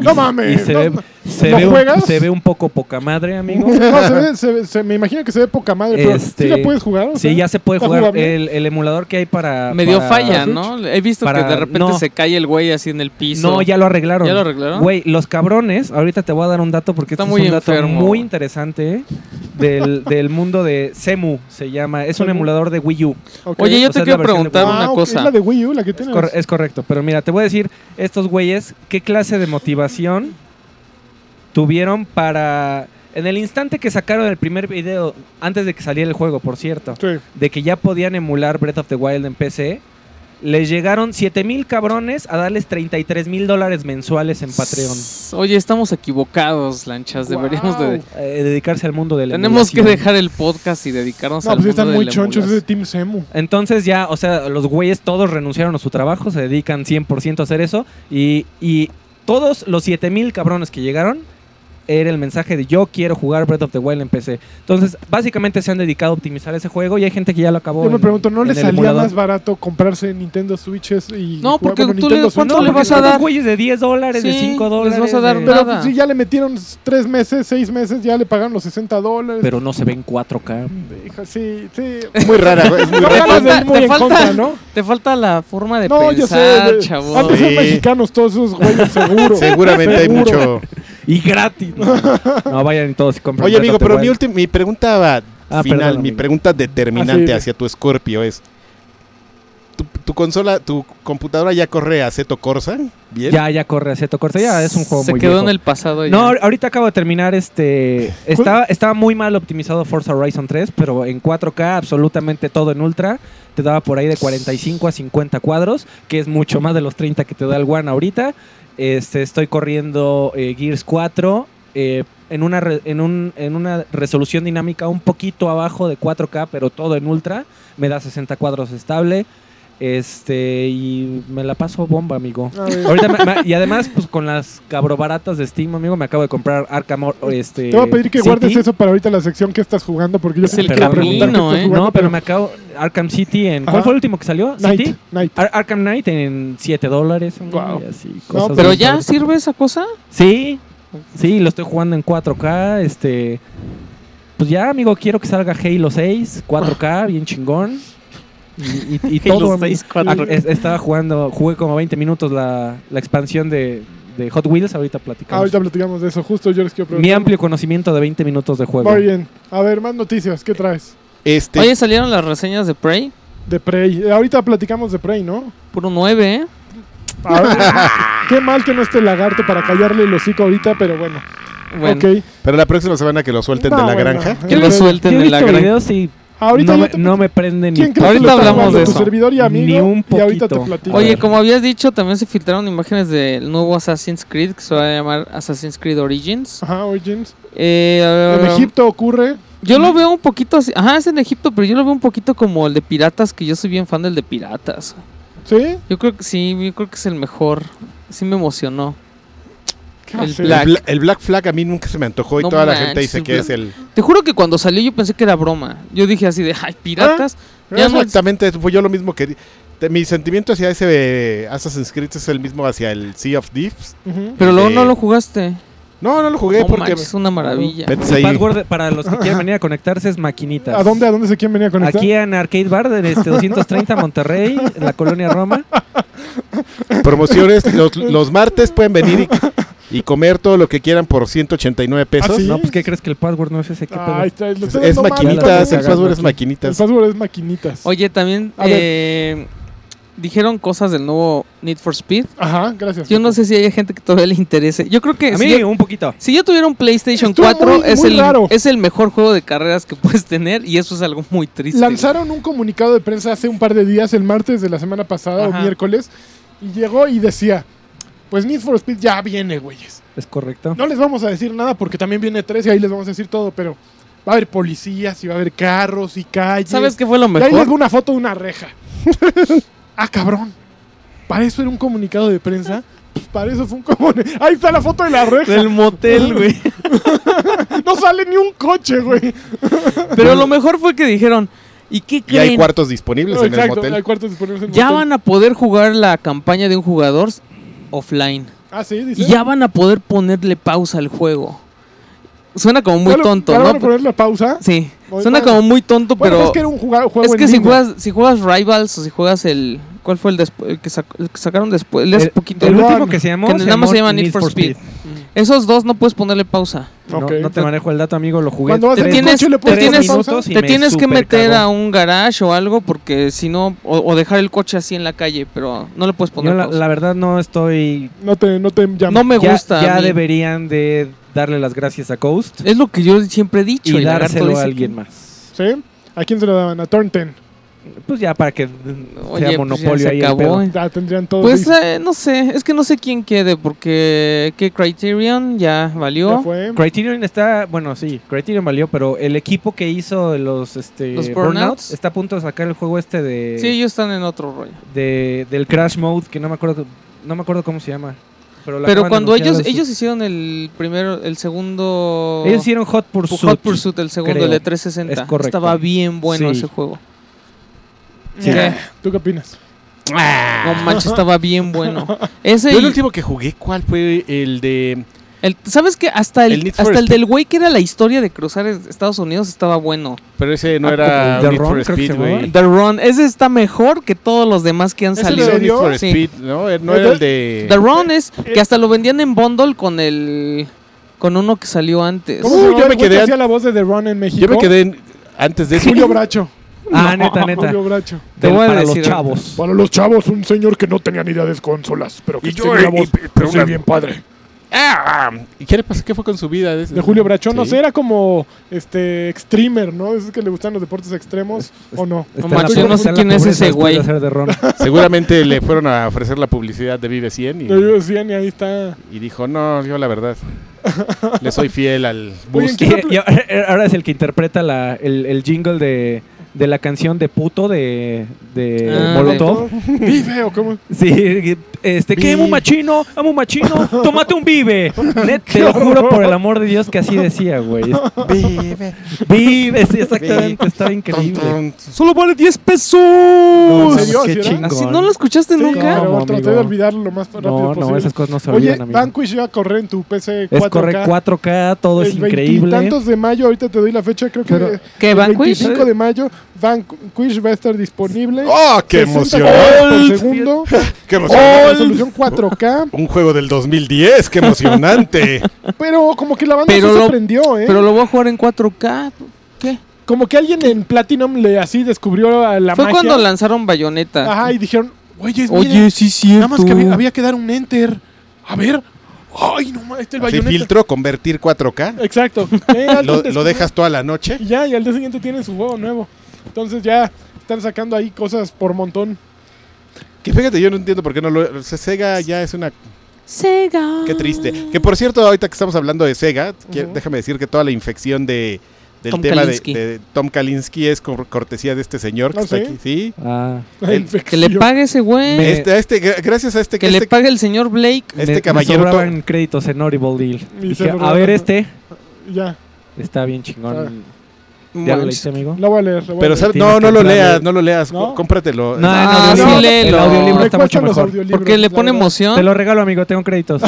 Speaker 5: Y-
Speaker 2: No mames,
Speaker 5: Y se,
Speaker 2: no-
Speaker 5: ve, se,
Speaker 2: ¿lo
Speaker 5: ve un,
Speaker 2: juegas?
Speaker 5: se ve un poco poca madre,
Speaker 2: [LAUGHS]
Speaker 5: amigo.
Speaker 2: No, se ve- se ve- se- me imagino que se ve poca madre, pero
Speaker 5: Este,
Speaker 2: ¿sí la puedes jugar? O sea,
Speaker 5: Sí, ya se puede
Speaker 2: ¿está
Speaker 5: jugar.
Speaker 2: jugable?
Speaker 5: El, el emulador que hay para.
Speaker 3: Medio
Speaker 5: para-
Speaker 3: falla, ¿no? He visto
Speaker 5: para-
Speaker 3: que de repente
Speaker 5: no.
Speaker 3: se cae el güey así en el piso.
Speaker 5: No, ya lo arreglaron.
Speaker 3: ¿Ya lo arreglaron?
Speaker 5: Güey, los cabrones, ahorita te voy a dar un dato porque
Speaker 3: Está
Speaker 5: este
Speaker 3: muy
Speaker 5: es un dato
Speaker 3: enfermo.
Speaker 5: muy interesante ¿eh?
Speaker 3: [LAUGHS]
Speaker 5: del, del mundo de Semu, se llama. Es un
Speaker 2: Semu.
Speaker 5: emulador de Wii U.
Speaker 2: Ok.
Speaker 3: Oye, yo
Speaker 5: O sea,
Speaker 3: te
Speaker 5: es la
Speaker 3: quiero
Speaker 5: versión de
Speaker 3: preguntar
Speaker 5: Wii.
Speaker 2: Ah,
Speaker 3: una
Speaker 2: ok,
Speaker 3: cosa.
Speaker 2: Es la de Wii U, la que
Speaker 5: Es,
Speaker 2: tienes.
Speaker 5: cor-
Speaker 3: Ah.
Speaker 5: es correcto, pero mira, te voy a decir, estos güeyes, ¿qué clase de motivación tuvieron para... En el instante que sacaron el primer video, antes de que saliera el juego, por cierto,
Speaker 2: Sí.
Speaker 5: de que ya podían emular Breath of the Wild en PC, les llegaron 7 mil cabrones a darles 33 mil dólares mensuales en Patreon.
Speaker 3: Oye, estamos equivocados, lanchas. Deberíamos de...
Speaker 2: Wow.
Speaker 5: eh, dedicarse al mundo del
Speaker 3: Tenemos que dejar el podcast y dedicarnos
Speaker 2: No,
Speaker 3: al
Speaker 2: pues sí
Speaker 3: mundo
Speaker 2: están
Speaker 3: de
Speaker 2: muy
Speaker 3: la
Speaker 2: chonchos, es de
Speaker 3: emulación.
Speaker 2: Team Semu.
Speaker 5: Entonces ya, o sea, los güeyes todos renunciaron a su trabajo, se dedican 100% a hacer eso y, y todos los 7000 cabrones que llegaron era el mensaje de yo quiero jugar Breath of the Wild en PC. Entonces, básicamente se han dedicado a optimizar ese juego y hay gente que ya lo acabó.
Speaker 2: Yo me
Speaker 5: Oh, en-
Speaker 2: pregunto, ¿no
Speaker 5: en
Speaker 2: le
Speaker 5: el
Speaker 2: salía
Speaker 5: emulador.
Speaker 2: más barato comprarse Nintendo Switches y
Speaker 3: No,
Speaker 2: jugar-
Speaker 3: porque
Speaker 2: bueno,
Speaker 3: tú le-
Speaker 2: Nintendo Switch,
Speaker 3: ¿cuánto
Speaker 2: no,
Speaker 3: le
Speaker 2: porque-
Speaker 3: vas a dar?
Speaker 5: Los güeyes de 10 dólares, de
Speaker 3: Sí,
Speaker 5: 5
Speaker 3: les
Speaker 5: dólares.
Speaker 3: vas a dar
Speaker 5: de-
Speaker 2: Pero
Speaker 3: nada.
Speaker 2: pues, si ya le metieron tres meses, seis meses, ya le pagaron los 60 dólares.
Speaker 5: Pero no se ven 4K.
Speaker 2: Hija, sí, sí.
Speaker 1: Muy rara, güey, es muy
Speaker 2: No, [LAUGHS]
Speaker 1: rara.
Speaker 2: ganas de
Speaker 3: falta-
Speaker 2: ir muy
Speaker 3: te
Speaker 2: en
Speaker 3: falta-
Speaker 2: contra, ¿no?
Speaker 3: Te falta la forma de
Speaker 2: No, yo sé.
Speaker 3: pensar,
Speaker 2: de-
Speaker 3: chavo.
Speaker 2: Han de ser
Speaker 1: Sí.
Speaker 2: mexicanos todos esos güeyes, seguro.
Speaker 1: Seguramente hay
Speaker 2: Seguro.
Speaker 1: mucho.
Speaker 5: Y
Speaker 2: [LAUGHS]
Speaker 5: gratis. No, No, vayan y todos y compren
Speaker 1: Oye,
Speaker 5: Breath
Speaker 1: amigo,
Speaker 5: of the
Speaker 1: pero mi,
Speaker 5: Wild.
Speaker 1: ulti- mi pregunta va-
Speaker 5: Ah,
Speaker 1: final,
Speaker 5: perdón,
Speaker 1: mi
Speaker 5: amigo.
Speaker 1: pregunta
Speaker 2: Ah, sí.
Speaker 1: determinante hacia tu Scorpio es: ¿tu, tu consola, tu computadora ya corre Aceto Corsa? Bien.
Speaker 5: Ya, ya corre, Aceto Corsa. Ya es un juego
Speaker 3: Se
Speaker 5: muy
Speaker 3: quedó
Speaker 5: viejo.
Speaker 3: en el pasado.
Speaker 5: No,
Speaker 3: ya.
Speaker 5: ahor- ahorita acabo de terminar este. Estaba, estaba muy mal optimizado Forza Horizon 3, pero en 4K, absolutamente todo en ultra. Te daba por ahí de 45 a 50 cuadros, que es mucho más de los 30 que te da el One ahorita. Este, estoy corriendo eh, Gears 4 eh, en, una re- en, un- en una resolución dinámica un poquito abajo de 4K, pero todo en ultra. Me da 60 cuadros estable. Este, y me la paso bomba, amigo.
Speaker 2: A ver,
Speaker 5: Ahorita me- me- y además, pues con las cabrobaratas de Steam, amigo, me acabo de comprar Arkham Or- este,
Speaker 2: Te voy a pedir que
Speaker 5: City.
Speaker 2: guardes eso para ahorita la sección que estás jugando, porque yo
Speaker 3: Es
Speaker 2: siempre
Speaker 5: el
Speaker 2: quiero preguntar qué
Speaker 3: camino,
Speaker 2: estás
Speaker 3: ¿eh?
Speaker 2: jugando,
Speaker 5: No, pero me acabo Arkham City en...
Speaker 2: Ajá.
Speaker 5: ¿Cuál fue el último que salió?
Speaker 2: Night,
Speaker 5: City.
Speaker 2: Night.
Speaker 5: Ar- Arkham Knight en 7 dólares. amigo,
Speaker 2: Guau.
Speaker 5: y así,
Speaker 2: No,
Speaker 5: cosas
Speaker 3: Pero
Speaker 5: de-
Speaker 3: ya sirve esa cosa.
Speaker 5: Sí, sí, lo estoy jugando en
Speaker 2: [LAUGHS]
Speaker 5: 4K, este... Pues ya, amigo, quiero que salga Halo 6, 4K, bien chingón. Y, y- y
Speaker 6: Y
Speaker 5: todo.
Speaker 6: los seis, cuatro.
Speaker 5: Ah, es- estaba jugando, jugué como 20 minutos la, la expansión de, de Hot Wheels. Ahorita
Speaker 2: Ah,
Speaker 5: platicamos.
Speaker 2: ahorita platicamos de eso. Justo yo les quiero
Speaker 5: Mi
Speaker 2: preguntar.
Speaker 5: amplio conocimiento de 20 minutos de juego.
Speaker 2: Muy bien. A ver, más noticias. ¿Qué traes?
Speaker 1: Este,
Speaker 3: Oye, salieron las reseñas de Prey.
Speaker 2: De Prey. Eh, Ahorita platicamos de Prey, ¿no?
Speaker 3: Puro 9, ¿eh?
Speaker 2: A ver, qué mal que no esté lagarto para callarle el hocico ahorita, pero bueno.
Speaker 3: Bueno,
Speaker 2: Ok.
Speaker 1: pero la próxima semana que lo suelten de
Speaker 2: No,
Speaker 1: la
Speaker 2: bueno.
Speaker 1: granja.
Speaker 3: que
Speaker 2: Yo-
Speaker 3: lo
Speaker 5: Ah, Yo
Speaker 3: suelten
Speaker 5: he
Speaker 3: en la
Speaker 5: visto
Speaker 3: gran...
Speaker 5: videos y
Speaker 2: Ahorita
Speaker 5: no,
Speaker 2: yo
Speaker 5: me,
Speaker 2: te-
Speaker 5: no me prende ni.
Speaker 2: ¿Quién crees
Speaker 3: Ahorita
Speaker 2: que lo está
Speaker 3: hablamos
Speaker 2: jugando?
Speaker 3: de
Speaker 2: Tu
Speaker 3: eso.
Speaker 2: servidor y amigo.
Speaker 5: Ni un
Speaker 2: Y ahorita te
Speaker 5: poquito.
Speaker 2: platico.
Speaker 3: Oye, como habías dicho, también se filtraron imágenes del nuevo Assassin's Creed, que se va a llamar Assassin's Creed
Speaker 5: Ah.
Speaker 3: Origins.
Speaker 2: Ajá, Origins.
Speaker 3: Eh,
Speaker 2: En Egipto ocurre.
Speaker 3: Yo lo veo un poquito así. Ajá, es en Egipto, pero yo lo veo un poquito como el de Piratas, que yo soy bien fan del de Piratas.
Speaker 2: ¿Sí?
Speaker 3: Yo creo que sí, yo creo que es el mejor. Sí me emocionó.
Speaker 2: ¿Qué
Speaker 3: El
Speaker 2: va a ser?
Speaker 1: El
Speaker 3: Black.
Speaker 1: Bla- El, Black Flag a mí nunca se me antojó y
Speaker 3: No
Speaker 1: toda la
Speaker 3: manches,
Speaker 1: gente dice que
Speaker 3: Black-
Speaker 1: es el...
Speaker 3: Te juro que cuando salió yo pensé que era broma. Yo dije así de, ay, piratas.
Speaker 5: Ah,
Speaker 3: Ya no-
Speaker 1: Exactamente, fue yo lo mismo que... te- Mi sentimiento hacia ese eh, Assassin's Creed es el mismo hacia el Sea of Thieves.
Speaker 2: Ujú.
Speaker 3: Pero luego
Speaker 1: Eh,
Speaker 3: no lo jugaste.
Speaker 1: No, no lo jugué
Speaker 3: No
Speaker 1: porque...
Speaker 3: manches, es una maravilla.
Speaker 1: Vete
Speaker 5: El
Speaker 1: ahí.
Speaker 5: password para los que
Speaker 2: [LAUGHS]
Speaker 5: quieran venir a conectarse es maquinitas.
Speaker 2: ¿A dónde, ¿A dónde se quieren venir a conectar?
Speaker 5: Aquí en Arcade Bar de este 230 Monterrey, en la colonia Roma.
Speaker 1: Promociones, los, los martes pueden venir y, y comer todo lo que quieran por 189 pesos.
Speaker 2: ¿Ah, sí?
Speaker 5: No, pues ¿qué crees que el password no es ese? ¿Qué pedo?
Speaker 2: Ay, está- lo
Speaker 1: Es,
Speaker 2: estoy
Speaker 1: es
Speaker 2: dando mal,
Speaker 1: maquinitas,
Speaker 2: ¿no?
Speaker 1: el password es
Speaker 2: El
Speaker 1: maquinitas.
Speaker 2: password es maquinitas.
Speaker 3: Oye, también
Speaker 2: A ver.
Speaker 3: eh, dijeron cosas del nuevo Need for Speed.
Speaker 2: Ajá, gracias.
Speaker 3: Yo no sé si hay gente que todavía le interese. Yo creo que
Speaker 5: a
Speaker 3: si
Speaker 5: mí
Speaker 3: yo,
Speaker 5: un poquito.
Speaker 3: si yo tuviera un PlayStation
Speaker 2: Estuvo
Speaker 3: 4
Speaker 2: muy-
Speaker 3: es,
Speaker 2: muy
Speaker 3: el,
Speaker 2: raro.
Speaker 3: es el mejor juego de carreras que puedes tener y eso es algo muy triste.
Speaker 2: Lanzaron un comunicado de prensa hace un par de días, el martes de la semana pasada
Speaker 3: Ajá.
Speaker 2: o miércoles, y llegó y decía, pues Need for Speed ya viene, güeyes.
Speaker 5: Es correcto.
Speaker 2: No les vamos a decir nada porque también viene 3 y ahí les vamos a decir todo, pero va a haber policías y va a haber carros y calles.
Speaker 3: ¿Sabes qué fue lo
Speaker 2: Y ahí les
Speaker 3: mejor?
Speaker 2: va una foto de una reja. [LAUGHS] ah, cabrón. Para eso era un comunicado de prensa. Pues Para eso fue un comunicado. [LAUGHS] Ahí está la foto de la reja. [LAUGHS]
Speaker 3: Del motel, güey.
Speaker 2: No sale ni un
Speaker 1: [LAUGHS]
Speaker 2: coche, güey.
Speaker 3: Pero lo mejor fue que dijeron, ¿y qué
Speaker 1: Y hay
Speaker 3: creen?
Speaker 1: cuartos disponibles en el
Speaker 2: Exacto,
Speaker 1: motel.
Speaker 2: hay cuartos disponibles en el
Speaker 3: Ya
Speaker 2: motel.
Speaker 3: van a poder jugar la campaña de un jugador offline.
Speaker 2: Ah, sí, dice.
Speaker 3: Y ya van a poder ponerle pausa al juego. Suena como muy
Speaker 2: Ya lo-
Speaker 3: tonto,
Speaker 2: ya le
Speaker 3: ¿no?
Speaker 2: van a poner la pausa?
Speaker 3: Sí,
Speaker 2: Bueno,
Speaker 3: suena como muy tonto,
Speaker 2: Bueno,
Speaker 3: pero
Speaker 2: es que era un jugar- juego
Speaker 3: es
Speaker 2: en
Speaker 3: que si
Speaker 2: línea.
Speaker 3: juegas, si juegas Rivals o si juegas el... ¿Cuál fue el, despu- el que, sac- el que sacaron después? Eh, El hace
Speaker 5: El-
Speaker 3: poquito.
Speaker 5: El,
Speaker 2: Run.
Speaker 5: último que se llamó.
Speaker 3: Que nada más se
Speaker 5: llamó
Speaker 3: llama Need for Speed. Esos dos no puedes ponerle pausa.
Speaker 5: No,
Speaker 2: Ok.
Speaker 5: no te manejo el dato, amigo. Lo jugué.
Speaker 2: Cuando vas en
Speaker 5: tres-
Speaker 3: Tienes-
Speaker 2: coche le pones
Speaker 3: te tienes-
Speaker 2: pausa.
Speaker 5: minutos y
Speaker 3: Te
Speaker 5: me
Speaker 3: tienes que meter
Speaker 5: supercagó.
Speaker 3: a un garage o algo porque si no... O, o dejar el coche así en la calle, pero no le puedes poner
Speaker 5: Yo la,
Speaker 3: pausa.
Speaker 5: la verdad no estoy.
Speaker 2: No te, no te llama.
Speaker 3: no me
Speaker 5: ya
Speaker 3: gusta. a
Speaker 5: ya
Speaker 3: mí.
Speaker 5: deberían de darle las gracias a Coast
Speaker 3: Es lo que yo siempre he dicho.
Speaker 5: y
Speaker 3: el lagarto
Speaker 5: dárselo
Speaker 3: dice
Speaker 5: a
Speaker 3: que-
Speaker 5: alguien más.
Speaker 2: ¿Sí? ¿A quién se lo daban? A Thornton.
Speaker 5: Pues ya para que
Speaker 3: Oye,
Speaker 5: sea
Speaker 3: pues
Speaker 5: monopolio
Speaker 3: ya
Speaker 5: ahí
Speaker 3: se
Speaker 5: el
Speaker 3: acabó.
Speaker 5: pedo.
Speaker 2: Ya tendrían todos.
Speaker 3: Pues
Speaker 2: seis.
Speaker 3: eh, no sé, es que no sé quién quede porque que Criterion ya
Speaker 2: Ya
Speaker 3: valió.
Speaker 2: fue.
Speaker 5: Criterion está, bueno, sí, Criterion valió, pero el equipo que hizo los, este,
Speaker 3: Los
Speaker 5: burnouts,
Speaker 3: Burnouts.
Speaker 5: está a punto de sacar el juego este de,
Speaker 3: Sí, ellos están en otro rollo.
Speaker 5: de- del Crash Mode, que no me acuerdo no me acuerdo cómo se llama. Pero, lo
Speaker 3: Pero
Speaker 5: acaban
Speaker 3: cuando
Speaker 5: de anunciar
Speaker 3: ellos
Speaker 5: hace-
Speaker 3: ellos hicieron el primero, el segundo
Speaker 5: ellos hicieron Hot Pursuit.
Speaker 3: Hot Pursuit, el segundo
Speaker 5: creo.
Speaker 3: el de 360,
Speaker 5: Es correcto.
Speaker 3: estaba bien bueno
Speaker 5: Sí.
Speaker 3: ese juego.
Speaker 5: Sí.
Speaker 3: ¿Qué?
Speaker 2: ¿Tú qué opinas?
Speaker 3: No manches, estaba bien bueno. Ese
Speaker 1: Yo el
Speaker 3: y-
Speaker 1: último que jugué, ¿cuál fue? El de...
Speaker 3: el- ¿sabes qué? Hasta el,
Speaker 1: El Need for
Speaker 3: hasta el
Speaker 1: Speed.
Speaker 3: del güey que era la historia de cruzar Estados Unidos estaba bueno.
Speaker 1: Pero ese no
Speaker 5: Ah,
Speaker 1: era
Speaker 5: ¿el de
Speaker 1: Need
Speaker 5: Ron?
Speaker 1: for
Speaker 5: Creo que se
Speaker 1: Speed, güey.
Speaker 5: llamaba.
Speaker 3: The Run, ese está mejor que todos los demás que han
Speaker 2: ¿Ese
Speaker 1: Ese
Speaker 3: salido.
Speaker 1: era Need for
Speaker 3: Sí.
Speaker 1: Speed, ¿no? Eh, No era el de...
Speaker 3: The Run es que hasta lo vendían en bundle con el con uno que salió antes.
Speaker 2: ¿Cómo
Speaker 1: Uh,
Speaker 2: se
Speaker 1: yo
Speaker 2: llamaba el
Speaker 1: me
Speaker 2: güey que
Speaker 1: quedé-
Speaker 2: hacía la voz de The Run en México?
Speaker 1: Yo me quedé en- antes de eso.
Speaker 2: Julio Bracho.
Speaker 5: Ah, neta, neta.
Speaker 2: Julio Bracho.
Speaker 3: Te
Speaker 5: Del-
Speaker 3: voy a
Speaker 5: para
Speaker 3: decir-
Speaker 5: los chavos.
Speaker 2: Para los chavos, un señor que no tenía ni idea de consolas, pero que
Speaker 1: Y yo,
Speaker 2: tenía
Speaker 1: eh,
Speaker 2: voz
Speaker 1: y- pero
Speaker 2: así
Speaker 1: una-
Speaker 2: bien padre.
Speaker 1: [LAUGHS] Ah, ah. ¿Y qué le pasó? ¿Qué fue con su vida?
Speaker 2: De Julio Bracho, no
Speaker 1: Sí.
Speaker 2: sé, era como este extremer, ¿no? Es que le gustan los deportes extremos, ¿o no?
Speaker 5: Está
Speaker 3: No
Speaker 5: en la
Speaker 3: manches, yo no
Speaker 5: pobreza,
Speaker 3: sé
Speaker 5: está en la
Speaker 3: quién es
Speaker 5: pobreza
Speaker 3: ese
Speaker 5: después
Speaker 3: güey.
Speaker 5: de hacer de Ron.
Speaker 3: [LAUGHS]
Speaker 1: Seguramente le fueron a ofrecer la publicidad de Vive 100
Speaker 2: Yo
Speaker 1: y,
Speaker 2: decía, y ahí está.
Speaker 1: y dijo, no, yo la verdad. Le soy fiel
Speaker 2: [LAUGHS]
Speaker 1: al
Speaker 2: Oye, ¿en
Speaker 1: bus.
Speaker 2: qué-
Speaker 5: Y- y ahora- ahora es el que interpreta la, el, el jingle de, de la canción de puto de, de
Speaker 3: Ah,
Speaker 5: Molotov.
Speaker 2: Vive,
Speaker 5: [LAUGHS]
Speaker 2: o cómo.
Speaker 5: Sí, este, que amo un machino, amo un
Speaker 2: [LAUGHS]
Speaker 5: machino, tómate un vive. Net, te lo juro por el amor de Dios que así decía, güey.
Speaker 1: Vive.
Speaker 5: Vive, sí, exactamente, estaba increíble.
Speaker 3: Solo vale 10 pesos.
Speaker 2: ¿En
Speaker 5: mames,
Speaker 2: serio?
Speaker 5: qué
Speaker 2: ¿Sí era?
Speaker 5: chingón.
Speaker 3: Así no lo escuchaste
Speaker 2: Sí,
Speaker 3: nunca.
Speaker 2: pero
Speaker 5: No,
Speaker 2: traté
Speaker 5: amigo.
Speaker 2: de olvidarlo lo más rápido
Speaker 5: No,
Speaker 2: posible.
Speaker 5: no, esas cosas no se
Speaker 2: Oye,
Speaker 5: olvidan, amigo.
Speaker 2: Vanquish iba a correr en tu PC 4K.
Speaker 5: Es correcto, 4K, todo es
Speaker 2: El
Speaker 5: increíble.
Speaker 2: veintitantos de mayo, ahorita te doy la fecha, creo que
Speaker 5: Pero-
Speaker 2: el
Speaker 3: ¿Qué, Vanquish?
Speaker 2: 25 de mayo Vanquish va a estar disponible.
Speaker 1: ¡Oh, qué
Speaker 2: 60
Speaker 1: emoción!
Speaker 2: cuadros por segundo.
Speaker 1: ¡Qué emoción!
Speaker 2: Resolución 4K.
Speaker 1: Un juego del 2010, qué
Speaker 2: [LAUGHS]
Speaker 1: emocionante.
Speaker 2: Pero como que la banda
Speaker 3: Pero
Speaker 2: se
Speaker 3: lo-
Speaker 2: sorprendió, ¿eh?
Speaker 3: Pero lo voy a jugar en 4K. ¿Qué?
Speaker 2: Como que alguien en Platinum le así descubrió a la
Speaker 3: Fue
Speaker 2: magia.
Speaker 3: cuando lanzaron Bayonetta.
Speaker 2: Ajá, y dijeron, oye,
Speaker 3: Oye, sí, sí.
Speaker 2: nada más que había, había que dar un enter. A ver. Ay, no, ma- este el
Speaker 1: Así
Speaker 2: bayoneta.
Speaker 1: filtro, convertir 4K. [LAUGHS]
Speaker 2: Exacto. Eh, alguien
Speaker 1: Lo,
Speaker 2: descubrió-
Speaker 1: lo dejas toda la noche.
Speaker 2: Y ya, y al día siguiente tienen su juego nuevo. Entonces ya están sacando ahí cosas por montón. [LAUGHS]
Speaker 1: Que fíjate, yo no entiendo por qué no lo. o sea, Sega ya es una.
Speaker 3: Sega.
Speaker 1: Qué triste. Que por cierto, ahorita que estamos hablando de Sega, que-
Speaker 2: Ujú.
Speaker 1: déjame decir que toda la infección de. Del
Speaker 3: Tom
Speaker 1: tema de,
Speaker 3: Kalinske.
Speaker 1: de Tom Kalinsky es cor- cortesía de este señor que
Speaker 2: ¿Ah,
Speaker 1: está
Speaker 2: sí?
Speaker 1: aquí. Sí.
Speaker 5: Ah,
Speaker 2: La
Speaker 1: El-
Speaker 3: Que le
Speaker 2: infección.
Speaker 3: pague ese güey.
Speaker 5: Me-
Speaker 1: Este, a este, gra- gracias a este,
Speaker 3: Que le
Speaker 1: este,
Speaker 3: pague el señor Blake.
Speaker 1: este
Speaker 5: me-
Speaker 1: caballero.
Speaker 5: Me
Speaker 1: to-
Speaker 5: sobraban créditos en Audible Deal.
Speaker 2: Y
Speaker 5: Dije,
Speaker 2: se lo
Speaker 5: a ver,
Speaker 2: robaron".
Speaker 5: este
Speaker 2: Ya,
Speaker 5: está bien chingón.
Speaker 2: Claro.
Speaker 5: ¿Ya lo
Speaker 3: Manches.
Speaker 5: leíste, amigo?
Speaker 2: la voy a leer. la voy a
Speaker 1: Pero
Speaker 2: leer.
Speaker 1: ¿sabes?
Speaker 5: Tienes
Speaker 1: no, no
Speaker 5: que
Speaker 1: lo
Speaker 5: entrarle.
Speaker 1: leas, no lo leas,
Speaker 2: ¿No?
Speaker 1: co- cómpratelo.
Speaker 5: No, en
Speaker 3: Ah,
Speaker 5: audiolibro.
Speaker 2: sí,
Speaker 3: léelo.
Speaker 5: El audiolibro
Speaker 2: Me
Speaker 5: está mucho
Speaker 2: cuentan los
Speaker 5: mejor.
Speaker 2: audiolibros,
Speaker 3: Porque le
Speaker 2: la
Speaker 3: pone
Speaker 2: verdad.
Speaker 5: Te
Speaker 3: emoción.
Speaker 5: lo regalo, amigo, tengo créditos.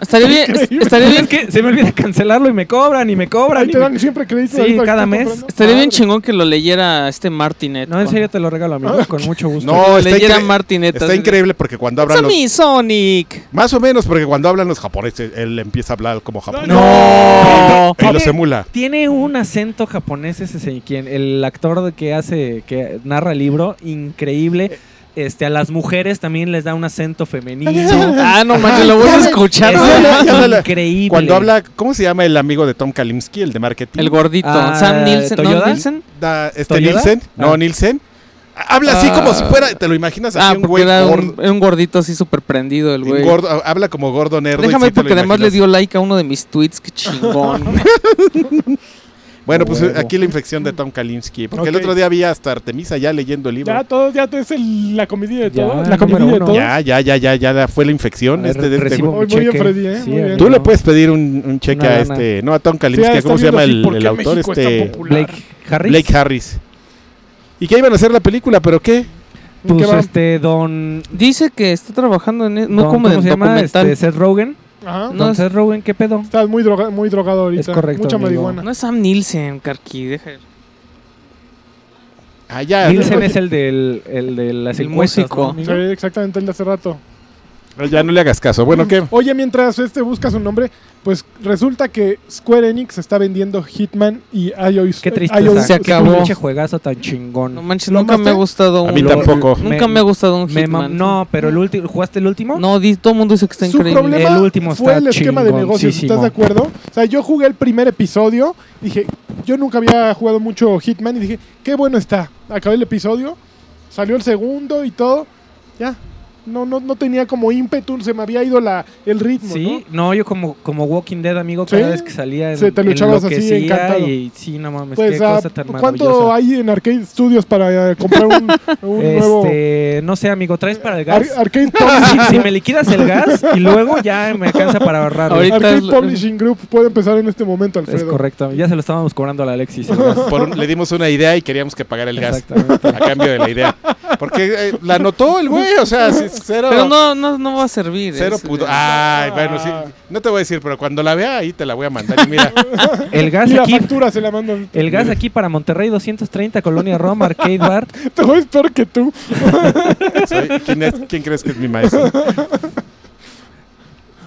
Speaker 3: Estaría bien,
Speaker 2: Increíble.
Speaker 3: estaría bien,
Speaker 5: es que se me olvida cancelarlo y me cobran y me cobran.
Speaker 2: Ahí
Speaker 5: y
Speaker 2: te
Speaker 5: me-
Speaker 2: dan siempre crédito.
Speaker 5: Sí,
Speaker 2: ahorita que
Speaker 5: cada
Speaker 2: estás
Speaker 5: mes.
Speaker 2: comprando.
Speaker 3: estaría bien
Speaker 2: Madre.
Speaker 3: chingón que lo leyera este Martinet.
Speaker 5: No, en serio te lo regalo, amigo, con mucho gusto.
Speaker 1: No,
Speaker 3: Cuando
Speaker 1: está
Speaker 3: leyera
Speaker 1: incre-
Speaker 3: Martinet.
Speaker 1: Está
Speaker 3: así de,
Speaker 1: increíble porque cuando
Speaker 3: "It's a
Speaker 1: hablan los,
Speaker 3: me, Sonic.
Speaker 1: Más o menos, porque cuando hablan los japoneses, él empieza a hablar como japonés.
Speaker 3: No.
Speaker 1: Y
Speaker 5: Oye,
Speaker 1: los emula.
Speaker 5: Tiene un acento japonés ese se- quien el actor de que hace que narra el libro increíble. Este a las mujeres también les da un acento femenino.
Speaker 3: Ah, no manches, lo voy a escuchar.
Speaker 1: Ese-
Speaker 3: güey.
Speaker 1: ya sale.
Speaker 5: Es increíble.
Speaker 1: Cuando habla, ¿cómo se llama el amigo de Tom Kalimsky, el de marketing?
Speaker 3: El gordito.
Speaker 5: Ah,
Speaker 3: Sam Nielsen. ¿No
Speaker 5: ¿Toyoda?
Speaker 3: Nielsen?
Speaker 1: Da- este
Speaker 5: ¿Toyoda?
Speaker 1: Nielsen. No,
Speaker 5: Ah.
Speaker 1: Nielsen. Habla así
Speaker 3: Ah.
Speaker 1: como si fuera, te lo imaginas así
Speaker 3: Ah,
Speaker 1: un
Speaker 3: porque
Speaker 1: güey
Speaker 3: era un,
Speaker 1: gordo,
Speaker 3: era un gordito así súper prendido el güey.
Speaker 1: gordo, ha- Habla como gordo nerd.
Speaker 3: Déjame ver porque además le dio like a uno de mis tweets. Qué
Speaker 1: [LAUGHS]
Speaker 3: chingón.
Speaker 1: Bueno, pues
Speaker 5: Huevo.
Speaker 1: aquí la infección de Tom Kalimsky. Porque el
Speaker 2: Ok.
Speaker 1: otro día había hasta Artemisa ya leyendo el libro.
Speaker 2: Ya, todo, ya es el- la comedia de
Speaker 5: Ya,
Speaker 2: todo. la
Speaker 5: número
Speaker 2: comedia de
Speaker 5: uno.
Speaker 2: todo.
Speaker 1: Ya, ya, ya, ya, ya la- fue la
Speaker 5: A
Speaker 1: infección.
Speaker 5: ver,
Speaker 1: este, de este
Speaker 5: recibo
Speaker 1: güey.
Speaker 5: mi
Speaker 2: Muy bien,
Speaker 5: cheque.
Speaker 2: Freddy, ¿eh? Muy bien.
Speaker 5: amigo.
Speaker 1: Tú le puedes pedir un, un cheque
Speaker 5: Una
Speaker 1: a
Speaker 5: lana.
Speaker 1: este, no a Tom
Speaker 2: Sí,
Speaker 1: Kalimsky,
Speaker 2: está
Speaker 1: ¿cómo se llama
Speaker 2: viendo así
Speaker 1: el,
Speaker 2: por qué
Speaker 1: el autor?
Speaker 2: México es tan
Speaker 1: Este,
Speaker 2: popular.
Speaker 5: Blake Harris.
Speaker 1: Blake Harris. ¿Y que iban a hacer la película? ¿Pero qué?
Speaker 2: ¿Qué
Speaker 5: pues
Speaker 2: va?
Speaker 5: este don
Speaker 3: Dice que está trabajando en... e- No
Speaker 5: don-
Speaker 3: como
Speaker 5: ¿cómo
Speaker 3: en
Speaker 5: se llama?
Speaker 3: documental.
Speaker 5: Este, Seth Rogen.
Speaker 2: Ajá.
Speaker 3: No,
Speaker 5: Don
Speaker 3: es-
Speaker 5: Seth Rogen, ¿qué pedo?
Speaker 2: Estás muy, droga- muy drogado ahorita.
Speaker 5: Es correcto,
Speaker 2: Mucha
Speaker 5: amigo.
Speaker 2: marihuana.
Speaker 3: No es Sam Nielsen, Carqui. Deja de-
Speaker 1: Ah, ya.
Speaker 5: Nielsen es el del el de las
Speaker 3: El
Speaker 5: encuestas,
Speaker 3: músico.
Speaker 5: ¿no, amigo?
Speaker 2: Sí, exactamente, el de hace rato.
Speaker 1: no- Ya no le hagas caso. Bueno, ¿qué?
Speaker 2: Oye, mientras este busca su nombre, pues resulta que Square Enix está vendiendo Hitman y iOS. eh,
Speaker 5: Qué
Speaker 2: iOS
Speaker 5: tristeza.
Speaker 3: Se
Speaker 5: Qué
Speaker 3: acabó.
Speaker 5: pinche juegazo tan chingón.
Speaker 3: No manches,
Speaker 2: ¿Lo
Speaker 3: nunca me
Speaker 2: amaste?
Speaker 3: ha gustado
Speaker 1: A mí
Speaker 3: un-
Speaker 1: tampoco.
Speaker 5: Me-
Speaker 3: Nunca me ha gustado un
Speaker 5: Me mam-
Speaker 3: Hitman.
Speaker 5: no, pero el último, ¿jugaste el último?
Speaker 3: No, di- todo el mundo dice que está
Speaker 2: Su
Speaker 3: increíble.
Speaker 2: problema
Speaker 5: El último
Speaker 2: fue
Speaker 5: está
Speaker 2: el esquema de negocios,
Speaker 5: chingoncísimo.
Speaker 2: ¿estás de acuerdo? O sea, yo jugué el primer episodio, dije, yo nunca había jugado mucho Hitman y dije, qué bueno está. Acabé el episodio, salió el segundo y todo, ya. No, no, no tenía como ímpetu, se me había ido la, el ritmo,
Speaker 5: Sí, no, yo como, como Walking Dead, amigo,
Speaker 2: Sí.
Speaker 5: cada vez que salía en,
Speaker 2: Sí, te
Speaker 5: en
Speaker 2: luchabas
Speaker 5: lo que
Speaker 2: así,
Speaker 5: sea
Speaker 2: encantado.
Speaker 5: y sí, no mames,
Speaker 2: ¿no? Pues,
Speaker 5: qué
Speaker 2: ah,
Speaker 5: cosa tan
Speaker 2: ¿cuánto
Speaker 5: maravillosa.
Speaker 2: hay en Arcade Studios para eh, comprar
Speaker 5: [LAUGHS]
Speaker 2: un, un nuevo
Speaker 5: Este, no sé, amigo, traes para el
Speaker 2: Ar-
Speaker 5: gas.
Speaker 2: Arcade
Speaker 5: [LAUGHS] si,
Speaker 2: Publishing,
Speaker 5: si me liquidas el gas y luego ya me alcanza para ahorrar.
Speaker 3: Ahorita
Speaker 2: Arcade
Speaker 3: es lo-
Speaker 2: Publishing Group puede empezar en este momento,
Speaker 5: Es
Speaker 2: Alfredo.
Speaker 5: correcto, ya se lo estábamos cobrando al Alexis.
Speaker 2: [LAUGHS]
Speaker 5: el gas.
Speaker 1: Por un- le dimos una idea y queríamos que pagara el gas
Speaker 5: Exactamente.
Speaker 1: a cambio de la idea. Porque eh, la anotó el güey, o sea, sí, cero.
Speaker 3: Pero no, no, no va a servir. eh. Ah,
Speaker 1: Cero Ah,
Speaker 3: es-
Speaker 1: pudo. Ay, bueno, sí. No te voy a decir, pero cuando la vea ahí te la voy a mandar. Y mira,
Speaker 5: El gas
Speaker 2: Y la
Speaker 5: aquí.
Speaker 2: factura se la mando.
Speaker 5: El gas aquí para Monterrey 230, Colonia
Speaker 2: [LAUGHS]
Speaker 5: Roma, Arcade Bar.
Speaker 2: Te voy peor que tú.
Speaker 1: soy- ¿quién, es- quién crees que es mi maestro?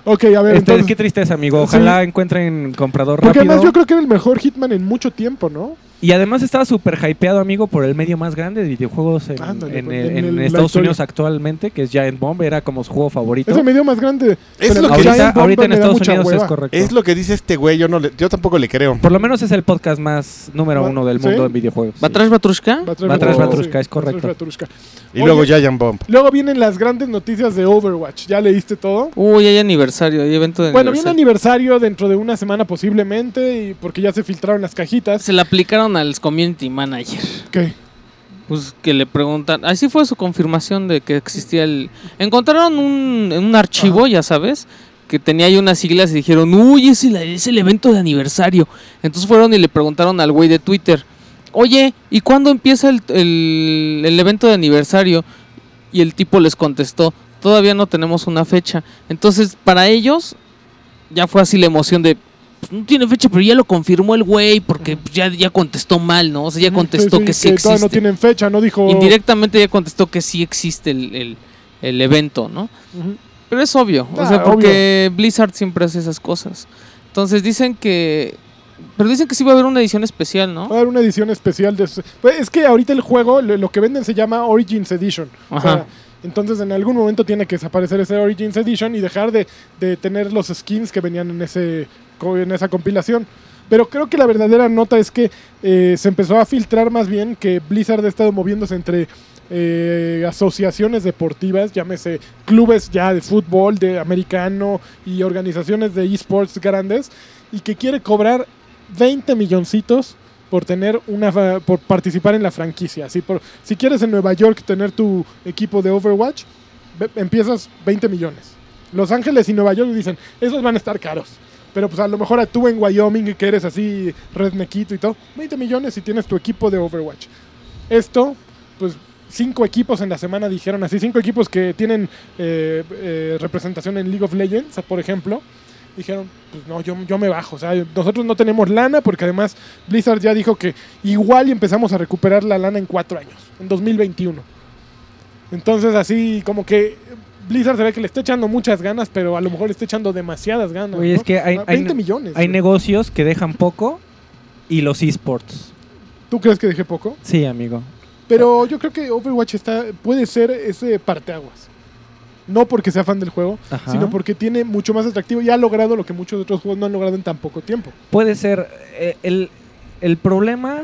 Speaker 2: Ok, a ver,
Speaker 5: Este,
Speaker 2: entonces...
Speaker 5: qué tristeza, amigo. Ojalá encuentren comprador
Speaker 2: Porque
Speaker 5: rápido.
Speaker 2: además yo creo que era el mejor Hitman en mucho tiempo, ¿no?
Speaker 5: Y además estaba súper hypeado, amigo, por el medio más grande de videojuegos en,
Speaker 2: Ándale,
Speaker 5: en
Speaker 2: pues,
Speaker 5: el-
Speaker 2: en
Speaker 5: en
Speaker 2: el- la
Speaker 5: Estados
Speaker 2: historia.
Speaker 5: Unidos actualmente, que es Giant Bomb, era como su juego favorito.
Speaker 2: Es el medio más grande.
Speaker 1: Es lo, que
Speaker 2: Giant
Speaker 5: ahorita
Speaker 1: dice,
Speaker 2: Bomb
Speaker 5: ahorita en
Speaker 2: me da
Speaker 5: Estados
Speaker 2: mucha
Speaker 5: Unidos es
Speaker 2: hueva.
Speaker 5: correcto.
Speaker 1: es lo que dice este güey. Yo, no le- yo tampoco le creo.
Speaker 5: Por lo menos es el podcast más número
Speaker 2: Ma-
Speaker 5: uno del
Speaker 2: ¿sí?
Speaker 5: mundo en videojuegos. sí.
Speaker 3: ¿Batrash Batrushka?
Speaker 2: Batrash
Speaker 5: Batrash
Speaker 2: Batrushka,
Speaker 5: Batrushka,
Speaker 2: sí,
Speaker 5: es correcto.
Speaker 2: Batrash Batrushka.
Speaker 1: Y luego
Speaker 2: Oye.
Speaker 1: Giant Bomb.
Speaker 2: Luego vienen las grandes noticias de Overwatch. ¿Ya leíste todo?
Speaker 3: Uy, hay aniversario, hay evento de
Speaker 2: Bueno, viene
Speaker 3: aniversario.
Speaker 2: aniversario dentro de una semana posiblemente, y porque ya se filtraron las cajitas.
Speaker 3: Se la aplicaron al community manager.
Speaker 2: ¿Qué?
Speaker 3: Pues que le preguntan. Así fue su confirmación de que existía el. Encontraron un, en un archivo, ya sabes, que tenía ahí unas siglas y dijeron, uy, es el, es el evento de aniversario. Entonces fueron y le preguntaron al güey de Twitter, oye, ¿y cuándo empieza el, el- el evento de aniversario? Y el tipo les contestó, todavía no tenemos una fecha. Entonces, para ellos, ya fue así la emoción de. "Pues, pues no tiene fecha, pero ya lo confirmó el güey porque pues, ya, ya contestó mal, ¿no? O sea, ya contestó que sí
Speaker 2: todavía no
Speaker 3: existe.
Speaker 2: tienen fecha, no dijo.
Speaker 3: Indirectamente ya contestó que sí existe el, el- el evento, ¿no?
Speaker 2: Ujú.
Speaker 3: Pero es obvio, o
Speaker 2: Ah,
Speaker 3: sea, porque Blizzard siempre hace esas cosas. Entonces dicen que... Pero dicen que sí va a haber una edición especial, ¿no?
Speaker 2: Va a haber una edición especial de. Pues es que ahorita el juego, lo, lo que venden se llama Origins Edition. O sea,
Speaker 3: Ajá.
Speaker 2: entonces en algún momento tiene que desaparecer ese Origins Edition y dejar de, de tener los skins que venían en ese co- en esa compilación. Pero creo que la verdadera nota es que eh, se empezó a filtrar más bien que Blizzard ha estado moviéndose entre eh, asociaciones deportivas, llámese clubes ya de fútbol, de americano y organizaciones de esports grandes, y que quiere cobrar 20 milloncitos por tener una fa- por participar en la franquicia. Así por, si quieres en Nueva York tener tu equipo de Overwatch, ve- empiezas 20 millones. Los Ángeles y Nueva York dicen, esos van a estar caros. Pero pues a lo mejor a tú en Wyoming, que eres así rednequito y todo, 20 millones si tienes tu equipo de Overwatch. Esto, pues cinco equipos en la semana dijeron así, cinco equipos que tienen eh, eh, representación en League of Legends, por ejemplo, dijeron, pues no, yo, yo me bajo. O sea, nosotros no tenemos lana porque además Blizzard ya dijo que igual y empezamos a recuperar la lana en cuatro años, en 2021. Entonces así como que Blizzard se ve que le está echando muchas ganas, pero a lo mejor le está echando demasiadas ganas.
Speaker 5: Oye,
Speaker 2: ¿no?
Speaker 5: es que hay-
Speaker 2: Ah,
Speaker 5: hay
Speaker 2: 20
Speaker 5: ne-
Speaker 2: millones.
Speaker 5: Hay
Speaker 2: güey.
Speaker 5: negocios que dejan poco y los esports.
Speaker 2: ¿Tú crees que dejé poco?
Speaker 5: Sí, amigo.
Speaker 2: Pero yo creo que Overwatch está, puede ser ese parteaguas. No porque sea fan del juego,
Speaker 5: Ajá.
Speaker 2: sino porque tiene mucho más atractivo y ha logrado lo que muchos otros juegos no han logrado en tan poco tiempo.
Speaker 5: Puede ser. eh, el, el problema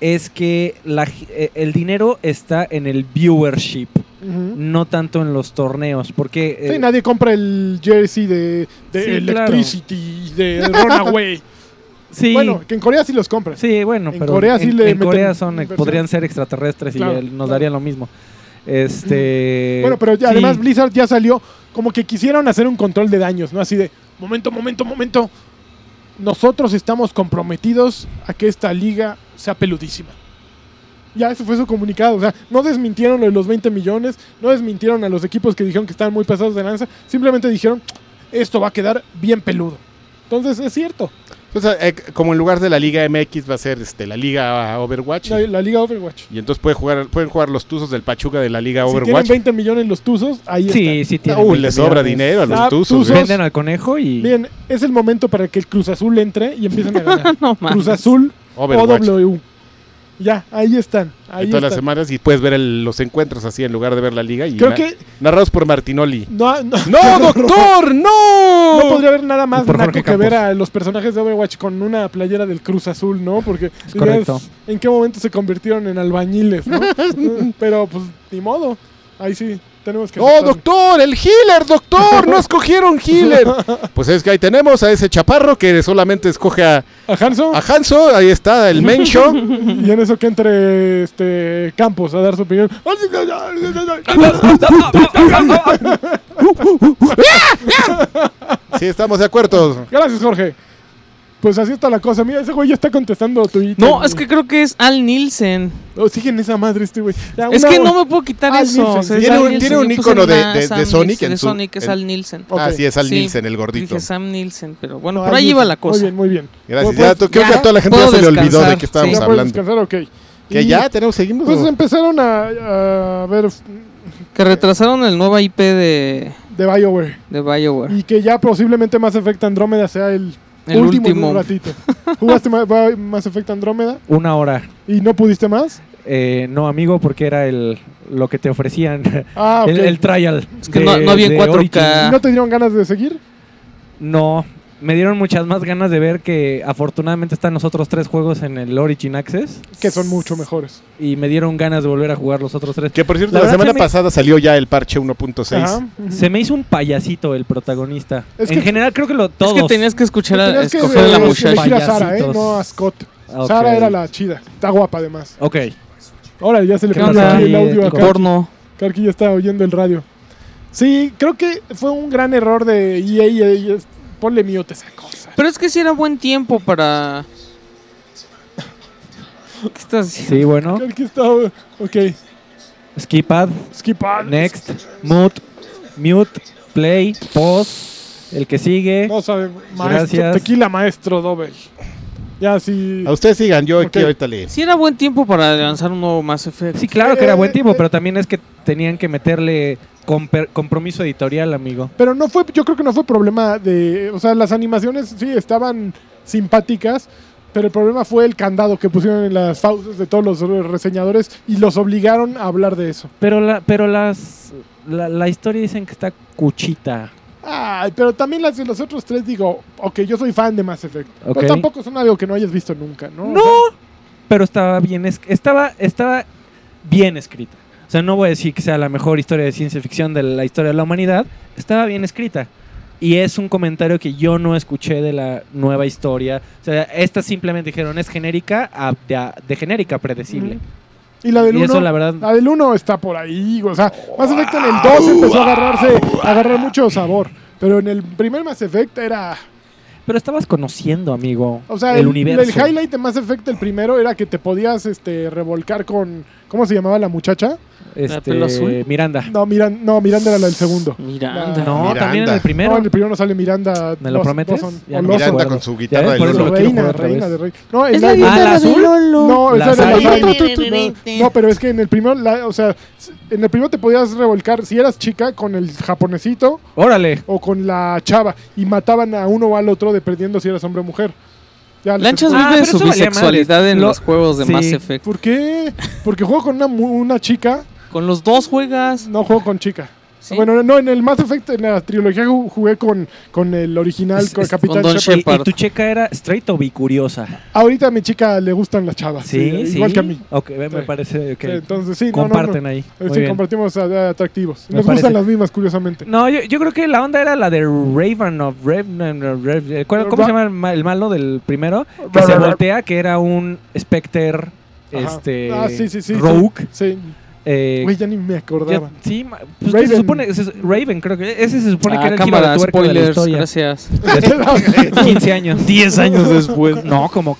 Speaker 5: es que la g- eh, el dinero está en el viewership, no tanto en los torneos. Porque eh,
Speaker 2: Sí, nadie compra el jersey de, de
Speaker 5: Sí, claro.
Speaker 2: Electricity, de Runaway.
Speaker 5: sí,
Speaker 2: Bueno, que en Corea sí los compras.
Speaker 5: Sí, bueno,
Speaker 2: En
Speaker 5: pero
Speaker 2: Corea
Speaker 5: en,
Speaker 2: sí le
Speaker 5: en
Speaker 2: meten
Speaker 5: Corea son, eh,
Speaker 2: inversión.
Speaker 5: podrían ser extraterrestres
Speaker 2: Claro,
Speaker 5: y eh, nos
Speaker 2: claro.
Speaker 5: daría lo mismo. Este,
Speaker 2: Bueno, pero ya,
Speaker 5: sí.
Speaker 2: además Blizzard ya salió como que quisieron hacer un control de daños, ¿no? Así de, momento, momento, momento. Nosotros estamos comprometidos a que esta liga sea peludísima. Ya, eso fue su comunicado. O sea, no desmintieron lo de los 20 millones, no desmintieron a los equipos que dijeron que estaban muy pasados de lanza, simplemente dijeron, esto va a quedar bien peludo. Entonces, es cierto.
Speaker 1: Entonces, eh, como en lugar de la Liga MX va a ser este, la Liga Overwatch.
Speaker 2: La, la liga Overwatch.
Speaker 1: Y entonces puede jugar, pueden jugar los tuzos del Pachuca de la Liga
Speaker 2: Si
Speaker 1: Overwatch.
Speaker 2: tienen 20 millones los tuzos, ahí
Speaker 5: sí,
Speaker 2: están.
Speaker 5: sí tienen
Speaker 1: Uy,
Speaker 5: 20
Speaker 1: le sobra
Speaker 5: millones.
Speaker 1: dinero a los
Speaker 2: Ah,
Speaker 1: tuzos.
Speaker 2: tuzos.
Speaker 1: güey.
Speaker 5: Venden al conejo y
Speaker 2: Bien, es el momento para que el Cruz Azul entre y empiecen a ganar.
Speaker 3: No
Speaker 2: Cruz
Speaker 3: mames.
Speaker 2: Azul
Speaker 1: Overwatch.
Speaker 2: OW. Ya, ahí están. Ahí
Speaker 1: Y todas las
Speaker 2: están.
Speaker 1: semanas y puedes ver el- los encuentros así en lugar de ver la liga. Y
Speaker 2: Creo
Speaker 1: na-
Speaker 2: que
Speaker 1: Narrados por Martinoli.
Speaker 2: no, no, [LAUGHS]
Speaker 1: ¡No, doctor! ¡No!
Speaker 2: no podría haber nada más
Speaker 5: Por
Speaker 2: naco
Speaker 5: Jorge
Speaker 2: que ver
Speaker 5: Campos.
Speaker 2: a los personajes de Overwatch con una playera del Cruz Azul, ¿no? Porque dirías,
Speaker 5: correcto.
Speaker 2: en qué momento se convirtieron en
Speaker 1: [LAUGHS]
Speaker 2: albañiles, ¿no? Pero pues ni modo. Ahí sí, tenemos que...
Speaker 1: ¡Oh,
Speaker 2: aceptarlo.
Speaker 1: doctor! ¡El healer, doctor! ¡No escogieron healer! [LAUGHS] Pues es que ahí tenemos a ese chaparro que solamente escoge a,
Speaker 2: [LAUGHS] A Hanson.
Speaker 1: a Hanso. Ahí está el [LAUGHS] Mencho.
Speaker 2: Y en eso que entre este Campos a dar su opinión.
Speaker 1: Sí, estamos de acuerdo.
Speaker 2: Gracias, Jorge. Pues así está la cosa. Mira, ese güey ya está contestando tu
Speaker 3: No, es que creo que es Al Nielsen.
Speaker 2: siguen esa madre este güey. Ya,
Speaker 3: Es
Speaker 2: una
Speaker 3: que
Speaker 2: hora-
Speaker 3: no me puedo quitar
Speaker 2: Al
Speaker 3: eso.
Speaker 2: Nielsen.
Speaker 3: o sea, es
Speaker 1: Tiene
Speaker 3: Al
Speaker 1: un-
Speaker 3: Nielsen.
Speaker 1: tiene un
Speaker 3: Yo puse
Speaker 1: ícono de-
Speaker 3: nada,
Speaker 1: de- de
Speaker 3: Sam
Speaker 1: Sonic
Speaker 3: Nielsen,
Speaker 1: en
Speaker 3: de
Speaker 1: su-
Speaker 3: Sonic es
Speaker 1: en-
Speaker 3: Al Nielsen.
Speaker 2: Ok.
Speaker 1: Así es, al
Speaker 3: Sí.
Speaker 1: Nielsen, el gordito.
Speaker 3: Dije Sam Nielsen, pero bueno,
Speaker 2: No,
Speaker 3: por ahí
Speaker 2: Alice,
Speaker 3: iba la
Speaker 2: Muy
Speaker 3: cosa.
Speaker 2: bien, muy bien.
Speaker 1: Gracias.
Speaker 2: Bueno,
Speaker 1: Ya,
Speaker 2: pues,
Speaker 1: to- creo
Speaker 3: ya,
Speaker 1: que a toda la gente ya
Speaker 3: puedo
Speaker 1: se le olvidó de
Speaker 3: descansar,
Speaker 1: que estábamos
Speaker 3: sí.
Speaker 2: ya puedes
Speaker 1: hablando.
Speaker 2: descansar, ok.
Speaker 1: Que
Speaker 2: Y,
Speaker 1: ya tenemos, seguimos.
Speaker 2: Pues
Speaker 1: o-
Speaker 2: empezaron a, a ver f-
Speaker 3: Que retrasaron el nuevo IP de,
Speaker 2: de BioWare.
Speaker 3: de BioWare.
Speaker 2: Y que ya posiblemente Mass Effect Andrómeda sea el,
Speaker 3: El
Speaker 2: último, de
Speaker 3: último.
Speaker 2: un ratito. ¿Jugaste Ma- Ba- Mass Effect Andrómeda
Speaker 5: una hora.
Speaker 2: y no pudiste más?
Speaker 5: Eh, no, amigo, porque era el lo que te ofrecían.
Speaker 2: Ah, ok.
Speaker 5: El, el trial.
Speaker 3: Es que no- no había en 4K.
Speaker 2: ¿Y no te dieron ganas de seguir?
Speaker 5: No, me dieron muchas más ganas de ver que afortunadamente están los otros tres juegos en el Origin Access
Speaker 2: Que son mucho mejores.
Speaker 5: y me dieron ganas de volver a jugar los otros tres.
Speaker 1: Que por cierto,
Speaker 5: La
Speaker 1: la,
Speaker 5: verdad
Speaker 1: semana
Speaker 5: se me-
Speaker 1: pasada salió ya el parche 1.6.
Speaker 2: Ajá.
Speaker 5: Se me hizo un payasito el protagonista.
Speaker 2: Es
Speaker 5: en
Speaker 2: que-
Speaker 5: general creo que lo todos.
Speaker 3: Es que tenías que escuchar a,
Speaker 2: Tenías que
Speaker 3: escoger a la
Speaker 2: eh,
Speaker 3: muchacha.
Speaker 2: elegir a Sara, ¿eh?
Speaker 5: Payasitos.
Speaker 2: No a Scott.
Speaker 5: Ah, ok.
Speaker 2: Sara era la chida. Está guapa, además.
Speaker 5: Ok.
Speaker 2: Ahora ya se le
Speaker 3: ¿Qué
Speaker 2: pasó
Speaker 3: onda?
Speaker 2: aquí el audio
Speaker 5: Sí,
Speaker 2: acá.
Speaker 3: Porno.
Speaker 2: Karki ya está oyendo el radio. Sí, creo que fue un gran error de EA. eh, eh, ponle miote esa cosa.
Speaker 3: Pero es que sí era buen tiempo para. ¿Qué estás haciendo?
Speaker 5: Sí, bueno.
Speaker 2: Karki está. Ok.
Speaker 5: Skipad,
Speaker 2: Skip on.
Speaker 5: next, mute, mute, play, pause, El que sigue.
Speaker 2: No sabe, maestro,
Speaker 5: Gracias.
Speaker 2: tequila maestro Doble. Ya sí.
Speaker 1: A ustedes sigan, yo aquí
Speaker 2: Ok.
Speaker 1: ahorita le.
Speaker 3: Sí era buen tiempo para lanzar un nuevo Mass Effect.
Speaker 5: Sí, claro que era buen tipo, pero también es que tenían que meterle comper- compromiso editorial, amigo.
Speaker 2: Pero no fue, yo creo que no fue problema de, o sea, las animaciones sí estaban simpáticas, pero el problema fue el candado que pusieron en las fauces de todos los reseñadores y los obligaron a hablar de eso.
Speaker 5: Pero la, pero las la, la historia dicen que está cuchita.
Speaker 2: Ay, pero también las de los otros tres digo, ok, yo soy fan de Mass Effect.
Speaker 5: Ok.
Speaker 2: Pero tampoco son algo que no hayas visto nunca, ¿no? O
Speaker 5: No.
Speaker 2: sea,
Speaker 5: Pero estaba bien es- estaba estaba bien escrita. O sea, no voy a decir que sea la mejor historia de ciencia ficción de la historia de la humanidad, estaba bien escrita. Y es un comentario que yo no escuché de la nueva historia. O sea, esta simplemente dijeron es genérica a- de, a- de genérica predecible.
Speaker 2: y la del
Speaker 5: Y eso
Speaker 2: uno- Ah.
Speaker 5: la verdad
Speaker 2: La del 1 está por ahí, o sea, Mass Effect en el 2 empezó a agarrarse, a agarrar mucho sabor, pero en el primer Mass Effect era,
Speaker 5: Pero estabas conociendo, amigo,
Speaker 2: o sea,
Speaker 5: el,
Speaker 2: el,
Speaker 5: universo.
Speaker 2: el highlight de Mass Effect del primero era que te podías este revolcar con ¿cómo se llamaba la muchacha?
Speaker 3: ¿La pelo azul?
Speaker 5: Este, Miranda.
Speaker 2: No, Miran, no, Miranda era la del segundo.
Speaker 3: Miranda.
Speaker 5: No,
Speaker 1: Miranda.
Speaker 5: también en el primero.
Speaker 2: No, en el primero no sale Miranda.
Speaker 5: ¿Me lo
Speaker 2: Bos-
Speaker 5: prometes?
Speaker 2: Boson-
Speaker 5: Ya
Speaker 2: o
Speaker 5: no me
Speaker 2: Lawson.
Speaker 1: Miranda
Speaker 5: acuerdo.
Speaker 1: con su guitarra
Speaker 5: Ya ves,
Speaker 1: de
Speaker 5: por eso
Speaker 1: Lolo.
Speaker 5: lo quiero
Speaker 2: reina,
Speaker 5: jugar otra
Speaker 2: reina
Speaker 5: vez.
Speaker 2: de rey. No,
Speaker 6: Es la
Speaker 2: la-
Speaker 5: Ah, la
Speaker 6: guitarra de
Speaker 5: azul.
Speaker 6: Lolo.
Speaker 2: No, esa
Speaker 5: La
Speaker 2: era la
Speaker 5: azul.
Speaker 2: no, no, pero es que en el primero, la- o sea, en el primero te podías revolcar, si eras chica, con el japonesito
Speaker 5: Órale.
Speaker 2: o con la chava, y mataban a uno o al otro dependiendo si eras hombre o mujer. Ya, les-
Speaker 3: Lanchas
Speaker 5: Ah,
Speaker 3: vive
Speaker 5: pero
Speaker 3: su
Speaker 5: eso valía
Speaker 3: bisexualidad
Speaker 5: madres.
Speaker 3: en
Speaker 5: Lo-
Speaker 3: los juegos de
Speaker 5: sí.
Speaker 3: Mass Effect.
Speaker 2: ¿Por qué? Porque juego con una, mu- una chica,
Speaker 3: Con los dos juegas.
Speaker 2: no juego con chica.
Speaker 3: ¿sí?
Speaker 2: Bueno, no, en el Mass Effect, en la trilogía ju- jugué con, con el original,
Speaker 5: Es-
Speaker 2: con
Speaker 5: es-
Speaker 2: Capitán
Speaker 3: con Don
Speaker 2: Shepard.
Speaker 5: Y, y
Speaker 3: Shepard.
Speaker 5: tu checa era straight o bicuriosa.
Speaker 2: Ahorita a mi chica le gustan las chavas.
Speaker 5: Sí,
Speaker 2: eh,
Speaker 5: sí.
Speaker 2: Igual que a mí.
Speaker 5: Ok, me
Speaker 2: Sí.
Speaker 5: parece
Speaker 2: Sí,
Speaker 5: que
Speaker 2: entonces, sí, no, no,
Speaker 5: comparten
Speaker 2: no.
Speaker 5: ahí.
Speaker 2: Eh,
Speaker 5: Muy
Speaker 2: sí,
Speaker 5: bien.
Speaker 2: compartimos a- a- atractivos.
Speaker 5: Me
Speaker 2: Nos
Speaker 5: parece.
Speaker 2: gustan las mismas, curiosamente.
Speaker 5: No, yo, yo creo que la onda era la de Raven of Raven. of Raven- eh, ¿Cuál- ¿Cómo
Speaker 2: Ra-
Speaker 5: se llama el, ma- el malo del primero? Que
Speaker 2: Ra-
Speaker 5: se
Speaker 2: ra- ra-
Speaker 5: voltea, que era un Spectre.
Speaker 2: Ajá.
Speaker 5: Este.
Speaker 2: Ah, sí, sí, sí,
Speaker 5: Rogue.
Speaker 2: Sí,
Speaker 5: eh,
Speaker 2: güey, ya ni me
Speaker 5: ya-
Speaker 2: acordaba.
Speaker 5: sí, ma- pues, que se
Speaker 2: Raven.
Speaker 5: supone. se- Raven, creo que. Ese se supone que
Speaker 3: Ah,
Speaker 5: era el giro de
Speaker 3: cámara,
Speaker 5: tuerca de la
Speaker 3: spoilers,
Speaker 5: historia.
Speaker 3: [LAUGHS] gracias.
Speaker 2: [LAUGHS]
Speaker 5: [LAUGHS] De
Speaker 3: [LAUGHS]
Speaker 5: 15 años. 10 años después. [LAUGHS] No, como.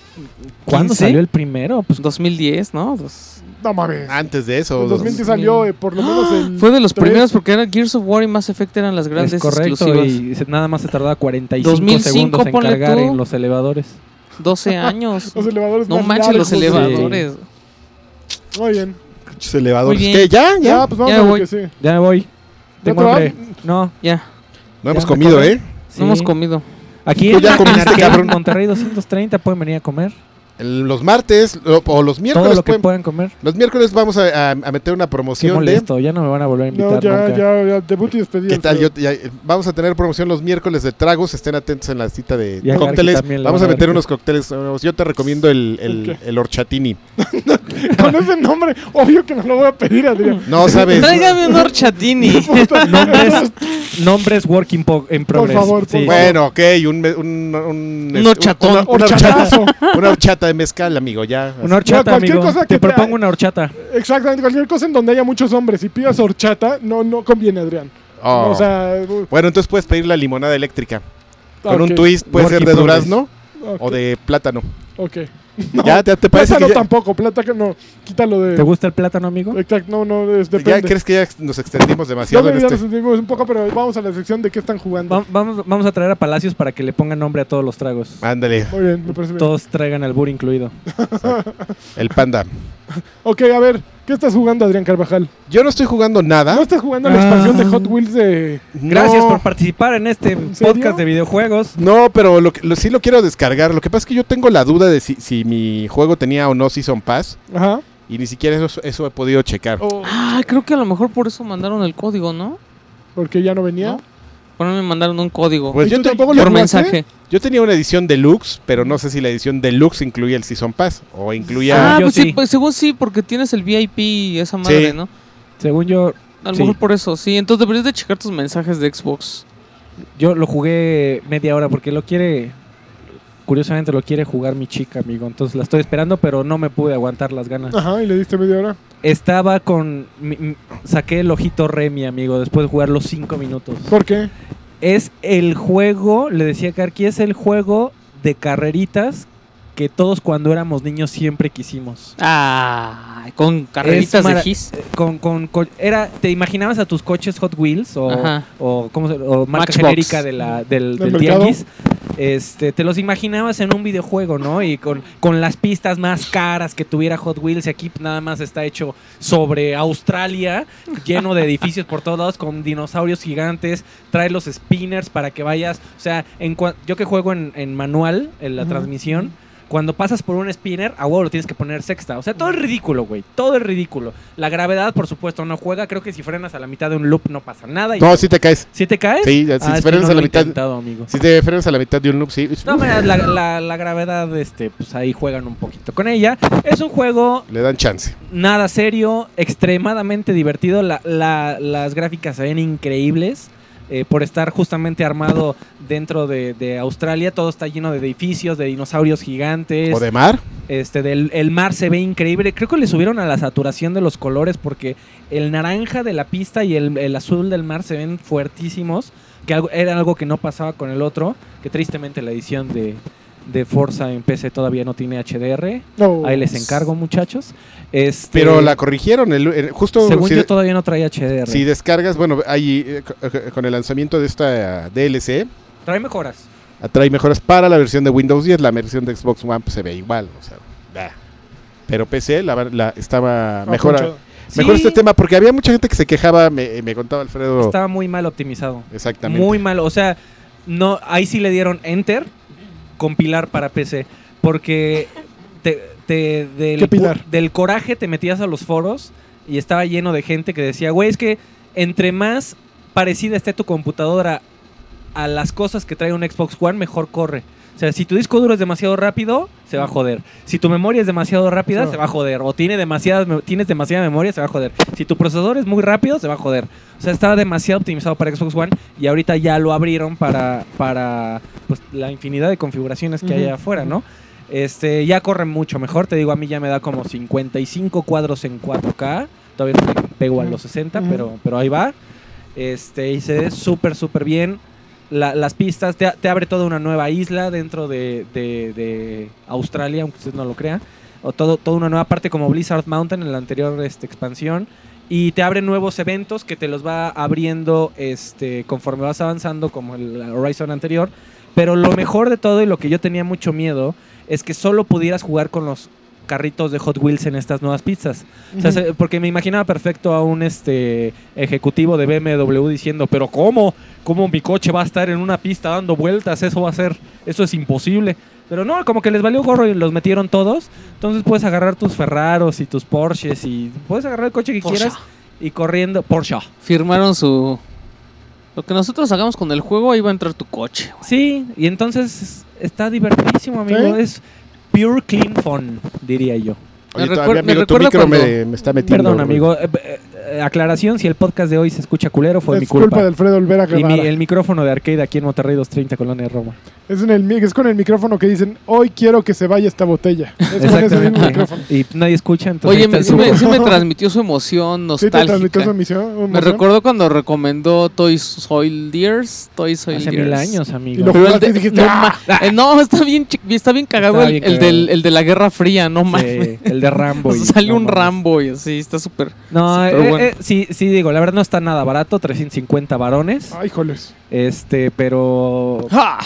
Speaker 5: ¿Cuándo
Speaker 3: 15?
Speaker 5: salió el primero? Pues
Speaker 3: 2010, ¿no? Dos-
Speaker 2: no mames.
Speaker 1: Antes de eso.
Speaker 2: en
Speaker 1: los-
Speaker 2: 2010 salió eh, por lo menos
Speaker 5: Mm,
Speaker 2: el.
Speaker 3: Fue de los
Speaker 2: tres.
Speaker 3: primeros porque era Gears of War y Mass Effect eran las grandes
Speaker 5: es correcto.
Speaker 3: exclusivas.
Speaker 5: Y se- nada más se tardaba 45
Speaker 3: 2005
Speaker 5: segundos en
Speaker 3: ponle
Speaker 5: cargar
Speaker 3: tú.
Speaker 5: en los elevadores.
Speaker 3: 12
Speaker 5: [LAUGHS]
Speaker 3: años.
Speaker 2: Los elevadores
Speaker 3: no
Speaker 2: más
Speaker 3: manches
Speaker 2: largos.
Speaker 3: los elevadores.
Speaker 2: Sí. Muy bien.
Speaker 1: Muchos elevadores.
Speaker 3: Muy bien.
Speaker 1: ¿Qué? ¿Ya?
Speaker 2: Ya,
Speaker 1: ¿Ya?
Speaker 2: pues vamos
Speaker 3: Ya
Speaker 2: a ver
Speaker 3: voy.
Speaker 2: que sí.
Speaker 5: Ya me voy. Tengo
Speaker 2: ¿Otro?
Speaker 5: hambre. No.
Speaker 3: Ya,
Speaker 1: No hemos
Speaker 5: Ya,
Speaker 1: comido,
Speaker 5: recuerda.
Speaker 1: ¿eh?
Speaker 5: sí.
Speaker 3: no hemos Pues comido.
Speaker 5: Aquí
Speaker 1: Tú
Speaker 5: en,
Speaker 1: ya comiste,
Speaker 5: Arcade,
Speaker 1: cabrón.
Speaker 5: Monterrey 230 pueden venir a comer.
Speaker 1: El- Los martes lo- o los
Speaker 5: Todo
Speaker 1: miércoles.
Speaker 5: lo que
Speaker 1: pueden-
Speaker 5: puedan comer.
Speaker 1: los miércoles vamos a, a- a meter una
Speaker 5: Qué
Speaker 1: promoción de.
Speaker 5: molesto. Ya no me van a volver a invitar
Speaker 2: No, ya,
Speaker 5: nunca.
Speaker 2: ya, ya, debut y despedida.
Speaker 1: ¿Qué tal?
Speaker 2: Alfredo.
Speaker 1: Yo- ya- eh, vamos a tener promoción los miércoles de tragos. Estén atentos en la cita de
Speaker 5: Y a Gargi
Speaker 1: cócteles.
Speaker 5: también le
Speaker 1: Vamos a
Speaker 5: van a dar
Speaker 1: meter
Speaker 5: que-
Speaker 1: unos cócteles nuevos. Yo te recomiendo el, el,
Speaker 2: ¿El
Speaker 1: el horchatini.
Speaker 2: [LAUGHS] Con ese nombre, obvio que no lo voy a pedir, Adrián.
Speaker 1: No
Speaker 2: [LAUGHS]
Speaker 1: sabes.
Speaker 3: Tráigame un
Speaker 5: [LAUGHS]
Speaker 3: horchatini.
Speaker 5: Nombres, nombres work in, po- in progress.
Speaker 2: favor, por favor.
Speaker 1: Bueno, ok, un, me- un, un,
Speaker 3: Un horchatón.
Speaker 1: una- una horchata,
Speaker 2: Horchatazo.
Speaker 1: [LAUGHS] una horchata de mezcal, amigo, ya.
Speaker 5: Una horchata,
Speaker 2: No, cualquier
Speaker 5: amigo.
Speaker 2: cosa que
Speaker 5: Te
Speaker 2: te-
Speaker 5: propongo una horchata.
Speaker 2: Exactamente, cualquier cosa en donde haya muchos hombres y pidas horchata, no, no conviene, Adrián.
Speaker 1: Oh.
Speaker 2: O sea, uh,
Speaker 1: Bueno, entonces puedes pedir la limonada eléctrica. Con
Speaker 2: ok,
Speaker 1: un twist, puede
Speaker 5: Work
Speaker 1: ser
Speaker 5: in
Speaker 1: de
Speaker 5: progress.
Speaker 1: durazno
Speaker 2: ok,
Speaker 1: o de plátano.
Speaker 2: ok.
Speaker 1: Ya, ¿te, te parece
Speaker 2: Plátano
Speaker 1: que ya,
Speaker 2: tampoco, plátano no, quítalo de...
Speaker 5: ¿Te gusta el plátano, amigo?
Speaker 2: Exacto, no, no, es,
Speaker 1: ya
Speaker 2: depende.
Speaker 1: crees que ya nos extendimos
Speaker 2: Ya
Speaker 1: demasiado
Speaker 2: me
Speaker 1: en
Speaker 2: ya
Speaker 1: este?
Speaker 2: nos entendimos un poco, pero vamos a la sección de qué están jugando.
Speaker 5: Va- Vamos, vamos a traer a Palacios para que le pongan nombre a todos los
Speaker 2: Ah.
Speaker 5: tragos.
Speaker 1: Ándale,
Speaker 2: Muy bien, me parece bien.
Speaker 5: Todos traigan albur incluido.
Speaker 1: el panda.
Speaker 2: Ok, a ver, ¿qué estás jugando, Adrián Carvajal?
Speaker 1: Yo no estoy jugando
Speaker 2: ¿No
Speaker 1: nada.
Speaker 2: estás jugando la
Speaker 5: Ah.
Speaker 2: expansión de Hot Wheels de...
Speaker 5: Gracias
Speaker 1: No,
Speaker 5: por participar en este
Speaker 2: serio?
Speaker 5: podcast de videojuegos.
Speaker 1: No, pero lo, que- lo- sí lo quiero descargar. Lo que pasa es que yo tengo la duda de si, si mi juego tenía o no Season Pass.
Speaker 2: Ajá.
Speaker 1: Y ni siquiera eso, eso he podido checar.
Speaker 2: o-
Speaker 3: Ah, creo que a lo mejor por eso mandaron el código, ¿no?
Speaker 2: porque ya no venía.
Speaker 3: No. Bueno, me mandaron un código
Speaker 1: Pues
Speaker 2: ¿Y
Speaker 1: yo
Speaker 2: tú
Speaker 1: te-
Speaker 2: tampoco lo
Speaker 3: por
Speaker 2: jugaste?
Speaker 3: mensaje.
Speaker 1: Yo tenía una edición deluxe, pero no sé si la edición deluxe incluía el Season Pass o incluía...
Speaker 5: Ya.
Speaker 3: ah,
Speaker 5: Yo
Speaker 3: pues sí.
Speaker 5: sí.
Speaker 3: pues según sí, porque tienes el VIP y esa madre,
Speaker 1: Sí.
Speaker 3: ¿no?
Speaker 5: Según yo,
Speaker 3: A lo
Speaker 5: Sí.
Speaker 3: mejor por eso, sí. Entonces deberías de checar tus mensajes de Xbox.
Speaker 5: yo lo jugué media hora porque lo quiere. Curiosamente lo quiere jugar mi chica, amigo. Entonces la estoy esperando, pero no me pude aguantar las ganas.
Speaker 2: Ajá, y le diste media hora.
Speaker 5: Estaba con. mi- mi- saqué el ojito Remy, amigo, después de jugar los 5 minutos.
Speaker 2: ¿Por qué?
Speaker 5: Es el juego, le decía Karki, es el juego de carreritas que todos cuando éramos niños siempre quisimos.
Speaker 3: Ah, con carreritas de
Speaker 5: mara-
Speaker 3: gis.
Speaker 5: Eh, Con, con, co- era, ¿Te imaginabas a tus coches Hot Wheels o,
Speaker 3: Ajá.
Speaker 5: o, ¿cómo se- o marca
Speaker 3: Matchbox.
Speaker 5: genérica de la, del,
Speaker 2: Del
Speaker 5: del
Speaker 2: mercado.
Speaker 5: tianguis? Este, te los imaginabas en un videojuego, ¿no? Y con, con las pistas más caras que tuviera Hot Wheels. Y aquí nada más está hecho sobre Australia, lleno de edificios por todos lados, con dinosaurios gigantes. Trae los spinners para que vayas. O sea, en cua- yo que juego en, en manual, en la
Speaker 2: Ujú.
Speaker 5: transmisión, cuando pasas por un spinner, a huevo lo tienes que poner sexta. O sea, todo es ridículo, güey. Todo es ridículo. La gravedad, por supuesto, no juega. Creo que si frenas a la mitad de un loop no pasa nada. Y
Speaker 1: No, si te caes.
Speaker 5: ¿Sí te caes?
Speaker 1: Sí, si
Speaker 5: Ah, es que
Speaker 1: frenas
Speaker 5: no
Speaker 1: a
Speaker 5: lo
Speaker 1: la
Speaker 5: he
Speaker 1: mitad.
Speaker 5: intentado, amigo.
Speaker 1: Si te frenas a la mitad de un loop, sí.
Speaker 5: No, mira, la, la- la gravedad, este, pues ahí juegan un poquito con ella. Es un juego
Speaker 1: Le dan chance.
Speaker 5: nada serio, extremadamente divertido. La- la- las gráficas se ven increíbles eh, por estar justamente armado dentro de, de Australia. Todo está lleno de edificios, de dinosaurios gigantes.
Speaker 1: ¿O de mar?
Speaker 5: Este, del, el mar se ve increíble. Creo que le subieron a la saturación de los colores porque el naranja de la pista y el, el azul del mar se ven fuertísimos, que algo- era algo que no pasaba con el otro, que tristemente la edición de, de Forza en PC todavía no tiene HDR.
Speaker 2: No.
Speaker 5: Ahí les encargo, muchachos. Este,
Speaker 1: Pero la corrigieron. el- el- justo
Speaker 5: según
Speaker 1: si,
Speaker 5: yo todavía no trae HDR.
Speaker 1: si descargas, bueno, ahí eh, co- eh, con el lanzamiento de esta eh, DLC,
Speaker 5: Trae mejoras.
Speaker 1: atrae mejoras para la versión de Windows 10. La versión de Xbox One pues, se ve igual. O sea, da. Pero PC la, la- estaba
Speaker 2: Ah,
Speaker 1: mejor,
Speaker 2: concha.
Speaker 1: mejor
Speaker 5: Sí,
Speaker 1: este tema porque había mucha gente que se quejaba. Me, me contaba Alfredo.
Speaker 5: Estaba muy mal optimizado.
Speaker 1: exactamente.
Speaker 5: Muy malo. O sea, no, ahí sí le dieron enter, compilar para PC. Porque te, te- del,
Speaker 2: ¿Qué pilar?
Speaker 5: pu- del coraje te metías a los foros y estaba lleno de gente que decía, güey, es que entre más parecida esté tu computadora a las cosas que trae un Xbox One, mejor corre. O sea, si tu disco duro es demasiado rápido, se va a joder. Si tu memoria es demasiado rápida,
Speaker 2: Claro.
Speaker 5: se va a joder. O tiene demasiadas me- tienes demasiada memoria, se va a joder. Si tu procesador es muy rápido, se va a joder. O sea, estaba demasiado optimizado para Xbox One y ahorita ya lo abrieron para, para pues, la infinidad de configuraciones que hay
Speaker 2: Ujú,
Speaker 5: afuera,
Speaker 2: ujú.
Speaker 5: ¿no? Este, ya corre mucho mejor. Te digo, a mí ya me da como 55 cuadros en 4K. Todavía no me pego a los 60,
Speaker 2: Ujú.
Speaker 5: pero, pero ahí va. Este, y se ve súper, súper bien. La- las pistas, te, te abre toda una nueva isla dentro de, de- de Australia, aunque usted no lo crea. O todo, toda una nueva parte como Blizzard Mountain en la anterior este, expansión. Y te abre nuevos eventos que te los va abriendo este, conforme vas avanzando, como el Horizon anterior. Pero lo mejor de todo y lo que yo tenía mucho miedo es que solo pudieras jugar con los carritos de Hot Wheels en estas nuevas pizzas. O sea, se- porque me imaginaba perfecto a un este ejecutivo de BMW diciendo, pero ¿cómo? ¿Cómo mi coche va a estar en una pista dando vueltas? Eso va a ser, eso es imposible. Pero no, como que les valió gorro y los metieron todos. Entonces puedes agarrar tus Ferraros y tus Porsches y puedes agarrar el coche que
Speaker 3: Porsche.
Speaker 5: quieras y corriendo Porsche.
Speaker 3: Firmaron su... Lo que nosotros hagamos con el juego, ahí va a entrar tu coche.
Speaker 5: Sí, y entonces está divertidísimo, amigo.
Speaker 2: Sí.
Speaker 5: Es pure clean fun, diría yo.
Speaker 1: Oye,
Speaker 3: Me
Speaker 1: todavía,
Speaker 3: recuer- me
Speaker 1: amigo, tu
Speaker 3: recuerda
Speaker 1: micro me,
Speaker 3: cuando-
Speaker 1: me está metiendo.
Speaker 5: Perdón,
Speaker 1: güey.
Speaker 5: amigo. eh, eh, eh, aclaración, si el podcast de hoy se escucha culero, fue mi
Speaker 2: es culpa.
Speaker 5: culpa.
Speaker 2: de Alfredo Olvera
Speaker 5: Y mi-
Speaker 2: Guevara.
Speaker 5: el micrófono de arcade aquí en Monterrey 230, Colonia de Roma.
Speaker 2: Es, en el, mi- es con el micrófono que dicen, hoy quiero que se vaya esta botella. Es con ese mismo micrófono.
Speaker 5: Y nadie escucha, entonces. ahí
Speaker 3: Oye,
Speaker 5: está
Speaker 3: me-
Speaker 5: el
Speaker 3: sí, me,
Speaker 5: truco.
Speaker 3: sí [LAUGHS] me transmitió su emoción
Speaker 2: ¿Sí te transmitió
Speaker 3: nostálgica.
Speaker 2: su misión?
Speaker 3: me recordó cuando recomendó Toy Soldiers. Toy
Speaker 5: Hace
Speaker 3: Soldiers.
Speaker 5: mil años,
Speaker 2: Y
Speaker 5: amigo.
Speaker 2: lo
Speaker 3: Pero el
Speaker 2: jugaste y
Speaker 3: de-
Speaker 2: dijiste,
Speaker 3: no,
Speaker 2: "Ah".
Speaker 3: Eh, no, está bien, chi- está bien cagado,
Speaker 5: Está
Speaker 3: el,
Speaker 5: bien
Speaker 3: el
Speaker 5: cagado.
Speaker 3: del, el de la Guerra Fría, no mames.
Speaker 5: Sí, el de Rambo.
Speaker 3: O
Speaker 5: y-
Speaker 3: sea, [LAUGHS] sale
Speaker 5: no
Speaker 3: un
Speaker 5: mames.
Speaker 3: Rambo y así, está súper.
Speaker 5: No,
Speaker 3: Sí,
Speaker 5: eh,
Speaker 3: pero
Speaker 5: eh,
Speaker 3: bueno.
Speaker 5: eh, sí, sí, digo, la verdad no está nada barato, 350 varones.
Speaker 2: Ay, joles.
Speaker 5: Este, pero
Speaker 3: ¡Ja!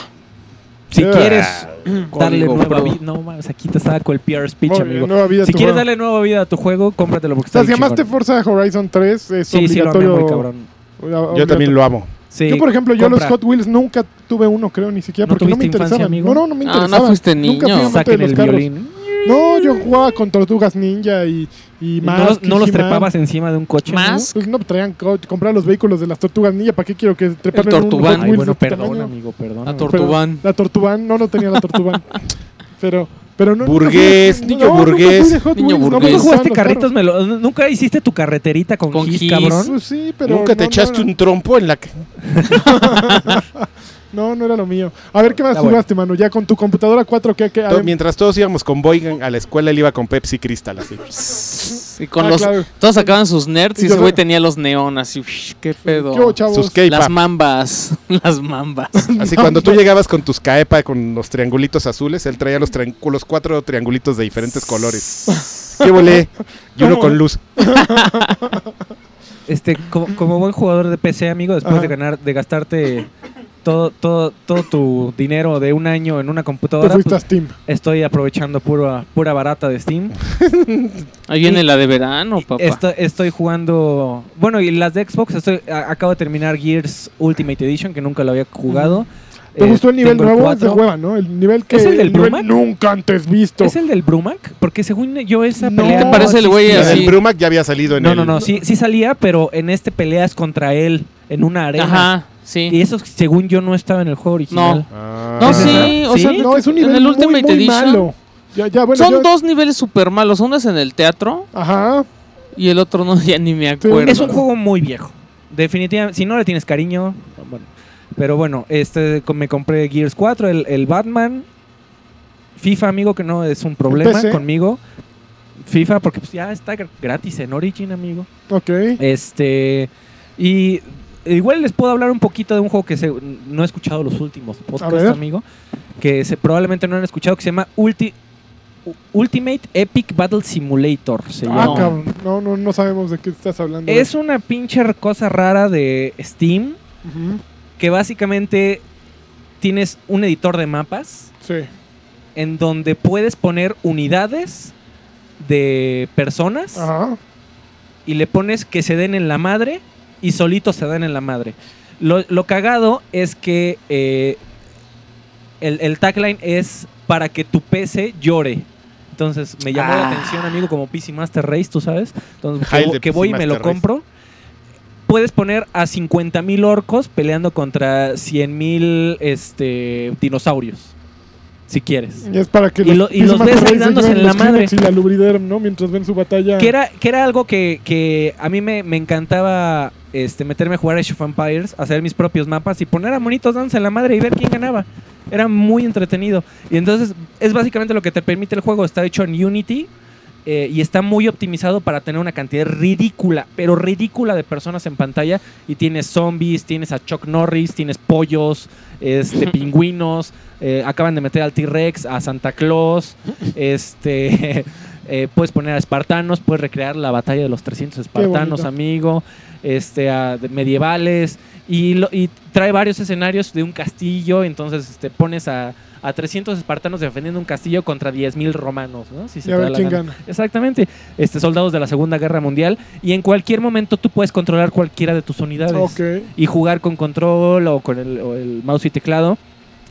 Speaker 5: si
Speaker 1: Ah,
Speaker 5: quieres darle
Speaker 3: Código
Speaker 5: nueva
Speaker 3: pro.
Speaker 5: vida. No mames, aquí te saco el PR speech,
Speaker 2: Muy bien,
Speaker 5: amigo.
Speaker 2: nueva vida
Speaker 5: Si
Speaker 2: tu
Speaker 5: quieres
Speaker 2: juego.
Speaker 5: darle nueva vida a tu juego, cómpratelo porque
Speaker 2: O
Speaker 5: está
Speaker 2: sea, si
Speaker 5: bien
Speaker 2: llamaste
Speaker 5: chingón.
Speaker 2: Forza Horizon 3, es
Speaker 5: Sí, sí, lo amé
Speaker 2: obligatorio.
Speaker 5: muy cabrón.
Speaker 1: Yo también lo amo.
Speaker 5: Sí,
Speaker 2: yo, por ejemplo, yo los
Speaker 5: compra.
Speaker 2: Hot Wheels nunca tuve uno, creo, ni siquiera,
Speaker 5: ¿No
Speaker 2: porque no me
Speaker 5: tuviste infancia,
Speaker 2: interesaban.
Speaker 5: amigo?
Speaker 2: No, no, no me
Speaker 3: Ah, No, no
Speaker 2: interesaban.
Speaker 3: fuiste
Speaker 2: Nunca fui amante
Speaker 3: niño.
Speaker 2: de
Speaker 5: Saquen
Speaker 2: los
Speaker 5: el
Speaker 2: carros.
Speaker 5: violín.
Speaker 2: No, yo jugaba con Tortugas Ninja y, y
Speaker 5: ¿No,
Speaker 2: más.
Speaker 5: los- no los trepabas encima de un coche?
Speaker 3: Más
Speaker 5: amigo?
Speaker 2: Pues no, pues, traían co- comprar los vehículos de las Tortugas Ninja. ¿Para qué quiero que trepen en un Hot
Speaker 3: Tortugán.
Speaker 2: Wheels
Speaker 3: Ay,
Speaker 5: Ay, bueno,
Speaker 2: de este
Speaker 5: perdón,
Speaker 2: tamaño?
Speaker 5: amigo, perdón.
Speaker 3: La
Speaker 5: amigo.
Speaker 2: Pero-
Speaker 3: Tortubán.
Speaker 2: La Tortubán, no, no tenía la
Speaker 5: [LAUGHS]
Speaker 2: Tortubán. pero, pero no.
Speaker 1: Burgués,
Speaker 2: nunca fui-
Speaker 1: niño
Speaker 2: nunca fui
Speaker 1: burgués.
Speaker 2: de Hot
Speaker 3: Niño
Speaker 2: Wheels, no me
Speaker 3: burgués.
Speaker 5: ¿Nunca
Speaker 2: gustaban
Speaker 5: jugaste
Speaker 2: los
Speaker 5: carritos?
Speaker 2: carros.
Speaker 5: melo- ¿Nunca hiciste tu carreterita con,
Speaker 3: Con
Speaker 5: gis,
Speaker 3: gis.
Speaker 5: cabrón?
Speaker 2: Pues sí, pero.
Speaker 1: Nunca te
Speaker 2: no, no
Speaker 1: echaste
Speaker 2: era-
Speaker 1: un trompo en la. ca-
Speaker 2: No, no era lo mío. A ver, ¿qué más
Speaker 3: Ah,
Speaker 5: Está bueno.
Speaker 2: jugaste, mano? Ya con tu computadora 4K que...
Speaker 1: To- mientras todos íbamos con Boygan a la escuela, él iba con Pepsi Crystal, así.
Speaker 3: Y con
Speaker 2: Ah,
Speaker 3: los.
Speaker 2: claro.
Speaker 3: Todos sacaban sus nerds y
Speaker 2: Y yo
Speaker 3: ese güey
Speaker 2: sé-
Speaker 3: tenía los neón así. uff, ¿Qué pedo?
Speaker 2: ¿Qué hubo, chavos?
Speaker 1: Sus
Speaker 3: las
Speaker 1: K-pop.
Speaker 3: mambas. [LAUGHS] Las mambas.
Speaker 1: Así cuando tú llegabas con tus caepa con los triangulitos azules, él traía los, trian- los cuatro triangulitos de diferentes colores. ¿Qué [LAUGHS] volé? Y uno
Speaker 2: ¿Cómo?
Speaker 1: con luz.
Speaker 5: Este, como, como buen jugador de PC, amigo, después
Speaker 2: Mm. Ajá.
Speaker 5: de ganar, de gastarte todo, todo, todo tu dinero de un año en una
Speaker 2: Te
Speaker 5: computadora,
Speaker 2: fuiste a
Speaker 5: pues,
Speaker 2: Steam.
Speaker 5: estoy aprovechando pura, pura barata de Steam.
Speaker 3: Ahí viene la de verano, papá.
Speaker 5: Estoy, estoy jugando. Bueno, y las de Xbox, estoy, a- acabo de terminar Gears Ultimate Edition, que nunca lo había jugado.
Speaker 2: ¿Te
Speaker 5: Eh,
Speaker 2: gustó el nivel
Speaker 5: tengo
Speaker 2: nuevo? Es de
Speaker 5: 4.
Speaker 2: hueva, ¿no? El nivel que...
Speaker 5: ¿Es el del
Speaker 2: nivel
Speaker 5: Brumac?
Speaker 2: Nunca antes visto.
Speaker 5: ¿Es el del Brumac? Porque según yo, esa
Speaker 2: No,
Speaker 5: pelea.
Speaker 2: ¿te parece
Speaker 3: el güey
Speaker 5: sí,
Speaker 1: Y
Speaker 3: así?
Speaker 1: el Brumac ya había salido en
Speaker 5: No,
Speaker 1: el...
Speaker 5: no, no, sí, sí salía, pero en este peleas contra él en una arena.
Speaker 3: Ajá, sí.
Speaker 5: Y eso, según yo, no estaba en el juego original.
Speaker 1: Ah.
Speaker 3: No,
Speaker 5: ¿Es esa?
Speaker 3: sí, o
Speaker 5: ¿Sí?
Speaker 3: sea,
Speaker 2: No, es un
Speaker 3: en
Speaker 2: nivel
Speaker 3: el
Speaker 2: muy,
Speaker 3: Ultimate
Speaker 2: muy
Speaker 3: Edition
Speaker 2: malo. Ya, ya, bueno,
Speaker 3: son
Speaker 2: yo-
Speaker 3: dos niveles super malos. Uno es en el teatro
Speaker 2: Ajá.
Speaker 3: y el otro no, [LAUGHS] ya ni me acuerdo.
Speaker 5: [LAUGHS] Es un juego muy viejo. Definitivamente, si no le tienes cariño, bueno. Pero bueno, este co- me compré Gears 4, el, el Batman, FIFA, amigo, que no es un problema
Speaker 2: PC.
Speaker 5: conmigo. FIFA, porque pues, ya está gr- gratis en Origin, amigo.
Speaker 2: Ok.
Speaker 5: Este. Y igual les puedo hablar un poquito de un juego que se- no he escuchado los últimos podcasts,
Speaker 2: ver.
Speaker 5: amigo. Que se, probablemente no han escuchado, que se llama Ulti- U- Ultimate Epic Battle Simulator. Se
Speaker 2: Ah,
Speaker 5: llama.
Speaker 2: cabrón. No, no, no sabemos de qué estás hablando.
Speaker 5: Es una pinche cosa rara de Steam
Speaker 2: Ujú.
Speaker 5: que básicamente tienes un editor de mapas
Speaker 2: Sí.
Speaker 5: en donde puedes poner unidades de personas
Speaker 2: Ajá.
Speaker 5: y le pones que se den en la madre y solito se dan en la madre. Lo, lo cagado es que eh, el, el tagline es para que tu PC llore. Entonces me llamó la
Speaker 3: Ah.
Speaker 5: atención, amigo, como PC Master Race, tú sabes. Entonces que,
Speaker 1: Hail
Speaker 5: vo-
Speaker 1: de
Speaker 5: que
Speaker 1: PC
Speaker 5: voy y me lo
Speaker 1: Master Race.
Speaker 5: compro. Puedes poner a 50.000 orcos peleando contra 100.000 este, dinosaurios, si quieres.
Speaker 2: Y es para que
Speaker 5: Y lo- y los
Speaker 2: Pismas
Speaker 5: ves ahí
Speaker 2: Terroristas
Speaker 5: dándose
Speaker 2: lleven
Speaker 5: en la
Speaker 2: los Kleenex
Speaker 5: madre.
Speaker 2: Y la lubriderm, ¿no? Mientras ven su batalla.
Speaker 5: Que era, que era algo que, que a mí me, me encantaba este, meterme a jugar Age of Empires, hacer mis propios mapas y poner a monitos dándose en la madre y ver quién ganaba. Era muy entretenido. Y entonces es básicamente lo que te permite el juego. Está hecho en Unity eh, y está muy optimizado para tener una cantidad ridícula, pero ridícula de personas en pantalla. Y tienes zombies, tienes a Chuck Norris, tienes pollos, este, pingüinos. eh, acaban de meter al T-Rex, a Santa Claus. este, [LAUGHS] eh, puedes poner a espartanos, puedes recrear la batalla de los 300 espartanos,
Speaker 2: bonito.
Speaker 5: amigo. Este, a de- medievales. Y, lo- y trae varios escenarios de un castillo. Entonces este, pones a, a 300 espartanos defendiendo un castillo contra 10.000 romanos. ¿no? Si se
Speaker 2: Y a
Speaker 5: te da
Speaker 2: ver
Speaker 5: la
Speaker 2: quién
Speaker 5: gana.
Speaker 2: gana.
Speaker 5: Exactamente. Este, soldados de la Segunda Guerra Mundial. Y en cualquier momento tú puedes controlar cualquiera de tus unidades.
Speaker 2: Ok.
Speaker 5: Y jugar con control o con el, o el mouse y teclado.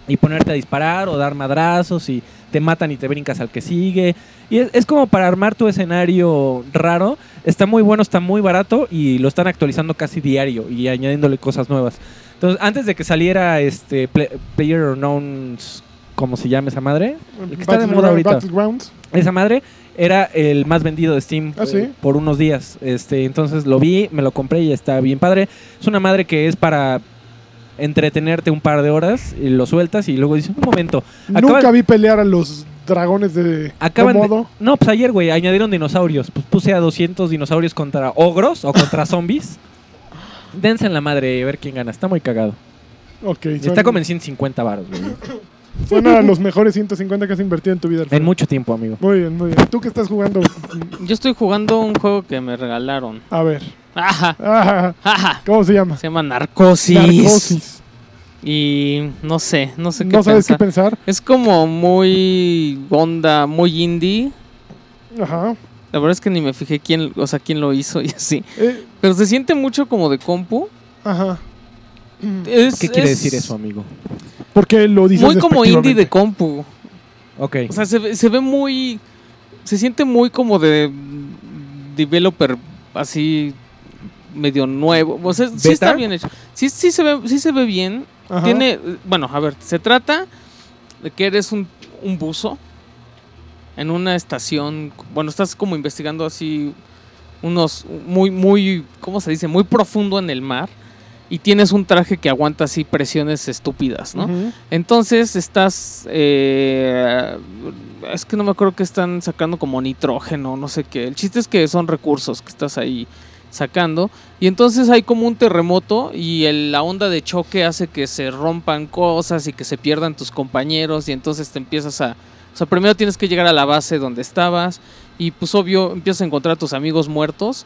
Speaker 5: Y ponerte a disparar o dar madrazos. Y te matan y te brincas al que sigue. Y es, es como para armar tu escenario raro. Está muy bueno, está muy barato. Y lo están actualizando casi diario. Y añadiéndole cosas nuevas. Entonces, antes de que saliera este Player Unknowns. ¿Cómo se llama esa madre? El que está de
Speaker 2: Battleground-
Speaker 5: moda ahorita.
Speaker 2: Battlegrounds.
Speaker 5: Esa madre era el más vendido de Steam
Speaker 2: Ah,
Speaker 5: eh,
Speaker 2: ¿sí?
Speaker 5: por unos días. Este, entonces lo vi, me lo compré y está bien padre. Es una madre que es para entretenerte un par de horas y lo sueltas y luego dices, un momento. Acaban-
Speaker 2: Nunca vi pelear a los dragones de,
Speaker 5: Acaban de-
Speaker 2: modo.
Speaker 5: No, pues ayer, güey, añadieron dinosaurios. Pues puse a 200 dinosaurios contra ogros
Speaker 2: [LAUGHS]
Speaker 5: o contra zombies. Dense en la madre y a ver quién gana. Está muy cagado.
Speaker 2: Ok.
Speaker 5: Y
Speaker 2: suena-
Speaker 5: está como en 150 varos, güey.
Speaker 2: Suena a los mejores 150 que has invertido en tu vida.
Speaker 5: En
Speaker 2: Alfredo.
Speaker 5: mucho tiempo, amigo.
Speaker 2: Muy bien, muy bien. ¿Tú qué estás jugando?
Speaker 3: Yo estoy jugando un juego que me regalaron. [LAUGHS]
Speaker 2: A ver.
Speaker 3: Ajá,
Speaker 2: Ah,
Speaker 3: ajá.
Speaker 2: ¿Cómo se llama?
Speaker 3: Se llama Narcosis.
Speaker 2: Narcosis.
Speaker 3: Y no sé, no sé qué
Speaker 2: No sabes
Speaker 3: pensar.
Speaker 2: qué pensar.
Speaker 3: Es como muy onda, muy indie.
Speaker 2: Ajá.
Speaker 3: La verdad es que ni me fijé quién, o sea, quién lo hizo y [LAUGHS] así.
Speaker 2: Eh,
Speaker 3: Pero se siente mucho como de compu.
Speaker 2: ajá.
Speaker 3: Es-
Speaker 5: ¿Qué quiere
Speaker 3: es
Speaker 5: decir eso, amigo?
Speaker 2: ¿Por qué lo dices?
Speaker 3: Muy como indie de
Speaker 2: despectivamente?
Speaker 3: compu.
Speaker 5: Ok.
Speaker 3: O sea, se, ve- se ve muy. Se siente muy como de. mm, Developer así. Medio nuevo. O sea, sí está
Speaker 5: ¿Beta?
Speaker 3: bien hecho. Sí, sí, se, ve, sí se ve bien.
Speaker 2: Ajá.
Speaker 3: Tiene. eh, Bueno, a ver, se trata de que eres un, un buzo. En una estación. Bueno, estás como investigando así. Unos. Muy, muy. ¿Cómo se dice? Muy profundo en el mar. y tienes un traje que aguanta así presiones estúpidas, ¿no?
Speaker 2: Ujú.
Speaker 3: Entonces estás. eh, es que no me acuerdo que están sacando como nitrógeno, no sé qué. El chiste es que son recursos que estás ahí sacando. Y entonces hay como un terremoto y el- la onda de choque hace que se rompan cosas y que se pierdan tus compañeros. Y entonces te empiezas a. O sea, primero tienes que llegar a la base donde estabas. Y pues obvio, empiezas a encontrar a tus amigos muertos.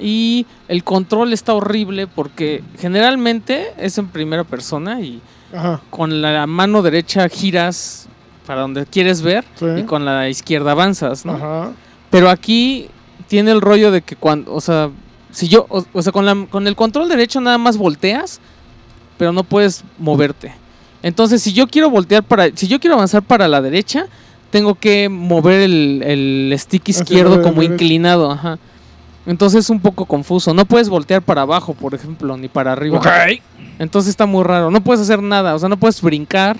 Speaker 3: Y el control está horrible porque generalmente es en primera persona y
Speaker 2: Ajá.
Speaker 3: con la mano derecha giras para donde quieres ver
Speaker 2: Sí.
Speaker 3: y con la izquierda avanzas, ¿no?
Speaker 2: Ajá.
Speaker 3: Pero aquí tiene el rollo de que cuando, o sea, si yo, o, o sea, con, la- con el control derecho nada más volteas, pero no puedes moverte. Entonces, si yo quiero voltear para, si yo quiero avanzar para la derecha, tengo que mover el, el stick
Speaker 2: Hacia
Speaker 3: izquierdo
Speaker 2: la
Speaker 3: como
Speaker 2: derecha.
Speaker 3: inclinado, ajá. Entonces es un poco confuso. No puedes voltear para abajo, por ejemplo, ni para arriba. Entonces está muy raro. No puedes hacer nada, o sea, no puedes brincar.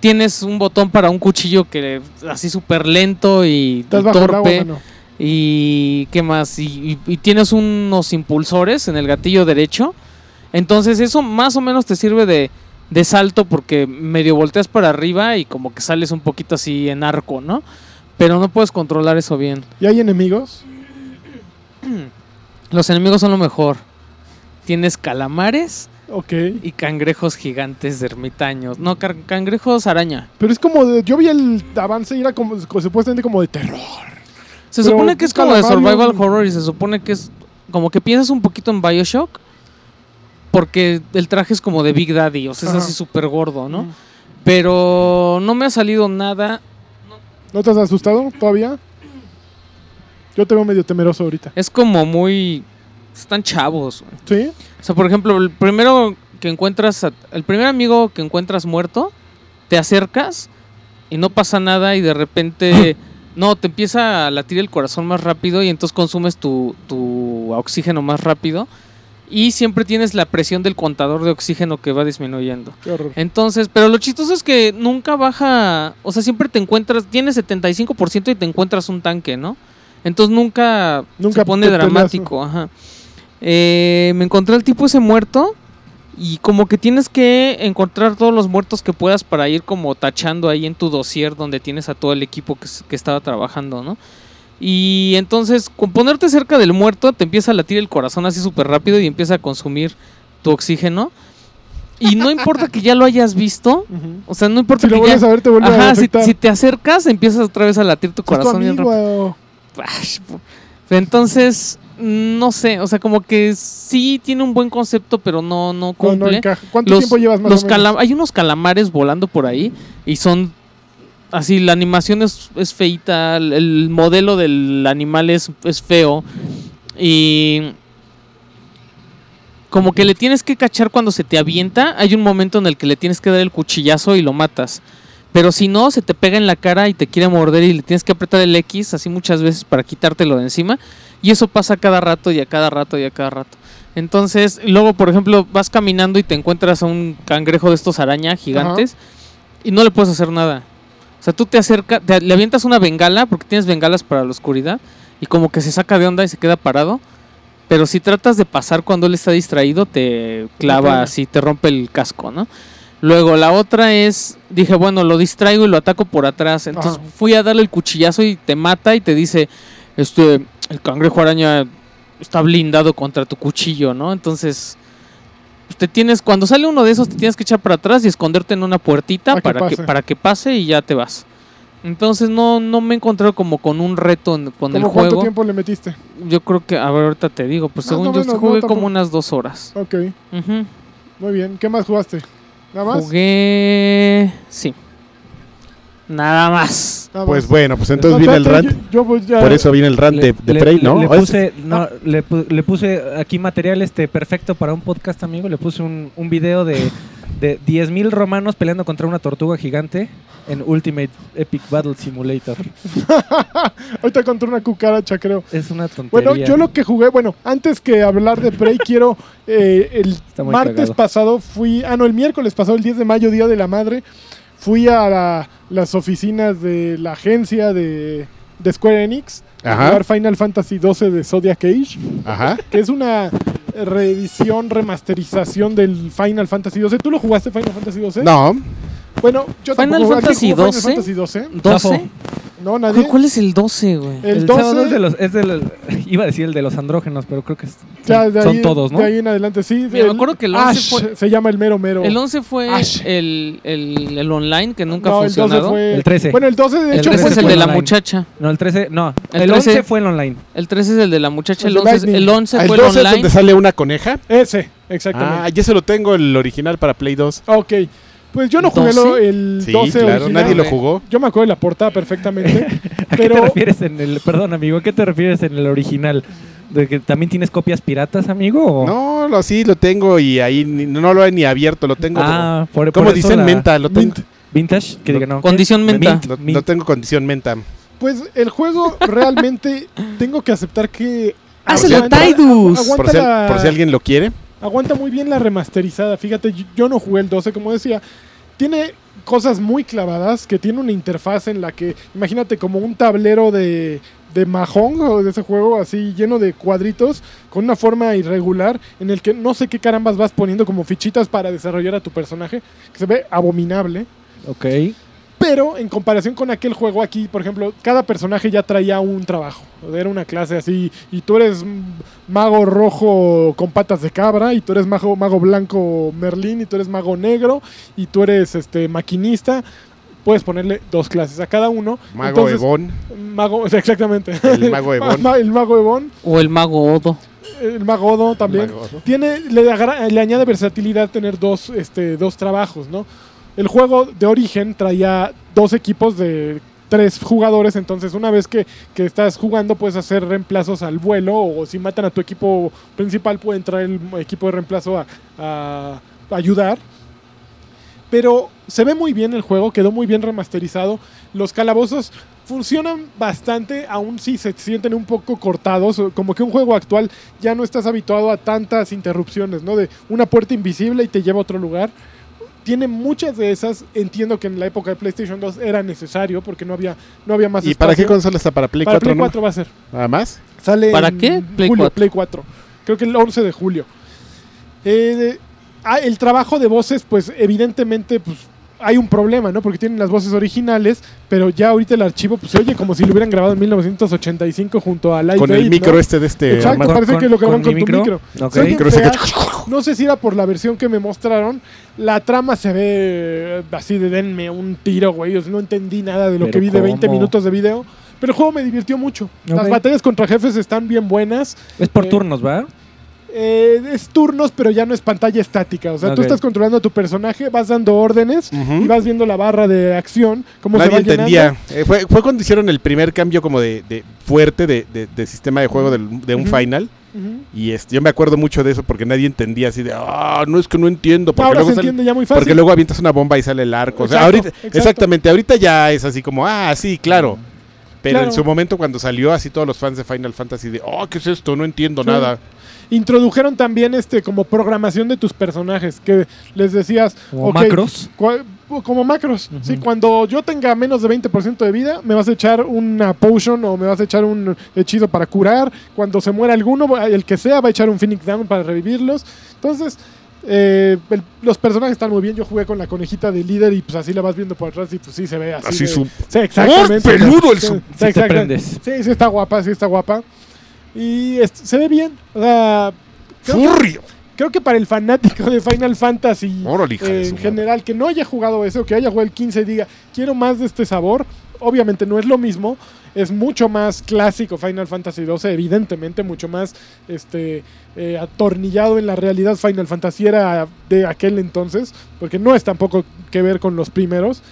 Speaker 3: Tienes un botón para un cuchillo que así súper lento y,
Speaker 2: Estás
Speaker 3: y
Speaker 2: bajo el agua,
Speaker 3: torpe.
Speaker 2: mano.
Speaker 3: Y qué más, y, y- y tienes unos impulsores en el gatillo derecho. Entonces eso más o menos te sirve de, de salto porque medio volteas para arriba y como que sales un poquito así en arco, ¿no? Pero no puedes controlar eso bien.
Speaker 2: ¿Y hay enemigos?
Speaker 3: Los enemigos son lo mejor. Tienes calamares
Speaker 2: Ok.
Speaker 3: y cangrejos gigantes de ermitaños. No, car- cangrejos araña.
Speaker 2: Pero es como de- Yo vi el avance y era como, como supuestamente como de terror.
Speaker 3: Se
Speaker 2: Pero
Speaker 3: supone que es
Speaker 2: busca
Speaker 3: como
Speaker 2: la
Speaker 3: de
Speaker 2: Mario.
Speaker 3: survival horror y se supone que es como que piensas un poquito en Bioshock porque el traje es como de Big Daddy, o sea, es
Speaker 2: Ajá.
Speaker 3: así súper gordo, ¿no? Pero no me ha salido nada.
Speaker 2: ¿No te has asustado todavía? Yo te veo medio temeroso ahorita.
Speaker 3: Es como muy... Están chavos. güey.
Speaker 2: ¿Sí?
Speaker 3: O sea, por ejemplo, el primero que encuentras... a- El primer amigo que encuentras muerto, te acercas y no pasa nada y de repente... No, te empieza a latir el corazón más rápido y entonces consumes tu, tu oxígeno más rápido. Y siempre tienes la presión del contador de oxígeno que va disminuyendo.
Speaker 2: Qué horror.
Speaker 3: Entonces, pero lo chistoso es que nunca baja, o sea, siempre te encuentras, tienes 75% y te encuentras un tanque, ¿no? Entonces nunca,
Speaker 2: Nunca
Speaker 3: se pone
Speaker 2: te peleas,
Speaker 3: dramático, ajá. Eh, me encontré al tipo ese muerto y como que tienes que encontrar todos los muertos que puedas para ir como tachando ahí en tu dossier donde tienes a todo el equipo que, s- que estaba trabajando, ¿no? Y entonces, con ponerte cerca del muerto, te empieza a latir el corazón así súper rápido y empieza a consumir tu oxígeno. Y
Speaker 2: [LAUGHS]
Speaker 3: no importa que ya lo hayas visto,
Speaker 2: Ujú.
Speaker 3: o sea, no importa
Speaker 2: Si lo
Speaker 3: que ya...
Speaker 2: vuelves a ver, te vuelve a
Speaker 3: Ajá, si,
Speaker 2: afectar.
Speaker 3: si te acercas, empiezas otra vez a latir tu
Speaker 2: Es tu
Speaker 3: corazón bien rápido.
Speaker 2: amigo.
Speaker 3: Ash, po- Entonces, no sé, o sea, como que sí tiene un buen concepto, pero no, no
Speaker 2: No, no
Speaker 3: cumple.
Speaker 2: encaja. ¿Cuánto tiempo llevas más
Speaker 3: los
Speaker 2: o menos?
Speaker 3: cala- Hay unos calamares volando por ahí y son así, la animación es, es feita, el, el modelo del animal es, es feo y como que le tienes que cachar cuando se te avienta, hay un momento en el que le tienes que dar el cuchillazo y lo matas. Pero si no, se te pega en la cara y te quiere morder y le tienes que apretar el X así muchas veces para quitártelo de encima. Y eso pasa a cada rato y a cada rato y a cada rato. Entonces, luego, por ejemplo, vas caminando y te encuentras a un cangrejo de estos araña gigantes y no le puedes hacer nada. O sea, tú te acercas, te- le avientas una bengala, porque tienes bengalas para la oscuridad, y como que se saca de onda y se queda parado. Pero si tratas de pasar cuando él está distraído, te clava
Speaker 2: pega.
Speaker 3: así, te rompe el casco, ¿no? Luego la otra es, dije, bueno, lo distraigo y lo ataco por atrás. Entonces
Speaker 2: Ajá.
Speaker 3: fui a darle el cuchillazo y te mata y te dice, este, el cangrejo araña está blindado contra tu cuchillo, ¿no? Entonces, pues, te tienes, cuando sale uno de esos, te tienes que echar para atrás y esconderte en una puertita
Speaker 2: Para que
Speaker 3: para, que,
Speaker 2: pase.
Speaker 3: para que pase y ya te vas. Entonces no, no me he encontrado como con un reto en- con el
Speaker 2: ¿Cómo ¿Cuánto
Speaker 3: juego.
Speaker 2: tiempo le metiste?
Speaker 3: Yo creo que, a ver, ahorita te digo, pues
Speaker 2: Más
Speaker 3: según
Speaker 2: o
Speaker 3: yo
Speaker 2: menos, no,
Speaker 3: jugué
Speaker 2: tampoco.
Speaker 3: como unas dos horas.
Speaker 2: Ok,
Speaker 3: Ujú.
Speaker 2: muy bien. ¿Qué más jugaste? ¿Nada más?
Speaker 3: Jugué. Sí. Nada más.
Speaker 2: Nada
Speaker 1: Pues
Speaker 2: más.
Speaker 1: bueno, pues
Speaker 2: No,
Speaker 1: entonces viene el
Speaker 2: espérate,
Speaker 1: rant.
Speaker 2: Yo, yo voy ya-
Speaker 1: Por eso viene el rant de, de Prey, ¿no?
Speaker 5: Le
Speaker 1: Ah, es-
Speaker 5: puse, no, le, pu- le puse aquí material este perfecto para un podcast, amigo. Le puse un, un video de, de 10.000 romanos peleando contra una tortuga gigante en Ultimate Epic Battle Simulator.
Speaker 2: Ahorita contra una cucaracha, creo.
Speaker 5: Es una tontería.
Speaker 2: Bueno, yo lo que jugué, bueno, antes que hablar de
Speaker 3: [LAUGHS]
Speaker 2: Prey, quiero. eh, el
Speaker 5: Está muy
Speaker 2: martes
Speaker 5: cagado.
Speaker 2: pasado fui. Ah, no, el miércoles pasado, el 10 de mayo, Día de la Madre. Fui a la- las oficinas de la agencia de, de Square Enix a
Speaker 1: Ajá.
Speaker 2: jugar Final Fantasy 12 de Zodiac Age.
Speaker 1: Ajá.
Speaker 2: que es una reedición, remasterización del Final Fantasy XII. ¿Tú lo jugaste Final Fantasy XII?
Speaker 1: No,
Speaker 2: Bueno, yo
Speaker 3: Final
Speaker 2: tampoco jugué.
Speaker 3: Fantasy
Speaker 2: ¿Alguien jugó
Speaker 3: XII?
Speaker 2: Final Fantasy XII?
Speaker 3: ¿12?
Speaker 2: No,
Speaker 3: ¿Cu-
Speaker 2: nadie.
Speaker 3: ¿Cuál es el 12, güey?
Speaker 2: El
Speaker 5: El
Speaker 2: 12,
Speaker 5: sábado es de los. Es del, iba a decir el de los andrógenos, pero creo que es-
Speaker 2: ya de
Speaker 5: son
Speaker 2: ahí-
Speaker 5: todos, ¿no?
Speaker 2: De ahí en adelante, sí.
Speaker 3: Mira, me acuerdo que el 11
Speaker 2: Ash
Speaker 3: fue-
Speaker 2: se llama el mero mero.
Speaker 3: El 11 fue
Speaker 2: Ash.
Speaker 3: el, el, el online que nunca ha
Speaker 2: No, el 12
Speaker 3: funcionado.
Speaker 2: fue-
Speaker 5: El 13.
Speaker 2: Bueno, el 12 de
Speaker 3: El
Speaker 2: hecho
Speaker 3: 13
Speaker 2: fue
Speaker 3: es el de la
Speaker 5: online.
Speaker 3: muchacha.
Speaker 5: No, el 13. No,
Speaker 3: El
Speaker 5: el,
Speaker 3: 13
Speaker 5: 11 fue el online.
Speaker 3: El 13 es el de la muchacha.
Speaker 2: El
Speaker 3: El
Speaker 2: de
Speaker 3: 11, es-
Speaker 2: Lightning.
Speaker 3: el 11
Speaker 1: el
Speaker 3: fue el
Speaker 1: 12 es
Speaker 3: online.
Speaker 1: donde sale una coneja.
Speaker 2: Ese,
Speaker 1: Ah,
Speaker 2: exactamente.
Speaker 1: ya se lo tengo el original para Play 2.
Speaker 2: Ok. Pues yo no jugué lo- el
Speaker 1: Sí,
Speaker 2: 12
Speaker 1: claro,
Speaker 2: original.
Speaker 1: nadie lo
Speaker 3: güey.
Speaker 1: jugó.
Speaker 2: Yo me acuerdo de la portada
Speaker 3: [LAUGHS]
Speaker 2: perfectamente.
Speaker 5: ¿A qué
Speaker 2: pero
Speaker 5: te refieres en el. Perdón, amigo, ¿a qué te refieres en el original? ¿De que también tienes copias piratas, amigo? o-
Speaker 1: No, lo, sí lo tengo y ahí ni- no lo he ni abierto, lo tengo.
Speaker 5: Ah, por,
Speaker 1: como
Speaker 5: por eso
Speaker 1: dicen
Speaker 5: la-
Speaker 1: menta, lo tengo.
Speaker 2: Mint.
Speaker 5: Vintage, que diga no.
Speaker 3: Condición menta.
Speaker 5: Mint.
Speaker 1: Lo, lo tengo condición menta.
Speaker 2: Pues el juego realmente tengo que aceptar que.
Speaker 3: Hazlo,
Speaker 2: aguanta-
Speaker 3: Taidus.
Speaker 1: Por
Speaker 2: Aguanta,
Speaker 1: si,
Speaker 2: la-
Speaker 1: por si alguien lo quiere.
Speaker 2: aguanta muy bien la remasterizada. Fíjate, yo- yo no jugué el 12, como decía. Tiene cosas muy clavadas, que tiene una interfaz en la que, imagínate, como un tablero de, de mahjong o de ese juego, así lleno de cuadritos, con una forma irregular, en el que no sé qué carambas vas poniendo como fichitas para desarrollar a tu personaje, que se ve abominable.
Speaker 5: Ok.
Speaker 2: Pero en comparación con aquel juego aquí, por ejemplo, cada personaje ya traía un trabajo. Era una clase así. Y tú eres mm, mago rojo con patas de cabra. Y tú eres mago, mago blanco Merlín. Y tú eres mago negro. Y tú eres este maquinista. Puedes ponerle dos clases a cada uno.
Speaker 1: Mago
Speaker 2: Entonces,
Speaker 1: Ebon.
Speaker 2: Mago, [LAUGHS] exactamente.
Speaker 1: El mago Ebon.
Speaker 2: [LAUGHS] Ma- El mago Ebon.
Speaker 3: O el mago Odo.
Speaker 2: El mago Odo también.
Speaker 1: Mago Odo.
Speaker 2: Tiene, le, agra- le añade versatilidad tener dos, este, dos trabajos, ¿no? El juego de origen traía dos equipos de tres jugadores, entonces una vez que, que estás jugando puedes hacer reemplazos al vuelo o si matan a tu equipo principal puede entrar el equipo de reemplazo a, a ayudar. Pero se ve muy bien el juego, quedó muy bien remasterizado. Los calabozos funcionan bastante, aún si se sienten un poco cortados, o como que un juego actual ya no estás habituado a tantas interrupciones, ¿no? De una puerta invisible y te lleva a otro lugar. Tiene muchas de esas, entiendo que en la época de PlayStation 2 era necesario porque no había, no había más
Speaker 1: ¿Y para qué
Speaker 2: espacio.
Speaker 1: consola está? ¿Para Play
Speaker 2: Para
Speaker 1: 4?
Speaker 2: Play
Speaker 1: no?
Speaker 2: 4 va a ser.
Speaker 1: ¿Nada más?
Speaker 2: Sale
Speaker 3: ¿Para
Speaker 2: en
Speaker 3: qué? Play
Speaker 2: julio,
Speaker 3: 4.
Speaker 2: Play 4. Creo que el 11 de julio. Eh, ah, el trabajo de voces, pues evidentemente pues, hay un problema, ¿no? Porque tienen las voces originales, pero ya ahorita el archivo pues, se oye como si lo hubieran grabado en 1985 junto a Live
Speaker 1: Con
Speaker 2: Aid,
Speaker 1: el
Speaker 2: ¿no?
Speaker 1: micro este de este.
Speaker 2: Exacto,
Speaker 1: Armando.
Speaker 2: parece que lo graban con
Speaker 5: mi
Speaker 2: tu micro.
Speaker 5: Ok.
Speaker 2: Se oye
Speaker 1: Creo que-
Speaker 2: fea. No sé si era por la versión que me mostraron. La trama se ve eh, así de denme un tiro, güey. No entendí nada de lo
Speaker 5: Pero
Speaker 2: que vi de 20
Speaker 5: ¿cómo?
Speaker 2: minutos de video. Pero el juego me divirtió mucho. Las
Speaker 5: Ok.
Speaker 2: batallas contra jefes están bien buenas.
Speaker 5: Es por
Speaker 2: Eh,
Speaker 5: turnos, ¿va?
Speaker 2: Eh, es turnos, pero ya no es pantalla estática. O sea, tú
Speaker 5: Ok.
Speaker 2: estás controlando a tu personaje, vas dando órdenes
Speaker 1: Ujú.
Speaker 2: y vas viendo la barra de acción. Cómo se
Speaker 1: Nadie
Speaker 2: va
Speaker 1: entendía.
Speaker 2: llenando.
Speaker 1: Eh, fue, fue cuando hicieron el primer cambio como de, de fuerte de, de- de sistema de juego del- de, un
Speaker 2: Ujú.
Speaker 1: final.
Speaker 2: Ujú.
Speaker 1: Y este, yo me acuerdo mucho de eso porque nadie entendía así de, ah, no es que no entiendo. Porque,
Speaker 2: Ahora
Speaker 1: luego,
Speaker 2: se
Speaker 1: sale-
Speaker 2: entiende ya muy
Speaker 1: porque
Speaker 2: fácil.
Speaker 1: luego avientas una bomba y sale el arco. O sea,
Speaker 2: Exacto,
Speaker 1: ahorita,
Speaker 2: exacto.
Speaker 1: Exactamente, ahorita ya es así como, ah, sí, claro. Pero
Speaker 2: Claro.
Speaker 1: en su momento cuando salió así todos los fans de Final Fantasy de, oh, ¿qué es esto? No entiendo
Speaker 2: Sí.
Speaker 1: nada.
Speaker 2: Introdujeron también este como programación de tus personajes, que les decías,
Speaker 5: Como
Speaker 2: ok,
Speaker 5: macros.
Speaker 2: Cua- pues, Como macros.
Speaker 5: Ujú.
Speaker 2: Sí, cuando yo tenga menos de 20% de vida, me vas a echar una potion o me vas a echar un hechizo para curar. Cuando se muera alguno, el que sea, va a echar un Phoenix Down para revivirlos. Entonces, eh, el- los personajes están muy bien. Yo jugué con la conejita de líder y pues así la vas viendo por atrás y pues sí se ve así.
Speaker 1: Así
Speaker 2: de-
Speaker 1: su...
Speaker 2: Sí, exactamente.
Speaker 1: ¡Oh, peludo el
Speaker 2: Sí,
Speaker 1: su-
Speaker 2: sí,
Speaker 5: Sí te
Speaker 2: exactamente.
Speaker 5: prendes.
Speaker 2: Sí, sí está guapa, sí está guapa. Y es- se ve bien. O sea, creo que-
Speaker 1: ¡Furrio!
Speaker 2: creo que para el fanático de Final Fantasy
Speaker 1: Órale, hija de
Speaker 2: eh,
Speaker 1: su
Speaker 2: en
Speaker 1: madre.
Speaker 2: general que no haya jugado eso, que haya jugado el 15 y diga, quiero más de este sabor, obviamente no es lo mismo, es mucho más clásico Final Fantasy 12, evidentemente, mucho más este eh, atornillado en la realidad Final Fantasy era de aquel entonces, porque no es tampoco que ver con los primeros.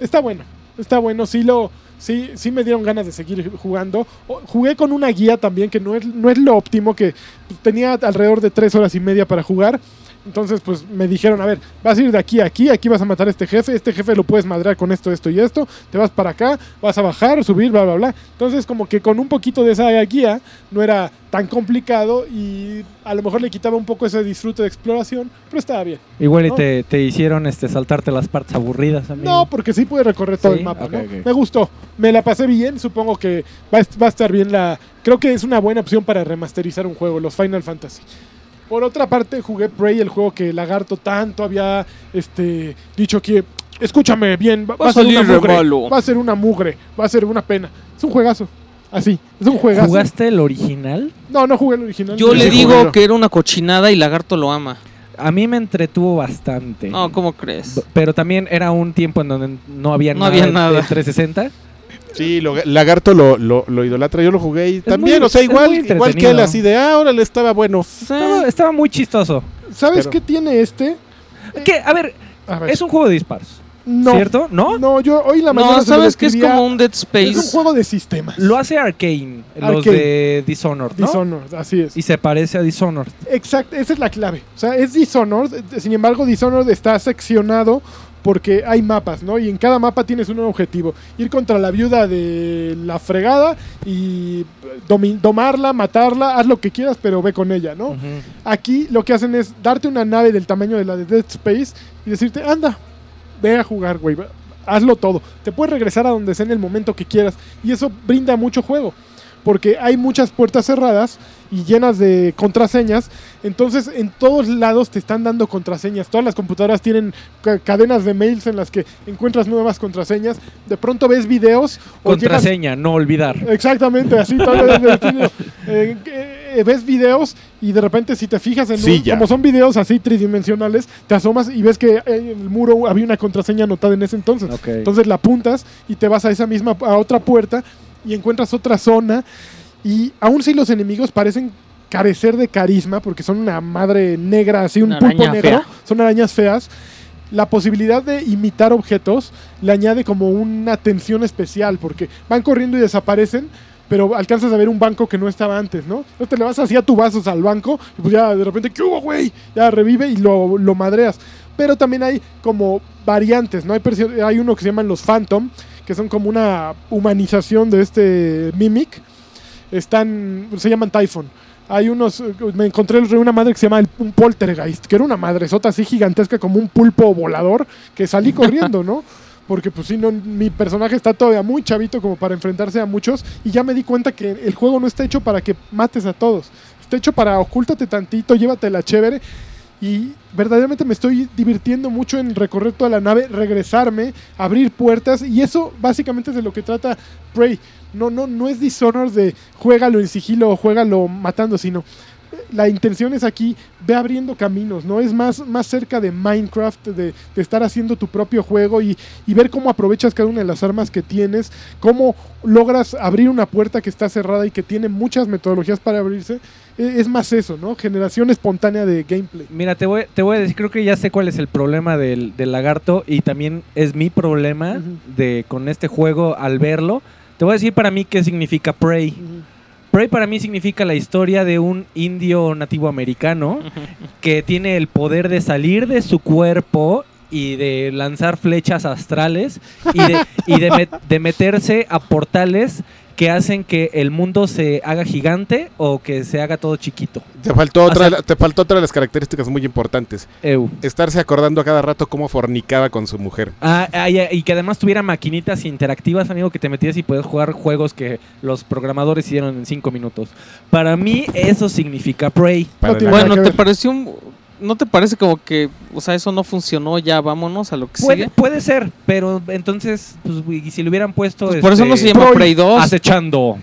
Speaker 2: Está bueno, está bueno, sí lo... Sí, sí me dieron ganas de seguir jugando. O- Jugué con una guía también, que no es, no es lo óptimo, que tenía alrededor de tres horas y media para jugar. Entonces, pues me dijeron, a ver, vas a ir de aquí a aquí, aquí vas a matar a este jefe, este jefe lo puedes madrear con esto, esto y esto, te vas para acá, vas a bajar, subir, bla, bla, bla. Entonces, como que con un poquito de esa guía no era tan complicado y a lo mejor le quitaba un poco ese disfrute de exploración, pero estaba bien.
Speaker 5: Igual y
Speaker 2: ¿no?
Speaker 5: te, te hicieron este saltarte las partes aburridas, amigo.
Speaker 2: No, porque sí pude recorrer todo
Speaker 5: Sí,
Speaker 2: el mapa,
Speaker 5: ok,
Speaker 2: ¿no?
Speaker 5: ok.
Speaker 2: Me gustó, me la pasé bien, supongo que va a, est- va a estar bien la... Creo que es una buena opción para remasterizar un juego, los Final Fantasy. Por otra parte, jugué Prey, el juego que Lagarto tanto había este, dicho que, escúchame bien, va,
Speaker 3: Va a
Speaker 2: va a ser una
Speaker 3: salir re
Speaker 2: mugre,
Speaker 3: malo".
Speaker 2: va a ser una mugre, va a ser una pena. Es un juegazo, pues, así, es un juegazo.
Speaker 5: ¿Jugaste el original?
Speaker 2: No, no jugué el original.
Speaker 3: Yo
Speaker 2: Ese
Speaker 3: le digo
Speaker 2: culero.
Speaker 3: que era una cochinada y Lagarto lo ama.
Speaker 5: A mí me entretuvo bastante.
Speaker 3: No, ¿cómo crees?
Speaker 5: B- Pero también era un tiempo en donde no había
Speaker 3: No
Speaker 5: nada.
Speaker 3: había
Speaker 5: de-
Speaker 3: nada. Eh.
Speaker 5: de 360.
Speaker 1: Sí, lo- Lagarto lo, lo, lo idolatra, yo lo jugué y también,
Speaker 5: muy-
Speaker 1: o sea,
Speaker 5: es
Speaker 1: igual,
Speaker 5: muy
Speaker 1: igual que
Speaker 5: entretenido.
Speaker 1: él, así de, ah, órale, estaba bueno.
Speaker 3: Sí.
Speaker 5: Estaba, estaba muy chistoso.
Speaker 2: ¿Sabes
Speaker 1: Pero-
Speaker 2: qué tiene este?
Speaker 5: Que, a ver,
Speaker 2: A ver.
Speaker 5: es un juego de disparos.
Speaker 2: pues. no,
Speaker 5: ¿Cierto? ¿No?
Speaker 2: No, yo hoy en la mañana
Speaker 3: No,
Speaker 2: se lo
Speaker 3: sabes que es
Speaker 2: describía-
Speaker 3: como un Dead
Speaker 2: Es un
Speaker 3: Space.
Speaker 2: juego de sistemas.
Speaker 5: Lo hace Arkane, los
Speaker 2: Arcane.
Speaker 5: de Dishonored, ¿no?
Speaker 2: Dishonored, así es.
Speaker 5: Y se parece a Dishonored.
Speaker 2: Exacto, esa es la clave. O sea, es Dishonored, eh, sin embargo, Dishonored está seccionado porque hay mapas, ¿no? Y en cada mapa tienes un objetivo. Ir contra la viuda de la fregada y eh, domi- domarla, matarla, haz lo que quieras, pero ve con ella, ¿no?
Speaker 5: Ujú.
Speaker 2: Aquí lo que hacen es darte una nave del tamaño de la de Dead Space y decirte, anda, ve a jugar, güey, va- hazlo todo. Te puedes regresar a donde sea en el momento que quieras. Y eso brinda mucho juego. Porque hay muchas puertas cerradas y llenas de contraseñas. Entonces en todos lados te están dando contraseñas. Todas las computadoras tienen ca- cadenas de mails en las que encuentras nuevas contraseñas. De pronto ves videos o llegas-
Speaker 5: Contraseña, no olvidar.
Speaker 2: Exactamente, así todo es destino. Eh, eh, ves videos y de repente si te fijas en un-
Speaker 1: Silla.
Speaker 2: como son videos así tridimensionales, te asomas y ves que en el muro había una contraseña anotada en ese entonces.
Speaker 5: Ok.
Speaker 2: Entonces la apuntas y te vas a esa misma a otra puerta y encuentras otra zona y aún si los enemigos parecen carecer de carisma porque son una madre negra, así un
Speaker 3: Una
Speaker 2: pulpo
Speaker 3: araña
Speaker 2: negro,
Speaker 3: fea.
Speaker 2: son arañas feas. La posibilidad de imitar objetos le añade como una tensión especial porque van corriendo y desaparecen, pero alcanzas a ver un banco que no estaba antes, ¿no? Entonces te le vas así a tu vasos al banco y pues ya de repente, ¿qué hubo, güey? Ya revive y lo, lo madreas. Pero también hay como variantes, ¿no? Hay, perso- hay uno que se llaman los Phantom, que son como una humanización de este Mimic. Están, se llaman Typhon. Hay unos, eh, me encontré el- una madre que se llama el- un poltergeist, que era una madresota así gigantesca como un pulpo volador, que salí corriendo, ¿no? Porque pues si no, mi personaje está todavía muy chavito como para enfrentarse a muchos y ya me di cuenta que el juego no está hecho para que mates a todos, está hecho para ocúltate tantito, llévatela chévere y verdaderamente me estoy divirtiendo mucho en recorrer toda la nave, regresarme, abrir puertas y eso básicamente es de lo que trata Prey. No, no, no es Dishonored de juégalo en sigilo o juégalo matando, sino eh, la intención es aquí, ve abriendo caminos, ¿no? Es más, más cerca de Minecraft, de, de estar haciendo tu propio juego y, y ver cómo aprovechas cada una de las armas que tienes, cómo logras abrir una puerta que está cerrada y que tiene muchas metodologías para abrirse. Eh, Es más eso, ¿no? Generación espontánea de gameplay.
Speaker 5: Mira, te voy, te voy a decir, creo que ya sé cuál es el problema del, del lagarto y también es mi problema
Speaker 2: Ujú.
Speaker 5: de, con este juego al verlo. Te voy a decir para mí qué significa Prey. Prey para mí significa la historia de un indio nativo [LAUGHS] americano que tiene el poder de salir de su cuerpo y de lanzar flechas astrales y de, y de met- de meterse a portales que hacen que el mundo se haga gigante o que se haga todo chiquito.
Speaker 1: Te faltó otra,
Speaker 5: O sea-
Speaker 1: te faltó otra de las características muy importantes.
Speaker 5: Eu.
Speaker 1: Estarse acordando a cada rato cómo fornicaba con su mujer.
Speaker 5: Ah, ah, y, y que además tuviera maquinitas interactivas, amigo, que te metías y podías jugar juegos que los programadores hicieron en cinco minutos. Para mí eso significa Prey.
Speaker 1: Para
Speaker 2: No tiene
Speaker 1: la-
Speaker 2: nada que
Speaker 3: Bueno, ¿te
Speaker 2: ver.
Speaker 3: pareció un- ¿No te parece como que, o sea, eso no funcionó, ya vámonos a lo que
Speaker 5: Puede,
Speaker 3: sigue?
Speaker 5: puede ser, pero entonces, pues, güey, y si le hubieran puesto...
Speaker 3: Pues por eso no se
Speaker 5: este,
Speaker 3: llama
Speaker 2: Troy
Speaker 3: Prey 2,
Speaker 5: Acechando.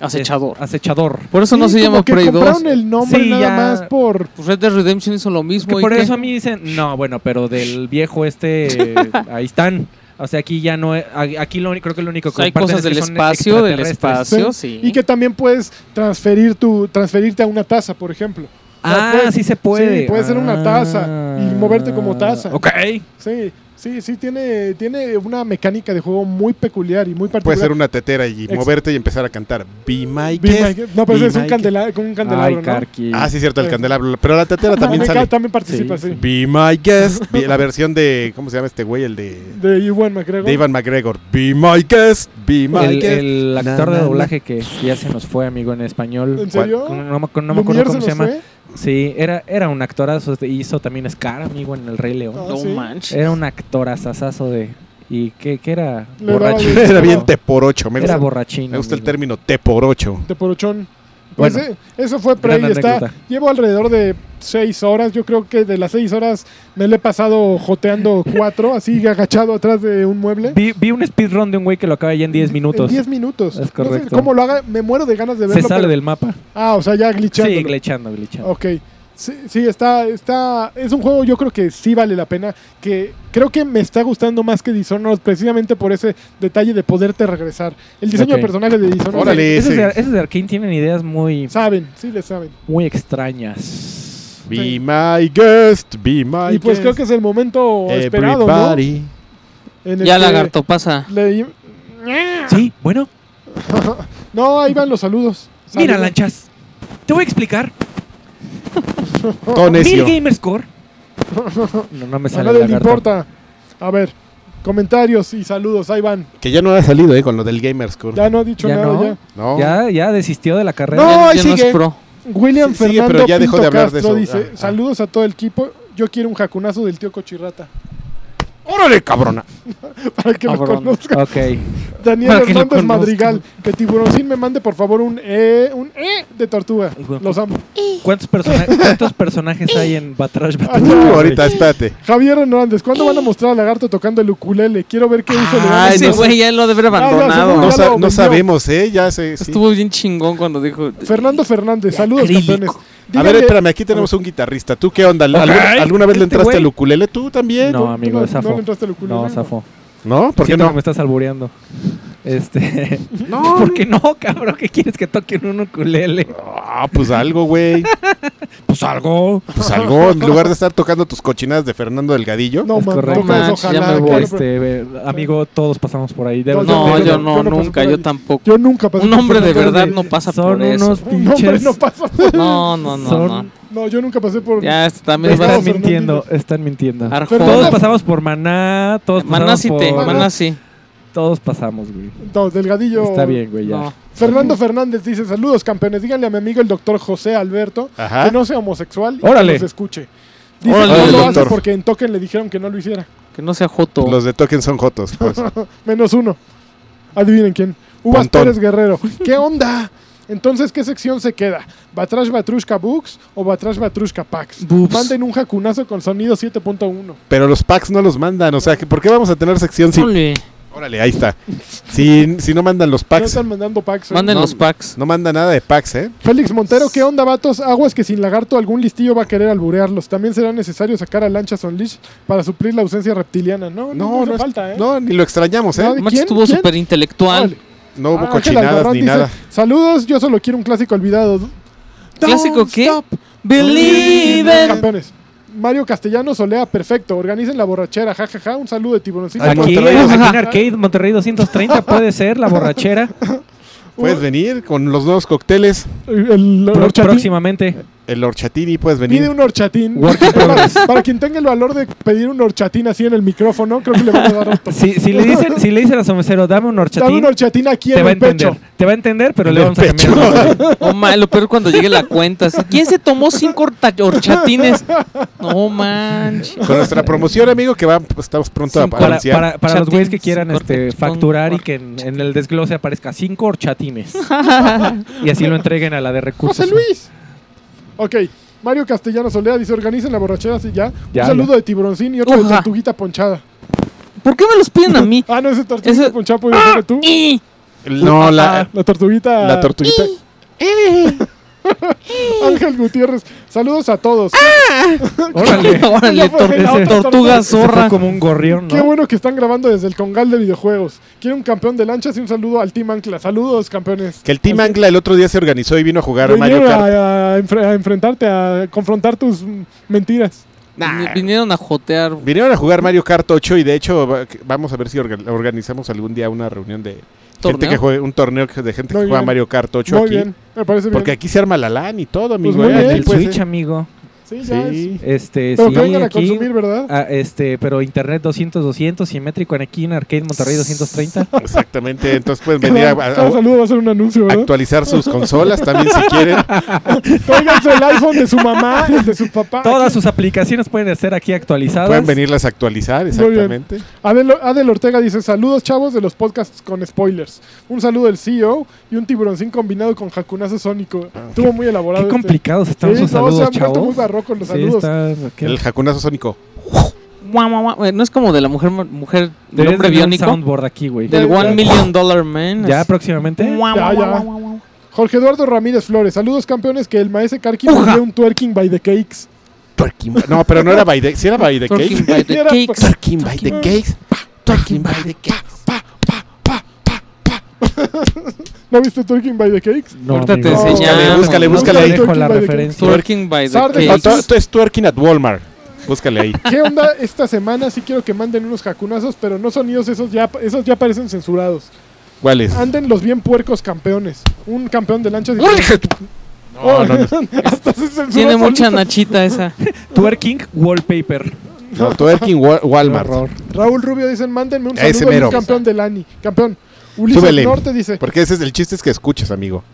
Speaker 3: acechador.
Speaker 5: Acechador.
Speaker 3: Por eso no
Speaker 2: Sí,
Speaker 3: se
Speaker 2: como
Speaker 3: llama
Speaker 2: que
Speaker 3: Prey 2.
Speaker 2: compraron el nombre
Speaker 5: Sí,
Speaker 2: nada
Speaker 5: ya.
Speaker 2: más por...
Speaker 3: Pues Red Dead Redemption hizo lo
Speaker 5: Es
Speaker 3: mismo.
Speaker 5: que
Speaker 3: ¿y
Speaker 5: por
Speaker 3: qué?
Speaker 5: eso a mí dicen, no, bueno, pero del viejo este, eh, ahí están. O sea, aquí ya no, es- a- aquí lo, único- creo que lo único
Speaker 3: O
Speaker 5: que
Speaker 3: sea, hay
Speaker 5: comparten
Speaker 3: cosas
Speaker 5: es que
Speaker 3: del
Speaker 5: son
Speaker 3: espacio, del
Speaker 5: extraterrestres.
Speaker 3: espacio, sí.
Speaker 2: Y que también puedes transferir tu, transferirte a una taza, por ejemplo. O sea,
Speaker 5: Ah,
Speaker 2: puedes-
Speaker 5: sí se puede.
Speaker 2: Sí, puede ser una taza y moverte como taza.
Speaker 5: Ok.
Speaker 2: Sí, sí, sí, tiene, tiene una mecánica de juego muy peculiar y muy particular.
Speaker 1: Puede ser una tetera y
Speaker 2: Ex-
Speaker 1: moverte y empezar a cantar. Be my
Speaker 2: Be
Speaker 1: guest.
Speaker 2: my guest. No, pero
Speaker 1: Be
Speaker 2: ese es un,
Speaker 1: my
Speaker 2: candela- con un candelabro,
Speaker 5: Ay,
Speaker 2: ¿no?
Speaker 5: Karki.
Speaker 1: Ah, sí, cierto, el
Speaker 2: Sí.
Speaker 1: candelabro. Pero la
Speaker 2: [LAUGHS]
Speaker 1: tetera también
Speaker 2: Meca-
Speaker 1: sale.
Speaker 2: también participa, sí.
Speaker 1: Be my guest. Be- la versión de. ¿Cómo se llama este güey? El de.
Speaker 2: De Iwan McGregor.
Speaker 1: De Ivan McGregor. Be my guest. Be my
Speaker 5: El,
Speaker 1: guest.
Speaker 5: el
Speaker 1: Na,
Speaker 5: actor
Speaker 1: na,
Speaker 5: de
Speaker 1: na.
Speaker 5: doblaje que ya se nos fue, amigo, en español.
Speaker 2: ¿En serio?
Speaker 5: Con- No, me acu- no me
Speaker 2: Lumière
Speaker 5: acuerdo cómo
Speaker 2: se
Speaker 5: se
Speaker 2: nos
Speaker 5: llama.
Speaker 2: fue.
Speaker 5: Sí, era, era un actorazo. este, Hizo también Scar, amigo, en El Rey León.
Speaker 2: Ah,
Speaker 3: No
Speaker 2: sí.
Speaker 3: manches.
Speaker 5: Era un actorazazazo de... ¿Y qué, qué era?
Speaker 2: Le daba
Speaker 1: [LAUGHS]
Speaker 5: borracho.
Speaker 2: bien.
Speaker 1: Era bien te por ocho. Me
Speaker 5: Era
Speaker 1: gusta,
Speaker 5: borrachín.
Speaker 1: me gusta el
Speaker 5: amigo.
Speaker 1: término te por ocho.
Speaker 2: De porochón. Pues,
Speaker 5: Bueno.
Speaker 2: eh, eso fue por
Speaker 5: Gran
Speaker 2: ahí está.
Speaker 5: anécdota.
Speaker 2: Llevo alrededor de seis horas. Yo creo que de las seis horas me le he pasado joteando cuatro, así agachado atrás de un mueble.
Speaker 5: Vi, vi un speedrun de un güey que lo acaba ya en 10 minutos.
Speaker 2: En diez minutos.
Speaker 5: Es
Speaker 2: No sé
Speaker 5: correcto.
Speaker 2: cómo lo haga, me muero de ganas de
Speaker 5: Se
Speaker 2: verlo.
Speaker 5: sale
Speaker 2: pero-
Speaker 5: del mapa.
Speaker 2: Ah, o sea, ya glitchando.
Speaker 5: Sí, glitchando, glitchando.
Speaker 2: Ok. Sí, sí, está, está. Es un juego, yo creo que sí vale la pena. Que creo que me está gustando más que Dishonored, precisamente por ese detalle de poderte regresar. El diseño
Speaker 5: Ok.
Speaker 2: de personajes de Dishonored.
Speaker 1: Órale.
Speaker 5: Esos
Speaker 1: ese.
Speaker 5: de, esos de Arkane tienen ideas muy,
Speaker 2: Saben, sí le saben.
Speaker 5: muy extrañas.
Speaker 1: Be my guest, be my
Speaker 2: Y pues creo que es el momento esperado, ¿no?
Speaker 1: Everybody.
Speaker 2: En el
Speaker 3: Ya
Speaker 2: que
Speaker 3: lagarto, pasa.
Speaker 2: le-
Speaker 5: Sí, bueno,
Speaker 2: No, ahí van los saludos.
Speaker 5: mira,
Speaker 2: Saludos.
Speaker 5: lanchas. Te voy a explicar.
Speaker 2: Oh,
Speaker 1: Todo necio.
Speaker 5: Mil Gamer Score. [LAUGHS] No, no me
Speaker 2: A
Speaker 5: sale
Speaker 2: nadie
Speaker 5: el
Speaker 2: le
Speaker 5: lagarto.
Speaker 2: importa. A ver, comentarios y saludos, ahí van.
Speaker 1: Que ya no ha salido, ¿eh? Con lo del Gamerscore.
Speaker 2: Ya no ha dicho
Speaker 5: Ya
Speaker 2: nada,
Speaker 5: no.
Speaker 2: ya.
Speaker 1: No.
Speaker 5: Ya, ya desistió de la carrera.
Speaker 1: No,
Speaker 3: ya,
Speaker 1: ahí
Speaker 3: ya no es
Speaker 1: sigue.
Speaker 3: pro.
Speaker 2: William
Speaker 1: Sí, sigue,
Speaker 2: Fernando
Speaker 1: pero ya dejó
Speaker 2: Pinto
Speaker 1: de hablar de
Speaker 2: Castro
Speaker 1: eso.
Speaker 2: dice,
Speaker 1: Ah, ah.
Speaker 2: saludos a todo el equipo, yo quiero un jacunazo del tío Cochirrata, [LAUGHS]
Speaker 1: ¡Órale, cabrona!
Speaker 2: para que lo
Speaker 5: Cabrón.
Speaker 2: conozca.
Speaker 5: Ok.
Speaker 2: Daniel
Speaker 5: Ah, Para que lo
Speaker 2: Hernández
Speaker 5: conozca.
Speaker 2: Madrigal, que Tiburoncín me mande por favor un E, un E de tortuga.
Speaker 5: Ay, güey.
Speaker 2: Los amo.
Speaker 5: ¿Cuántos, persona- cuántos personajes hay en Batrash Battle?
Speaker 1: Uh,
Speaker 2: Ah,
Speaker 1: ahorita, espérate.
Speaker 2: Javier Hernández, ¿cuándo van a mostrar al lagarto tocando el ukulele? Quiero ver qué uso le dan a
Speaker 3: Ay, ese
Speaker 2: esos-
Speaker 3: güey ya lo debe haber
Speaker 2: ya,
Speaker 3: abandonado.
Speaker 2: seguro.
Speaker 1: No,
Speaker 2: Ya
Speaker 1: sa-
Speaker 2: lo vendió.
Speaker 1: no sabemos, ¿eh? Ya se. sí.
Speaker 3: [LAUGHS] Estuvo bien chingón cuando dijo.
Speaker 2: Fernando Fernández, saludos campeones.
Speaker 1: A ver,
Speaker 2: Díganle-
Speaker 1: espérame, aquí tenemos un guitarrista. ¿Tú qué onda? ¿Al- ¿Alguna, alguna vez le
Speaker 5: Este
Speaker 1: entraste
Speaker 5: güey.
Speaker 1: al ukulele? ¿Tú también?
Speaker 5: No,
Speaker 1: ¿No?
Speaker 5: amigo,
Speaker 2: no-
Speaker 5: zafo.
Speaker 2: no le entraste al ukulele,
Speaker 5: No,
Speaker 2: ¿no?
Speaker 5: zafo.
Speaker 1: ¿No? ¿Por qué
Speaker 5: Siento
Speaker 1: no?
Speaker 5: que me estás albureando.
Speaker 2: [LAUGHS]
Speaker 5: Este. [LAUGHS] No. ¿Por qué no, cabrón? ¿Qué quieres que toquen un ukulele?
Speaker 1: Ah, pues algo, güey.
Speaker 5: Pues algo.
Speaker 1: Pues algo. En lugar de estar tocando tus cochinadas de Fernando Delgadillo.
Speaker 2: No,
Speaker 5: Es
Speaker 2: man,
Speaker 5: correcto.
Speaker 2: toca eso,
Speaker 3: Manches,
Speaker 2: ojalá.
Speaker 3: ya me
Speaker 2: claro,
Speaker 3: voy.
Speaker 2: pero-
Speaker 5: Este, ve, amigo, todos pasamos por ahí.
Speaker 2: No,
Speaker 5: Debes-
Speaker 3: No,
Speaker 5: debes-
Speaker 2: yo no- yo
Speaker 3: yo no,
Speaker 2: no pasé
Speaker 3: nunca,
Speaker 2: por
Speaker 3: yo
Speaker 2: ahí.
Speaker 3: tampoco.
Speaker 2: Yo nununca pasé
Speaker 3: Un
Speaker 2: por
Speaker 3: hombre de
Speaker 2: Fernando
Speaker 3: verdad
Speaker 2: Fernández.
Speaker 3: no pasa
Speaker 5: Son
Speaker 3: por
Speaker 5: unos
Speaker 2: [LAUGHS]
Speaker 3: eso.
Speaker 2: Un hombre
Speaker 5: pinches.
Speaker 2: no pasa.
Speaker 3: No, no, no, no.
Speaker 5: Son-
Speaker 2: [LAUGHS] No, yo nunca pasé por...
Speaker 3: Ya este también va
Speaker 2: Estamos
Speaker 3: a
Speaker 5: Están
Speaker 2: Fernández.
Speaker 5: mintiendo, están mintiendo.
Speaker 3: Arjona.
Speaker 5: Todos pasamos por Maná, todos
Speaker 3: Maná
Speaker 5: pasamos
Speaker 3: sí te,
Speaker 5: por...
Speaker 3: maná sí.
Speaker 5: Todos pasamos, güey.
Speaker 2: No, Delgadillo.
Speaker 5: Está bien, güey, ya.
Speaker 3: No.
Speaker 2: Fernando Fernández dice, saludos campeones, díganle a mi amigo el doctor José Alberto
Speaker 1: Ajá.
Speaker 2: que no sea homosexual y
Speaker 5: Órale.
Speaker 2: que nos escuche. Dice
Speaker 3: Órale,
Speaker 2: que no lo
Speaker 1: doctor.
Speaker 2: hace porque en Token le dijeron que no lo hiciera.
Speaker 3: Que no sea joto.
Speaker 1: Los de Token son Jotos. Pues.
Speaker 2: [LAUGHS] Menos uno. Adivinen quién. Uvas
Speaker 1: Pontón.
Speaker 2: Pérez Guerrero. ¿Qué onda? Entonces, ¿qué sección se queda? ¿Batrash Batrushka Books o Batrash Batrushka Pax?
Speaker 3: Books.
Speaker 2: Manden un jacunazo con sonido 7.1.
Speaker 1: Pero los packs no los mandan. O sea, que ¿por qué vamos a tener sección si.
Speaker 3: Ole.
Speaker 1: Órale, ahí está. Si, si no mandan los
Speaker 2: No
Speaker 1: packs.
Speaker 2: están mandando packs. ¿eh?
Speaker 3: Manden
Speaker 1: No.
Speaker 3: los packs.
Speaker 1: No manda nada de packs, ¿eh?
Speaker 2: Félix Montero, ¿qué onda, vatos? Aguas que sin lagarto algún listillo va a querer alburearlos. También será necesario sacar a Lanchas Unleashed para suplir la ausencia reptiliana. No, no, no, hace
Speaker 1: es-
Speaker 2: falta, ¿eh?
Speaker 1: no, ni lo extrañamos, ¿eh?
Speaker 2: No, ¿de
Speaker 3: Macho
Speaker 2: quién?
Speaker 3: estuvo
Speaker 2: ¿Quién?
Speaker 3: súper intelectual.
Speaker 2: Órale. Ah,
Speaker 1: No hubo
Speaker 2: Ángel
Speaker 1: cochinadas
Speaker 2: Albarrán
Speaker 1: ni
Speaker 2: dice,
Speaker 1: nada.
Speaker 2: Saludos, yo solo quiero un clásico olvidado.
Speaker 3: ¿Clásico
Speaker 2: Don't
Speaker 3: qué?
Speaker 2: stop
Speaker 3: Believe it.
Speaker 2: Campeones. Mario Castellano Solea, perfecto. Organicen la borrachera, jajaja. Un saludo de tiburoncito.
Speaker 1: Al
Speaker 5: Aquí, aquí
Speaker 1: Monterrey
Speaker 5: en
Speaker 1: 230.
Speaker 5: Arcade, Monterrey 230, puede ser, la [LAUGHS] borrachera.
Speaker 2: Uh.
Speaker 1: Puedes venir con los nuevos cócteles.
Speaker 2: El
Speaker 5: Pro-
Speaker 2: horchatín.
Speaker 5: próximamente.
Speaker 1: El horchatini, puedes
Speaker 2: Pide
Speaker 1: venir.
Speaker 2: un horchatín.
Speaker 5: Work in
Speaker 2: [LAUGHS] Para,
Speaker 5: progress.
Speaker 2: para quien tenga el valor de pedir un horchatín así en el micrófono, creo que le van a dar otro.
Speaker 5: Si, si le dicen, si le dicen a su mesero, dame un
Speaker 2: Dame
Speaker 5: horchatín,
Speaker 2: un horchatín aquí
Speaker 5: te
Speaker 2: en
Speaker 5: va a
Speaker 2: el
Speaker 5: entender.
Speaker 2: pecho.
Speaker 5: Te va a entender, pero
Speaker 1: En
Speaker 5: le
Speaker 1: el
Speaker 5: vamos a cambiar. [LAUGHS]
Speaker 1: pecho.
Speaker 5: el nombre.
Speaker 3: No ma, lo peor cuando llegue la cuenta. así, ¿Quién se tomó cinco horta- horchatines? No manches.
Speaker 1: Con nuestra promoción, amigo, que va, pues, estamos pronto
Speaker 3: Cinco.
Speaker 1: a
Speaker 5: Para,
Speaker 1: anunciar.
Speaker 5: para, para los güeyes que quieran
Speaker 3: Horchatines,
Speaker 5: este,
Speaker 3: corte, chupón,
Speaker 5: facturar y
Speaker 3: corte,
Speaker 5: que en, en el desglose aparezca cinco horchatines. y así lo entreguen a la de
Speaker 2: [LAUGHS]
Speaker 5: recursos.
Speaker 2: José Luis. Ok. Mario Castellano Solea dice, organicen la borrachera así ya.
Speaker 5: Ya,
Speaker 2: un saludo de tiburoncín y otro de
Speaker 3: Uja.
Speaker 2: tortuguita ponchada.
Speaker 3: ¿Por qué me los piden a mí?
Speaker 2: Ah, no, ese tortuguita
Speaker 3: Ese- Ah,
Speaker 2: ponchada podría ser de tú.
Speaker 3: Y-
Speaker 1: No, la,
Speaker 2: La tortuguita.
Speaker 1: la tortuguita.
Speaker 2: Ángel Gutiérrez. Saludos a todos.
Speaker 3: Ah,
Speaker 2: [LAUGHS]
Speaker 5: Órale.
Speaker 3: [LAUGHS] Órale, tor-
Speaker 2: Ese-
Speaker 3: tortuga
Speaker 5: Eso fue
Speaker 3: zorra.
Speaker 5: como un gorrión,
Speaker 2: Qué
Speaker 5: ¿no?
Speaker 2: bueno que están grabando desde el Congal de videojuegos. Quiero un campeón de lanchas y un saludo al Team Ancla. Saludos, campeones.
Speaker 1: Que el Team
Speaker 2: Así-
Speaker 1: Angla el otro día se organizó y vino a jugar a Mario
Speaker 2: Vinieron
Speaker 1: Kart.
Speaker 2: a, a enfre- a enfrentarte, a confrontar tus mm, mentiras.
Speaker 3: Vin- Vinieron a jotear.
Speaker 1: Vinieron a jugar Mario Kart 8 y de hecho va- que- vamos a ver si orga- organizamos algún día una reunión de gente
Speaker 3: Torneo.
Speaker 1: que juegue, un torneo que- de gente que
Speaker 2: Muy
Speaker 1: juega
Speaker 2: bien.
Speaker 1: Mario Kart 8
Speaker 2: Muy
Speaker 1: aquí.
Speaker 2: bien, me parece
Speaker 1: Porque
Speaker 2: bien. Pues
Speaker 1: aquí se arma la LAN y todo, amigo.
Speaker 2: muy
Speaker 1: ¿eh?
Speaker 2: bien.
Speaker 1: Aquí
Speaker 5: Pues, El
Speaker 1: puede
Speaker 5: Switch,
Speaker 1: ser.
Speaker 5: amigo.
Speaker 2: Sí, ya
Speaker 1: Sí.
Speaker 2: es.
Speaker 5: Este,
Speaker 2: Pero
Speaker 5: sí,
Speaker 2: que vengan a
Speaker 5: aquí,
Speaker 2: consumir, ¿verdad?
Speaker 5: ah, este, pero internet 200, 200, simétrico en aquí en Arcade
Speaker 2: [LAUGHS]
Speaker 5: Monterrey 230.
Speaker 1: [LAUGHS] Exactamente. Entonces pueden venir a, a-
Speaker 2: Cada saludo va a ser un anuncio,
Speaker 1: a
Speaker 2: ¿verdad?
Speaker 1: actualizar sus consolas también si [LAUGHS] quieren.
Speaker 2: Tráiganse el iPhone de su mamá, el de su papá.
Speaker 5: Todas sus aplicaciones pueden ser aquí actualizadas.
Speaker 1: Pueden venirlas a actualizar,
Speaker 2: bien.
Speaker 1: exactamente.
Speaker 2: Adel, Adel Ortega dice, saludos chavos de los podcasts con spoilers. Un saludo del CEO y un tiburoncín combinado con jacunazo sónico. Estuvo muy elaborado.
Speaker 5: Qué
Speaker 2: este.
Speaker 5: complicados
Speaker 2: Sí,
Speaker 5: están sus
Speaker 2: no, se
Speaker 5: saludos,
Speaker 2: han vuelto muy
Speaker 5: chavos.
Speaker 2: barrocos los
Speaker 5: Sí,
Speaker 2: saludos.
Speaker 5: está- qué-
Speaker 1: El jacunazo sónico.
Speaker 3: Guau, guau, guau. Eh, No es como de la mujer, mujer del
Speaker 5: Deberías
Speaker 3: hombre
Speaker 5: de ver un
Speaker 3: biónico.
Speaker 5: soundboard aquí, güey.
Speaker 3: Del
Speaker 2: Ya,
Speaker 3: One
Speaker 2: ya.
Speaker 3: Million Dollar Man.
Speaker 5: Ya ¿eh?
Speaker 3: así.
Speaker 5: próximamente.
Speaker 3: Guau,
Speaker 2: Ya,
Speaker 3: guau,
Speaker 2: ya.
Speaker 3: guau, guau, guau.
Speaker 2: Jorge Eduardo Ramírez Flores, saludos campeones que el maese Karki nos
Speaker 3: Uja.
Speaker 2: dio un twerking by the cakes.
Speaker 1: No, pero no era by the, sí era by the
Speaker 3: Talking
Speaker 1: cake.
Speaker 3: by the
Speaker 2: Era-
Speaker 3: cakes.
Speaker 1: Talking by the cakes. Talking by the cakes.
Speaker 2: ¿No viste twerking by the cakes?
Speaker 5: No,
Speaker 3: Ahorita te
Speaker 5: amigo.
Speaker 2: enseñamos.
Speaker 1: Búscale, búscale,
Speaker 5: No
Speaker 1: búscale
Speaker 5: te
Speaker 1: ahí.
Speaker 5: dejo la
Speaker 2: Turkey by the
Speaker 5: referencia.
Speaker 3: Twerking by the
Speaker 2: Sardes.
Speaker 1: No,
Speaker 3: cakes.
Speaker 1: to- to- es twerking at Walmart. Búscale ahí.
Speaker 2: ¿Qué onda esta semana? Sí quiero que manden unos jacunazos, pero no sonidos, esos ya, esos ya parecen censurados.
Speaker 1: ¿Cuál [LAUGHS] es?
Speaker 2: Anden los bien puercos campeones. Un campeón de lanchas.
Speaker 1: No, no, no.
Speaker 2: [LAUGHS] Hasta se censuró
Speaker 3: Tiene
Speaker 2: solito.
Speaker 3: mucha nachita esa.
Speaker 5: Twerking wallpaper.
Speaker 1: No, twerking Wa- Walmart.
Speaker 5: Horror.
Speaker 2: Raúl Rubio dicen, mándenme un
Speaker 1: Ese
Speaker 2: saludo de
Speaker 1: mero.
Speaker 2: un campeón del ANI. Campeón. Ulises
Speaker 1: Súbele.
Speaker 2: Norte dice,
Speaker 1: Porque ese es el chiste es que escuches, amigo.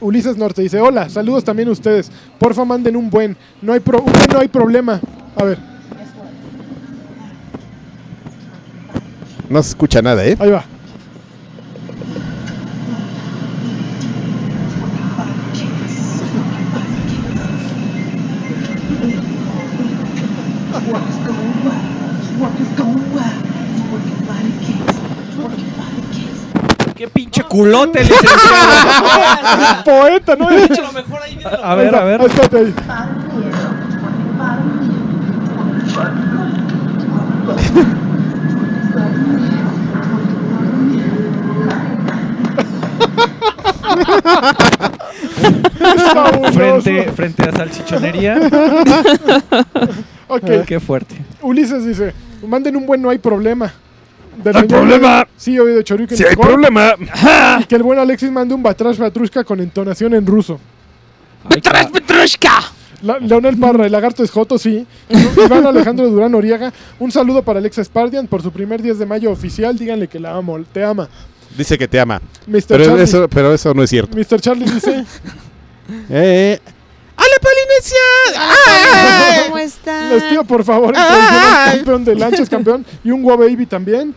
Speaker 2: Ulises Norte dice, hola, saludos también a ustedes. Porfa, manden un buen. No hay, pro un buen no hay problema. A ver,
Speaker 1: No se escucha nada, ¿eh? [LAUGHS]
Speaker 2: ahí va.
Speaker 6: What is going on? What is going on? Working body kicks. Working body kicks.
Speaker 5: Qué pinche culote. licenciado.
Speaker 2: Poeta, ¿no?
Speaker 5: a ver, a ver.
Speaker 2: Espérate ahí.
Speaker 6: Bottom heel. Working bottom heel. Working bottom heel. Working bottom heel. Working bottom heel. Working bottom heel.
Speaker 2: [LAUGHS] Fabuloso.
Speaker 5: Frente, frente a salchichonería.
Speaker 2: [LAUGHS] Ok,
Speaker 5: Qué fuerte.
Speaker 2: Ulises dice, manden un buen no hay problema. Del señor- Sí, oído de Choriuken. Si hay problema. Y que el buen Alexis mande un batrash batrushka con entonación en ruso.
Speaker 3: ¡Petrushka! ¡Petrushka!
Speaker 2: La- Leonel Parra, el lagarto es Joto, sí. Iván Alejandro Durán Oriaga, un saludo para Alexa Spardian por su primer 10 de mayo oficial. Díganle que la amo, te ama.
Speaker 1: Dice que te ama.
Speaker 2: Mr.
Speaker 1: Pero
Speaker 2: Charlie,
Speaker 1: eso, pero eso no es cierto.
Speaker 2: Mr. Charlie dice:
Speaker 1: Eh, eh. ¡Hola, Polinesia!
Speaker 7: ¿Cómo están?
Speaker 2: Les pido por favor, entonces, campeón de lanchas, campeón, y un Wow Baby también.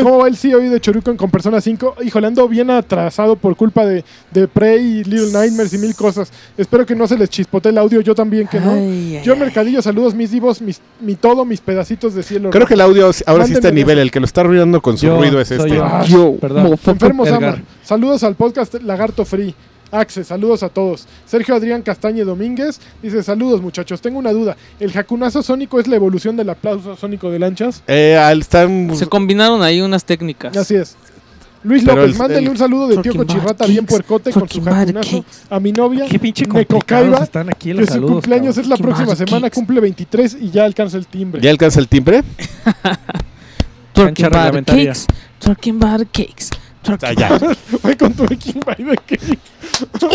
Speaker 2: ¿Cómo va el CEO de Chorucan con Persona 5? Híjole, ando bien atrasado por culpa de, de Prey y Little Nightmares y mil cosas. Espero que no se les chispote el audio, yo también que no.
Speaker 3: Ay, ay,
Speaker 2: yo,
Speaker 3: ay.
Speaker 2: Mercadillo, saludos, mis divos, mis, mi todo, mis pedacitos de cielo.
Speaker 1: Creo que el audio ahora sí está
Speaker 2: Mándenmelo.
Speaker 1: a nivel. El que lo está arruinando con su
Speaker 5: Yo,
Speaker 1: ruido es
Speaker 5: soy
Speaker 1: este.
Speaker 5: yo.
Speaker 2: Ah,
Speaker 5: Perdón.
Speaker 2: Enfermos
Speaker 5: Edgar.
Speaker 2: Amor. Saludos al podcast Lagarto Free. Axe, saludos a todos. Sergio Adrián Castañe Domínguez dice: Saludos, muchachos. Tengo una duda. ¿El jacunazo sónico es la evolución del aplauso sónico de lanchas?
Speaker 1: Eh, al- están-
Speaker 3: Se combinaron ahí unas técnicas.
Speaker 2: Así es. Luis
Speaker 1: Pero
Speaker 2: López,
Speaker 1: el-
Speaker 2: mándale
Speaker 1: el-
Speaker 2: un saludo de tío
Speaker 3: Talking about
Speaker 2: Cochirrata bien
Speaker 3: cakes,
Speaker 2: puercote con su
Speaker 3: talking about
Speaker 2: jacunazo
Speaker 3: cakes.
Speaker 2: a mi novia.
Speaker 5: Qué pinche complicados
Speaker 2: Necocaiba,
Speaker 5: están aquí
Speaker 2: que
Speaker 5: los
Speaker 2: su
Speaker 5: saludos.
Speaker 2: cumpleaños
Speaker 5: cabrón.
Speaker 2: es la
Speaker 3: Talking
Speaker 2: próxima
Speaker 3: about
Speaker 2: semana,
Speaker 3: cakes.
Speaker 2: cumple 23 y ya alcanza el timbre.
Speaker 1: ¿Ya alcanza el timbre?
Speaker 3: Talking
Speaker 5: Cancha
Speaker 3: about the
Speaker 5: reglamentaria.
Speaker 3: cakes. Talking about the cakes.
Speaker 1: Ah,
Speaker 3: Talking
Speaker 1: ya.
Speaker 3: about-
Speaker 2: [LAUGHS] Fue con tu equipo ahí de que-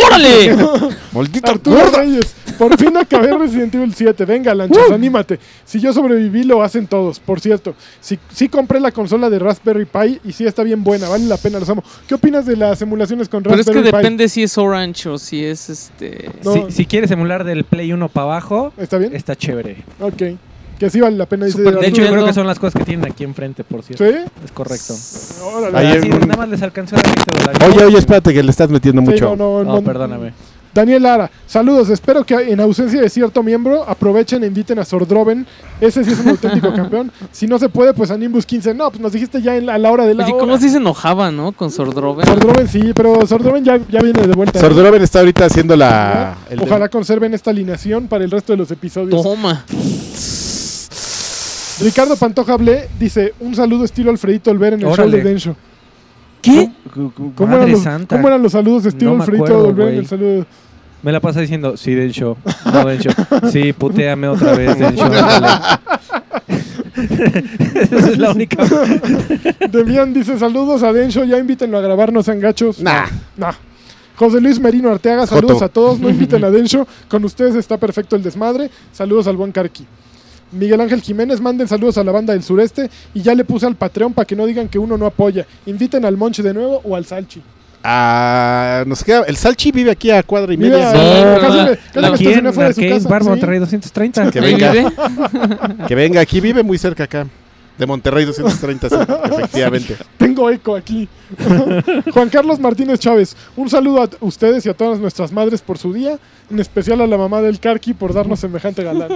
Speaker 3: ¡Órale!
Speaker 1: [LAUGHS] Maldito
Speaker 2: Arturo
Speaker 1: gordo.
Speaker 2: Reyes, por fin acabé Resident Evil 7. Venga, lanchas, anímate. Si yo sobreviví, lo hacen todos. Por cierto, si, sí compré la consola de Raspberry Pi y sí está bien buena, vale la pena, los amo. ¿Qué opinas de las emulaciones con
Speaker 3: Pero es que
Speaker 2: Raspberry Pi?
Speaker 3: depende si es Orange o si es este.
Speaker 2: No.
Speaker 5: Si, si quieres emular del Play 1 para abajo,
Speaker 2: ¿Está bien?
Speaker 5: está chévere.
Speaker 2: Ok. Que sí vale la pena, dice
Speaker 3: Eh. Super
Speaker 5: De hecho,
Speaker 2: Arturo.
Speaker 5: yo creo
Speaker 3: Entiendo.
Speaker 5: que son las cosas que tienen aquí enfrente, por cierto.
Speaker 2: ¿Sí?
Speaker 5: Es correcto.
Speaker 2: Órale.
Speaker 1: Ayer-
Speaker 5: Así, nada más les alcanzó el aceite de la
Speaker 1: Oye, oye, espérate que le estás metiendo
Speaker 2: Sí,
Speaker 1: mucho.
Speaker 2: no, no,
Speaker 5: No,
Speaker 2: no.
Speaker 5: perdóname.
Speaker 2: Daniel Lara, saludos. Espero que en ausencia de cierto miembro aprovechen e inviten a Sordroven. Ese sí es un
Speaker 3: [LAUGHS]
Speaker 2: auténtico campeón. Si no se puede, pues a Nimbus 15. No, pues nos dijiste ya en la- a la hora de la
Speaker 3: Oye,
Speaker 2: hora.
Speaker 3: ¿cómo sí se enojaba, no? Con Sordroven.
Speaker 2: Sordroven sí, pero Sordroven ya, ya viene de vuelta. ¿no?
Speaker 1: Sordoroven está ahorita haciendo la. ah, el de-
Speaker 2: Ojalá conserven esta alineación para el resto de los episodios.
Speaker 3: Toma.
Speaker 2: Ricardo Pantoja Ble dice: Un saludo estilo Alfredito Olver en el show
Speaker 5: Órale.
Speaker 2: de Densho.
Speaker 3: ¿Qué?
Speaker 2: ¿Cómo,
Speaker 5: Madre
Speaker 2: eran los,
Speaker 5: santa.
Speaker 2: cómo eran los saludos de estilo
Speaker 5: No me
Speaker 2: Alfredito
Speaker 5: acuerdo,
Speaker 2: Olver en
Speaker 5: güey.
Speaker 2: el saludo?
Speaker 5: Me la pasa diciendo, sí, del show. No, del show. Sí, puteame otra vez,
Speaker 2: [LAUGHS]
Speaker 5: del show. Esa es la única.
Speaker 2: Demian dice: Saludos a Densho, ya invítenlo a grabar, no sean gachos.
Speaker 1: Nah.
Speaker 2: Nah. José Luis Merino Arteaga, saludos
Speaker 1: Joto.
Speaker 2: a todos.
Speaker 1: [LAUGHS]
Speaker 2: No inviten a Densho. Con ustedes está perfecto el desmadre. Saludos al buen Carqui. Miguel Ángel Jiménez, manden saludos a la banda del sureste. Y ya le puse al Patreon para que no digan que uno no apoya. Inviten al Monche de nuevo o al Salchi.
Speaker 1: Ah, nos queda. El Salchi vive aquí a cuadra y
Speaker 2: Mira,
Speaker 1: media.
Speaker 3: No,
Speaker 2: casi
Speaker 3: ¿verdad?
Speaker 2: me, casi me
Speaker 3: ¿La
Speaker 5: Aquí en
Speaker 2: estacioné fuera de su
Speaker 5: Arcade
Speaker 2: casa.
Speaker 5: Bar
Speaker 2: sí.
Speaker 5: Monterrey 230.
Speaker 1: Que
Speaker 3: Ahí
Speaker 1: venga.
Speaker 3: vive.
Speaker 1: Que venga, aquí vive muy cerca acá. De Monterrey 230, sí, efectivamente.
Speaker 2: Tengo eco aquí. [LAUGHS] Juan Carlos Martínez Chávez, un saludo a t- ustedes y a todas nuestras madres por su día, en especial a la mamá del Carqui por darnos
Speaker 1: [LAUGHS]
Speaker 2: semejante galán.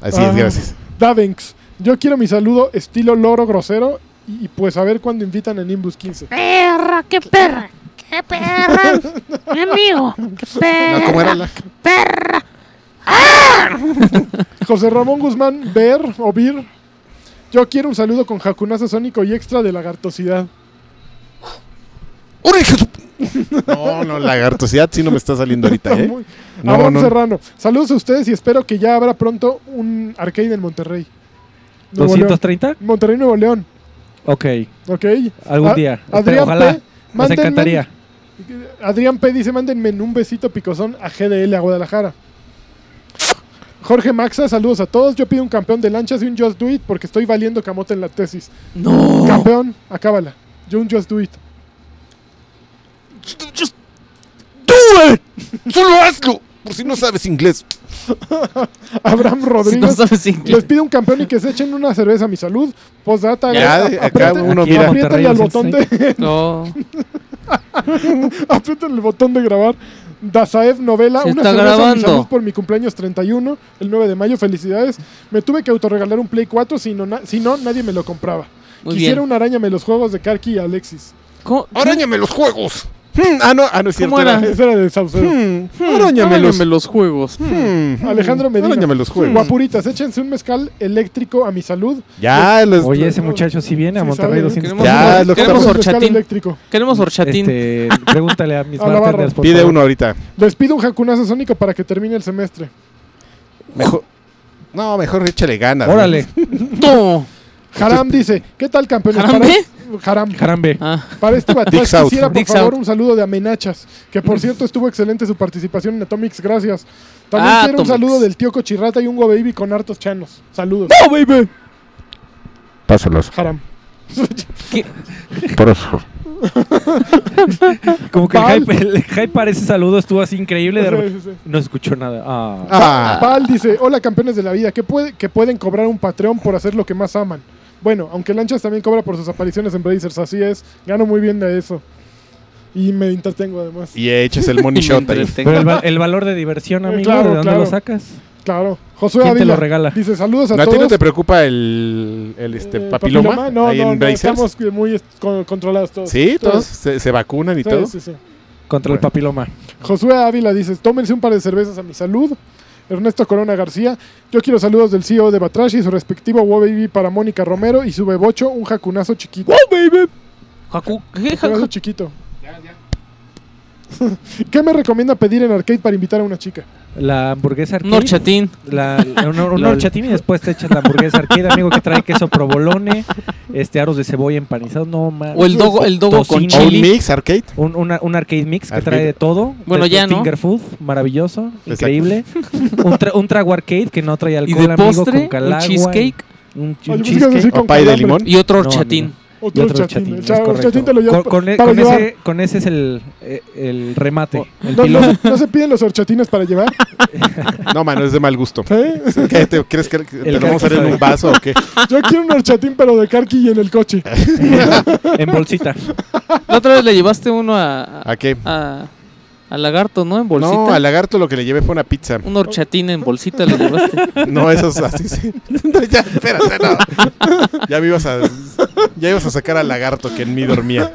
Speaker 1: Así
Speaker 2: Ah.
Speaker 1: es, gracias.
Speaker 2: Davenks, yo quiero mi saludo estilo loro grosero y, y pues a ver cuándo invitan en Nimbus 15.
Speaker 8: Perra, qué perra. Qué perra. Mi amigo. Qué perra.
Speaker 1: No, ¿cómo era la-
Speaker 8: Perra.
Speaker 2: José Ramón Guzmán, ver o vir, yo quiero un saludo con jacunazo sónico y extra de lagartosidad.
Speaker 1: ¡Ore, hijo de su- No, no, lagartosidad sí no me está saliendo ahorita,
Speaker 2: Está
Speaker 1: ¿eh?
Speaker 2: [LAUGHS] muy-
Speaker 1: No,
Speaker 2: Abraham
Speaker 1: no.
Speaker 2: Serrano, saludos a ustedes y espero que ya habrá pronto un arcade en Monterrey. Nuevo León.
Speaker 5: 230?
Speaker 2: Monterrey, Nuevo León.
Speaker 5: Ok,
Speaker 2: Ok.
Speaker 5: algún
Speaker 2: A-
Speaker 5: día.
Speaker 2: Ah, Adrián P.
Speaker 5: Ojalá. Nos
Speaker 2: mándenme-
Speaker 5: encantaría.
Speaker 2: Adrián P. dice, mándenme un besito picosón a GDL a Guadalajara. Jorge Maxa, saludos a todos. Yo pido un campeón de lanchas y un Just Do It porque estoy valiendo camote en la tesis.
Speaker 3: No.
Speaker 2: Campeón, acábala. Yo un Just Do
Speaker 3: [LAUGHS]
Speaker 2: It.
Speaker 1: Just do it. eh, Solo hazlo. Por si no sabes inglés.
Speaker 2: Abraham
Speaker 3: Si no
Speaker 2: Rodríguez.
Speaker 3: sabes inglés.
Speaker 2: les pido un campeón y que se echen una cerveza a mi salud. Postdata,
Speaker 1: Ya,
Speaker 2: aprieten-
Speaker 1: acá uno
Speaker 5: Aquí
Speaker 1: mira.
Speaker 5: vamos.
Speaker 2: apriétenle al botón de,
Speaker 3: No. Si
Speaker 2: [LAUGHS] Aprieten el botón de grabar. Dazaev Novela,
Speaker 3: Se
Speaker 2: una
Speaker 3: está
Speaker 2: cerveza a mi
Speaker 3: grabando.
Speaker 2: salud por mi cumpleaños 31, el 9 de mayo, felicidades. Me tuve que autorregalar un Play 4, si no, na- si no nadie me lo compraba.
Speaker 3: Muy
Speaker 2: Quisiera
Speaker 3: bien.
Speaker 2: una arañame los juegos de Karki y Alexis.
Speaker 3: ¿Cómo,
Speaker 1: Arañame los juegos. Hmm, ah, no, ah, no es cierto.
Speaker 3: ¿Cómo era?
Speaker 2: Esa era de Saucedo.
Speaker 1: Hmm,
Speaker 3: Árañame
Speaker 1: arañame los.
Speaker 3: los juegos.
Speaker 1: hmm,
Speaker 2: Alejandro Medina.
Speaker 1: Arañame los juegos.
Speaker 2: Guapuritas, échense un mezcal eléctrico a mi salud.
Speaker 1: Ya, los.
Speaker 5: Oye, ese muchacho sí viene a
Speaker 2: Sí
Speaker 5: Monterrey
Speaker 2: sabe.
Speaker 5: 230.
Speaker 1: Ya, es lo que
Speaker 3: Ah, Queremos
Speaker 2: Un
Speaker 1: estamos-
Speaker 2: mezcal
Speaker 3: horchatín.
Speaker 2: eléctrico.
Speaker 3: Queremos horchatín.
Speaker 5: Este, pregúntale a
Speaker 2: [LAUGHS]
Speaker 5: mis
Speaker 2: A la barra.
Speaker 5: bartenders, por
Speaker 1: Pide
Speaker 5: favor.
Speaker 1: uno ahorita.
Speaker 2: Les pido un jacunazo sónico para que termine el semestre.
Speaker 1: Mejor. No, mejor échale ganas. ¿no?
Speaker 5: Órale,
Speaker 3: No.
Speaker 2: Haram dice, ¿qué tal campeones?
Speaker 3: ¿Haram
Speaker 2: Para-
Speaker 3: qué?
Speaker 2: Haram.
Speaker 5: Jarambe.
Speaker 3: Ah,
Speaker 1: [LAUGHS]
Speaker 2: Para este batalla
Speaker 1: Dicks out. Mm.
Speaker 2: quisiera, por
Speaker 3: Dicks
Speaker 2: favor,
Speaker 3: out.
Speaker 2: un saludo de Amenachas, que por cierto estuvo excelente su participación en Atomics, gracias. También
Speaker 3: Ah,
Speaker 2: quiero un
Speaker 3: Atomics.
Speaker 2: saludo del tío Cochirrata y un Go Baby con hartos chanos. Saludos,
Speaker 1: Pásalos. [LAUGHS]
Speaker 2: Haram.
Speaker 1: Por eso.
Speaker 5: Como que el
Speaker 2: Pal.
Speaker 5: hype, el hype para ese saludo estuvo así increíble. De repente,
Speaker 2: Sí, sí, sí.
Speaker 5: no escuchó nada. Ah.
Speaker 1: Ah,
Speaker 2: Pal dice, hola campeones de la vida, que, puede, que pueden cobrar un Patreon por hacer lo que más aman. Bueno, aunque Lanchas también cobra por sus apariciones en Brazers, así es, gano muy bien de eso. Y me entretengo además.
Speaker 1: y eches el
Speaker 5: [LAUGHS]
Speaker 1: money
Speaker 3: y me
Speaker 1: shot ahí.
Speaker 5: Pero el,
Speaker 3: entretengo.
Speaker 5: va- el valor de diversión,
Speaker 2: Eh,
Speaker 5: amigo,
Speaker 2: claro,
Speaker 5: ¿de dónde
Speaker 2: claro.
Speaker 5: lo sacas?
Speaker 2: Claro. Josué
Speaker 5: ¿Quién te lo
Speaker 2: Ávila
Speaker 5: regala?
Speaker 2: dice, saludos a
Speaker 1: ¿No, ¿A ti
Speaker 2: todos.
Speaker 1: no te preocupa el, el este,
Speaker 2: Eh,
Speaker 1: papiloma?
Speaker 2: No,
Speaker 1: ahí
Speaker 2: no,
Speaker 1: en
Speaker 2: no,
Speaker 1: Brazers?
Speaker 2: estamos eh, muy est- con- controlados todos.
Speaker 1: Sí, todos se, se vacunan y
Speaker 2: Sí,
Speaker 1: todo.
Speaker 2: sí, sí.
Speaker 5: Contra el
Speaker 1: Bueno.
Speaker 5: papiloma.
Speaker 2: Josué Ávila dice, tómense un par de cervezas a mi salud. Ernesto Corona García, yo quiero saludos del CEO de Batrash y su respectivo Wow Baby para Mónica Romero y su bebocho, un jacunazo chiquito.
Speaker 3: Jacu- ¿qué?
Speaker 2: Jacunazo
Speaker 3: Jacu-
Speaker 2: chiquito. [LAUGHS] ¿Qué me recomienda pedir en arcade para invitar a una chica?
Speaker 5: La hamburguesa arcade.
Speaker 3: Un horchatín.
Speaker 5: La, la- un,
Speaker 3: [LAUGHS]
Speaker 5: un
Speaker 3: Lol.
Speaker 5: horchatín y después te echas la hamburguesa arcade, amigo, que trae queso provolone, este, aros de cebolla empanizados, no más.
Speaker 3: O el dogo, el dogo con
Speaker 5: Tocino.
Speaker 1: O un
Speaker 3: chili.
Speaker 1: mix arcade.
Speaker 5: Un, una- un arcade mix que
Speaker 1: Arcade.
Speaker 5: trae de todo.
Speaker 3: Bueno,
Speaker 5: Desde
Speaker 3: ya, ¿no?
Speaker 5: Finger food, maravilloso,
Speaker 1: Exacto. [LAUGHS]
Speaker 5: increíble. un, tra- un trago arcade que no trae
Speaker 3: Y
Speaker 5: alcohol,
Speaker 3: de
Speaker 5: amigo,
Speaker 3: postre,
Speaker 5: con
Speaker 3: un
Speaker 5: calagua. [LAUGHS]
Speaker 3: cheesecake
Speaker 2: Oye,
Speaker 5: Un, un
Speaker 2: pues, ¿qué vas a
Speaker 5: cheesecake.
Speaker 2: decir
Speaker 1: O
Speaker 2: con
Speaker 1: pay de
Speaker 2: calambre?
Speaker 1: limón.
Speaker 3: y otro
Speaker 5: No,
Speaker 3: horchatín.
Speaker 5: Y
Speaker 2: Otro,
Speaker 5: otro
Speaker 2: chatín.
Speaker 5: chatín,
Speaker 2: el
Speaker 5: es
Speaker 2: chavo-
Speaker 5: correcto.
Speaker 2: chatín te lo llevas
Speaker 5: Con,
Speaker 2: pa-
Speaker 5: con e-
Speaker 2: para
Speaker 5: con
Speaker 2: llevar. Oh,
Speaker 5: ese, con ese es el, eh, el remate. El
Speaker 2: No, no,
Speaker 5: pilón.
Speaker 2: no se piden los horchatines para llevar? [LAUGHS]
Speaker 1: No, mano, es de mal gusto.
Speaker 2: ¿Eh?
Speaker 1: ¿Qué, te- ¿Crees que te
Speaker 5: El
Speaker 1: lo vamos a hacer en
Speaker 5: carcajazo.
Speaker 1: un vaso o qué?
Speaker 2: Yo quiero un horchatín pero de carqui y en el coche.
Speaker 5: [LAUGHS] en bolsita.
Speaker 3: La otra vez le llevaste uno a, a,
Speaker 1: ¿A qué?
Speaker 3: a- a Lagarto, ¿no? En bolsita.
Speaker 1: No, al lagarto lo que le llevé fue una pizza.
Speaker 3: Un horchatín en bolsita le llevaste.
Speaker 1: [LAUGHS] No, eso es así, sí. No, ya, espérate, no. [LAUGHS] Ya me ibas a. Ya ibas a sacar al lagarto que en mí dormía.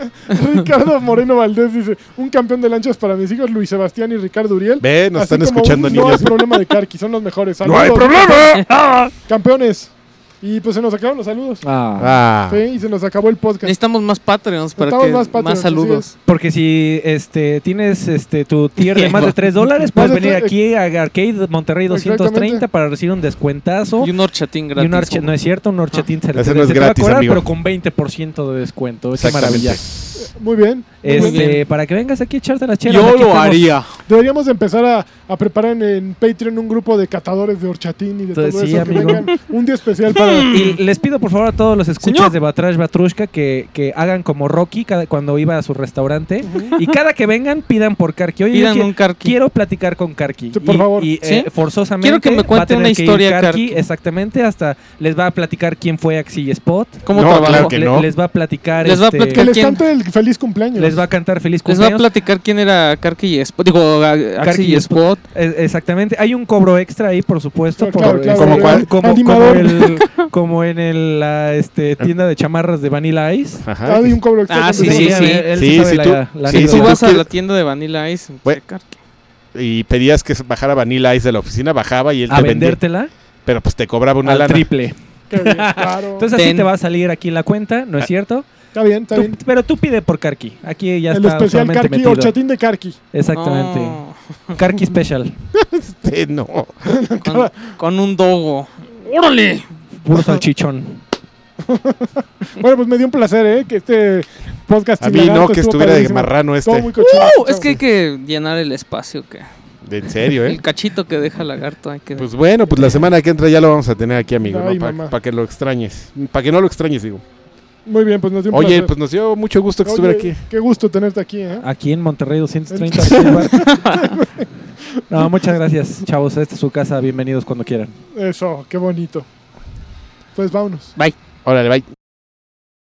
Speaker 2: Ricardo Moreno Valdés dice, un campeón de lanchas para mis hijos Luis Sebastián y Ricardo Uriel.
Speaker 1: Ve, nos
Speaker 2: Así
Speaker 1: están
Speaker 2: como
Speaker 1: escuchando
Speaker 2: un No hay
Speaker 1: niños.
Speaker 2: [LAUGHS] problema de Karki, son los mejores.
Speaker 1: ¡No hay
Speaker 2: Saludos,
Speaker 1: problema!
Speaker 2: Campeones. Y pues se nos acabaron los saludos.
Speaker 5: Ah.
Speaker 1: Ah.
Speaker 2: Sí, y se nos acabó el podcast.
Speaker 3: Necesitamos más Patreons para
Speaker 2: Necesitamos
Speaker 3: que
Speaker 2: más
Speaker 3: más,
Speaker 2: Patreons,
Speaker 3: saludos.
Speaker 5: Porque si este tienes este tu
Speaker 3: [LAUGHS]
Speaker 5: tier de más de 3
Speaker 2: Más
Speaker 5: dólares, puedes
Speaker 2: de
Speaker 5: venir
Speaker 2: tres-
Speaker 5: aquí a Arcade Monterrey
Speaker 2: Exactamente.
Speaker 5: 230 para recibir un descuentazo.
Speaker 3: Y un horchatín
Speaker 5: Y
Speaker 3: gratis.
Speaker 5: un arche- no es cierto, un horchatín se,
Speaker 1: Ese
Speaker 5: se-
Speaker 1: no es
Speaker 5: se te va a
Speaker 1: gratis,
Speaker 5: cobrar,
Speaker 1: amigo.
Speaker 5: pero con 20% de descuento. Qué
Speaker 1: Exactamente.
Speaker 5: maravilla. Entonces,
Speaker 2: Muy bien. muy bien.
Speaker 5: este, para que vengas aquí a echarte las chelas.
Speaker 4: Yo
Speaker 5: aquí
Speaker 4: lo
Speaker 5: estamos.
Speaker 4: haría.
Speaker 2: Deberíamos de empezar a, a preparar en, en Patreon un grupo de catadores de horchatín y de
Speaker 5: Entonces,
Speaker 2: todo
Speaker 5: sí,
Speaker 2: eso. que
Speaker 5: amigo.
Speaker 2: vengan un día especial
Speaker 5: [LAUGHS]
Speaker 2: para...
Speaker 5: Y les pido por favor a todos los escuchas
Speaker 3: Señor.
Speaker 5: de Batrash Batrushka que, que hagan como Rocky cada, cuando iba a su restaurante. Y cada que vengan, pidan por Karki. Oye, yo
Speaker 3: Pidan
Speaker 5: qui-
Speaker 3: un carqui.
Speaker 5: quiero platicar con Karki.
Speaker 2: Sí, por
Speaker 5: Y-
Speaker 2: favor.
Speaker 5: Y eh,
Speaker 3: ¿Sí?
Speaker 5: forzosamente.
Speaker 3: Quiero que me
Speaker 5: va a
Speaker 3: cuente
Speaker 5: tener
Speaker 3: una
Speaker 5: que ir
Speaker 3: historia,
Speaker 5: Karki,
Speaker 3: Karki.
Speaker 5: Exactamente, hasta les va a platicar quién fue Axi Spot.
Speaker 3: ¿Cómo
Speaker 1: No,
Speaker 3: trabajo?
Speaker 1: claro que
Speaker 5: Le-
Speaker 1: no.
Speaker 5: Les va a platicar.
Speaker 3: Les va a
Speaker 5: este,
Speaker 2: que
Speaker 3: platicar-
Speaker 2: les
Speaker 3: ¿quién?
Speaker 2: cante el feliz cumpleaños.
Speaker 5: les va a cantar
Speaker 3: Les
Speaker 5: feliz
Speaker 3: va a
Speaker 5: cumpleaños.
Speaker 3: platicar quién era Karki y Spot. Digo, a- Axi
Speaker 5: Karki y
Speaker 3: y Spot.
Speaker 5: Eh, Exactamente. Hay un cobro extra ahí, por supuesto.
Speaker 2: Claro, claro,
Speaker 5: por-
Speaker 1: claro. ¿Como cuál?
Speaker 5: Como, como,
Speaker 2: Animador.
Speaker 5: el- como en el, la este, tienda de chamarras de Vanilla Ice.
Speaker 1: Ajá.
Speaker 2: Ah, y un cobro extra.
Speaker 3: Ah,
Speaker 2: con
Speaker 3: sí,
Speaker 2: nosotros.
Speaker 3: sí, sí.
Speaker 5: él- él
Speaker 1: Sí,
Speaker 5: sabe
Speaker 1: si
Speaker 5: la-
Speaker 1: tú-
Speaker 5: la
Speaker 1: sí,
Speaker 3: Si
Speaker 1: Y
Speaker 5: anécdota.
Speaker 1: si
Speaker 3: tú
Speaker 1: tú
Speaker 3: vas a la
Speaker 1: quieres-
Speaker 3: tienda de
Speaker 1: [LAUGHS]
Speaker 3: Vanilla Ice,
Speaker 1: Bueno,
Speaker 3: Karki.
Speaker 1: Y pedías que bajara Vanilla Ice de la oficina, bajaba y él
Speaker 5: a
Speaker 1: te vendía.
Speaker 5: vendértela
Speaker 1: Pero pues te cobraba una
Speaker 5: al
Speaker 1: lana. [LAUGHS]
Speaker 5: triple.
Speaker 2: Qué bien, claro.
Speaker 5: Entonces así
Speaker 3: Ten.
Speaker 5: te va a salir aquí la cuenta,
Speaker 1: Ah.
Speaker 5: ¿no es cierto?
Speaker 2: está bien, está
Speaker 5: Tú-
Speaker 2: bien.
Speaker 5: pero tú pide por Karki. Aquí ya
Speaker 2: El
Speaker 5: está
Speaker 2: especial
Speaker 5: usualmente
Speaker 2: Karki,
Speaker 5: metido.
Speaker 2: horchatín de Karki.
Speaker 5: Exactamente.
Speaker 1: Ah.
Speaker 3: No,
Speaker 5: Karki Special.
Speaker 1: Este, no. [LAUGHS]
Speaker 3: con, con un dogo. ¡Órale!
Speaker 5: Puro salchichón.
Speaker 2: Bueno, pues me dio un placer, ¿eh? Que este podcast...
Speaker 1: A mí no, que estuviera de marrano
Speaker 2: Todo
Speaker 1: este.
Speaker 2: muy cochino.
Speaker 3: Uh, es que hay que llenar el espacio que
Speaker 1: En serio,
Speaker 3: [LAUGHS]
Speaker 1: ¿eh?
Speaker 3: el cachito que deja lagarto hay que
Speaker 1: Pues bueno, pues la semana que entra ya lo vamos a tener aquí, amigo,
Speaker 2: Ay, mamá.
Speaker 1: Para que lo extrañes. Para que no lo extrañes, digo.
Speaker 2: Muy bien, pues nos dio un
Speaker 1: Oye,
Speaker 2: placer.
Speaker 1: pues nos dio mucho gusto que estuviera
Speaker 2: Oye,
Speaker 1: aquí. Ah.
Speaker 2: Qué gusto tenerte aquí, ¿eh?
Speaker 5: Aquí en
Speaker 2: [LAUGHS]
Speaker 5: Monterrey 230. [LAUGHS] no, muchas gracias, chavos. Esta es su casa. Bienvenidos cuando quieran.
Speaker 2: Eso, qué bonito. Pues vámonos.
Speaker 1: Órale, bye.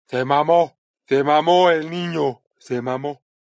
Speaker 9: Se mamó, se mamó el niño, se mamó.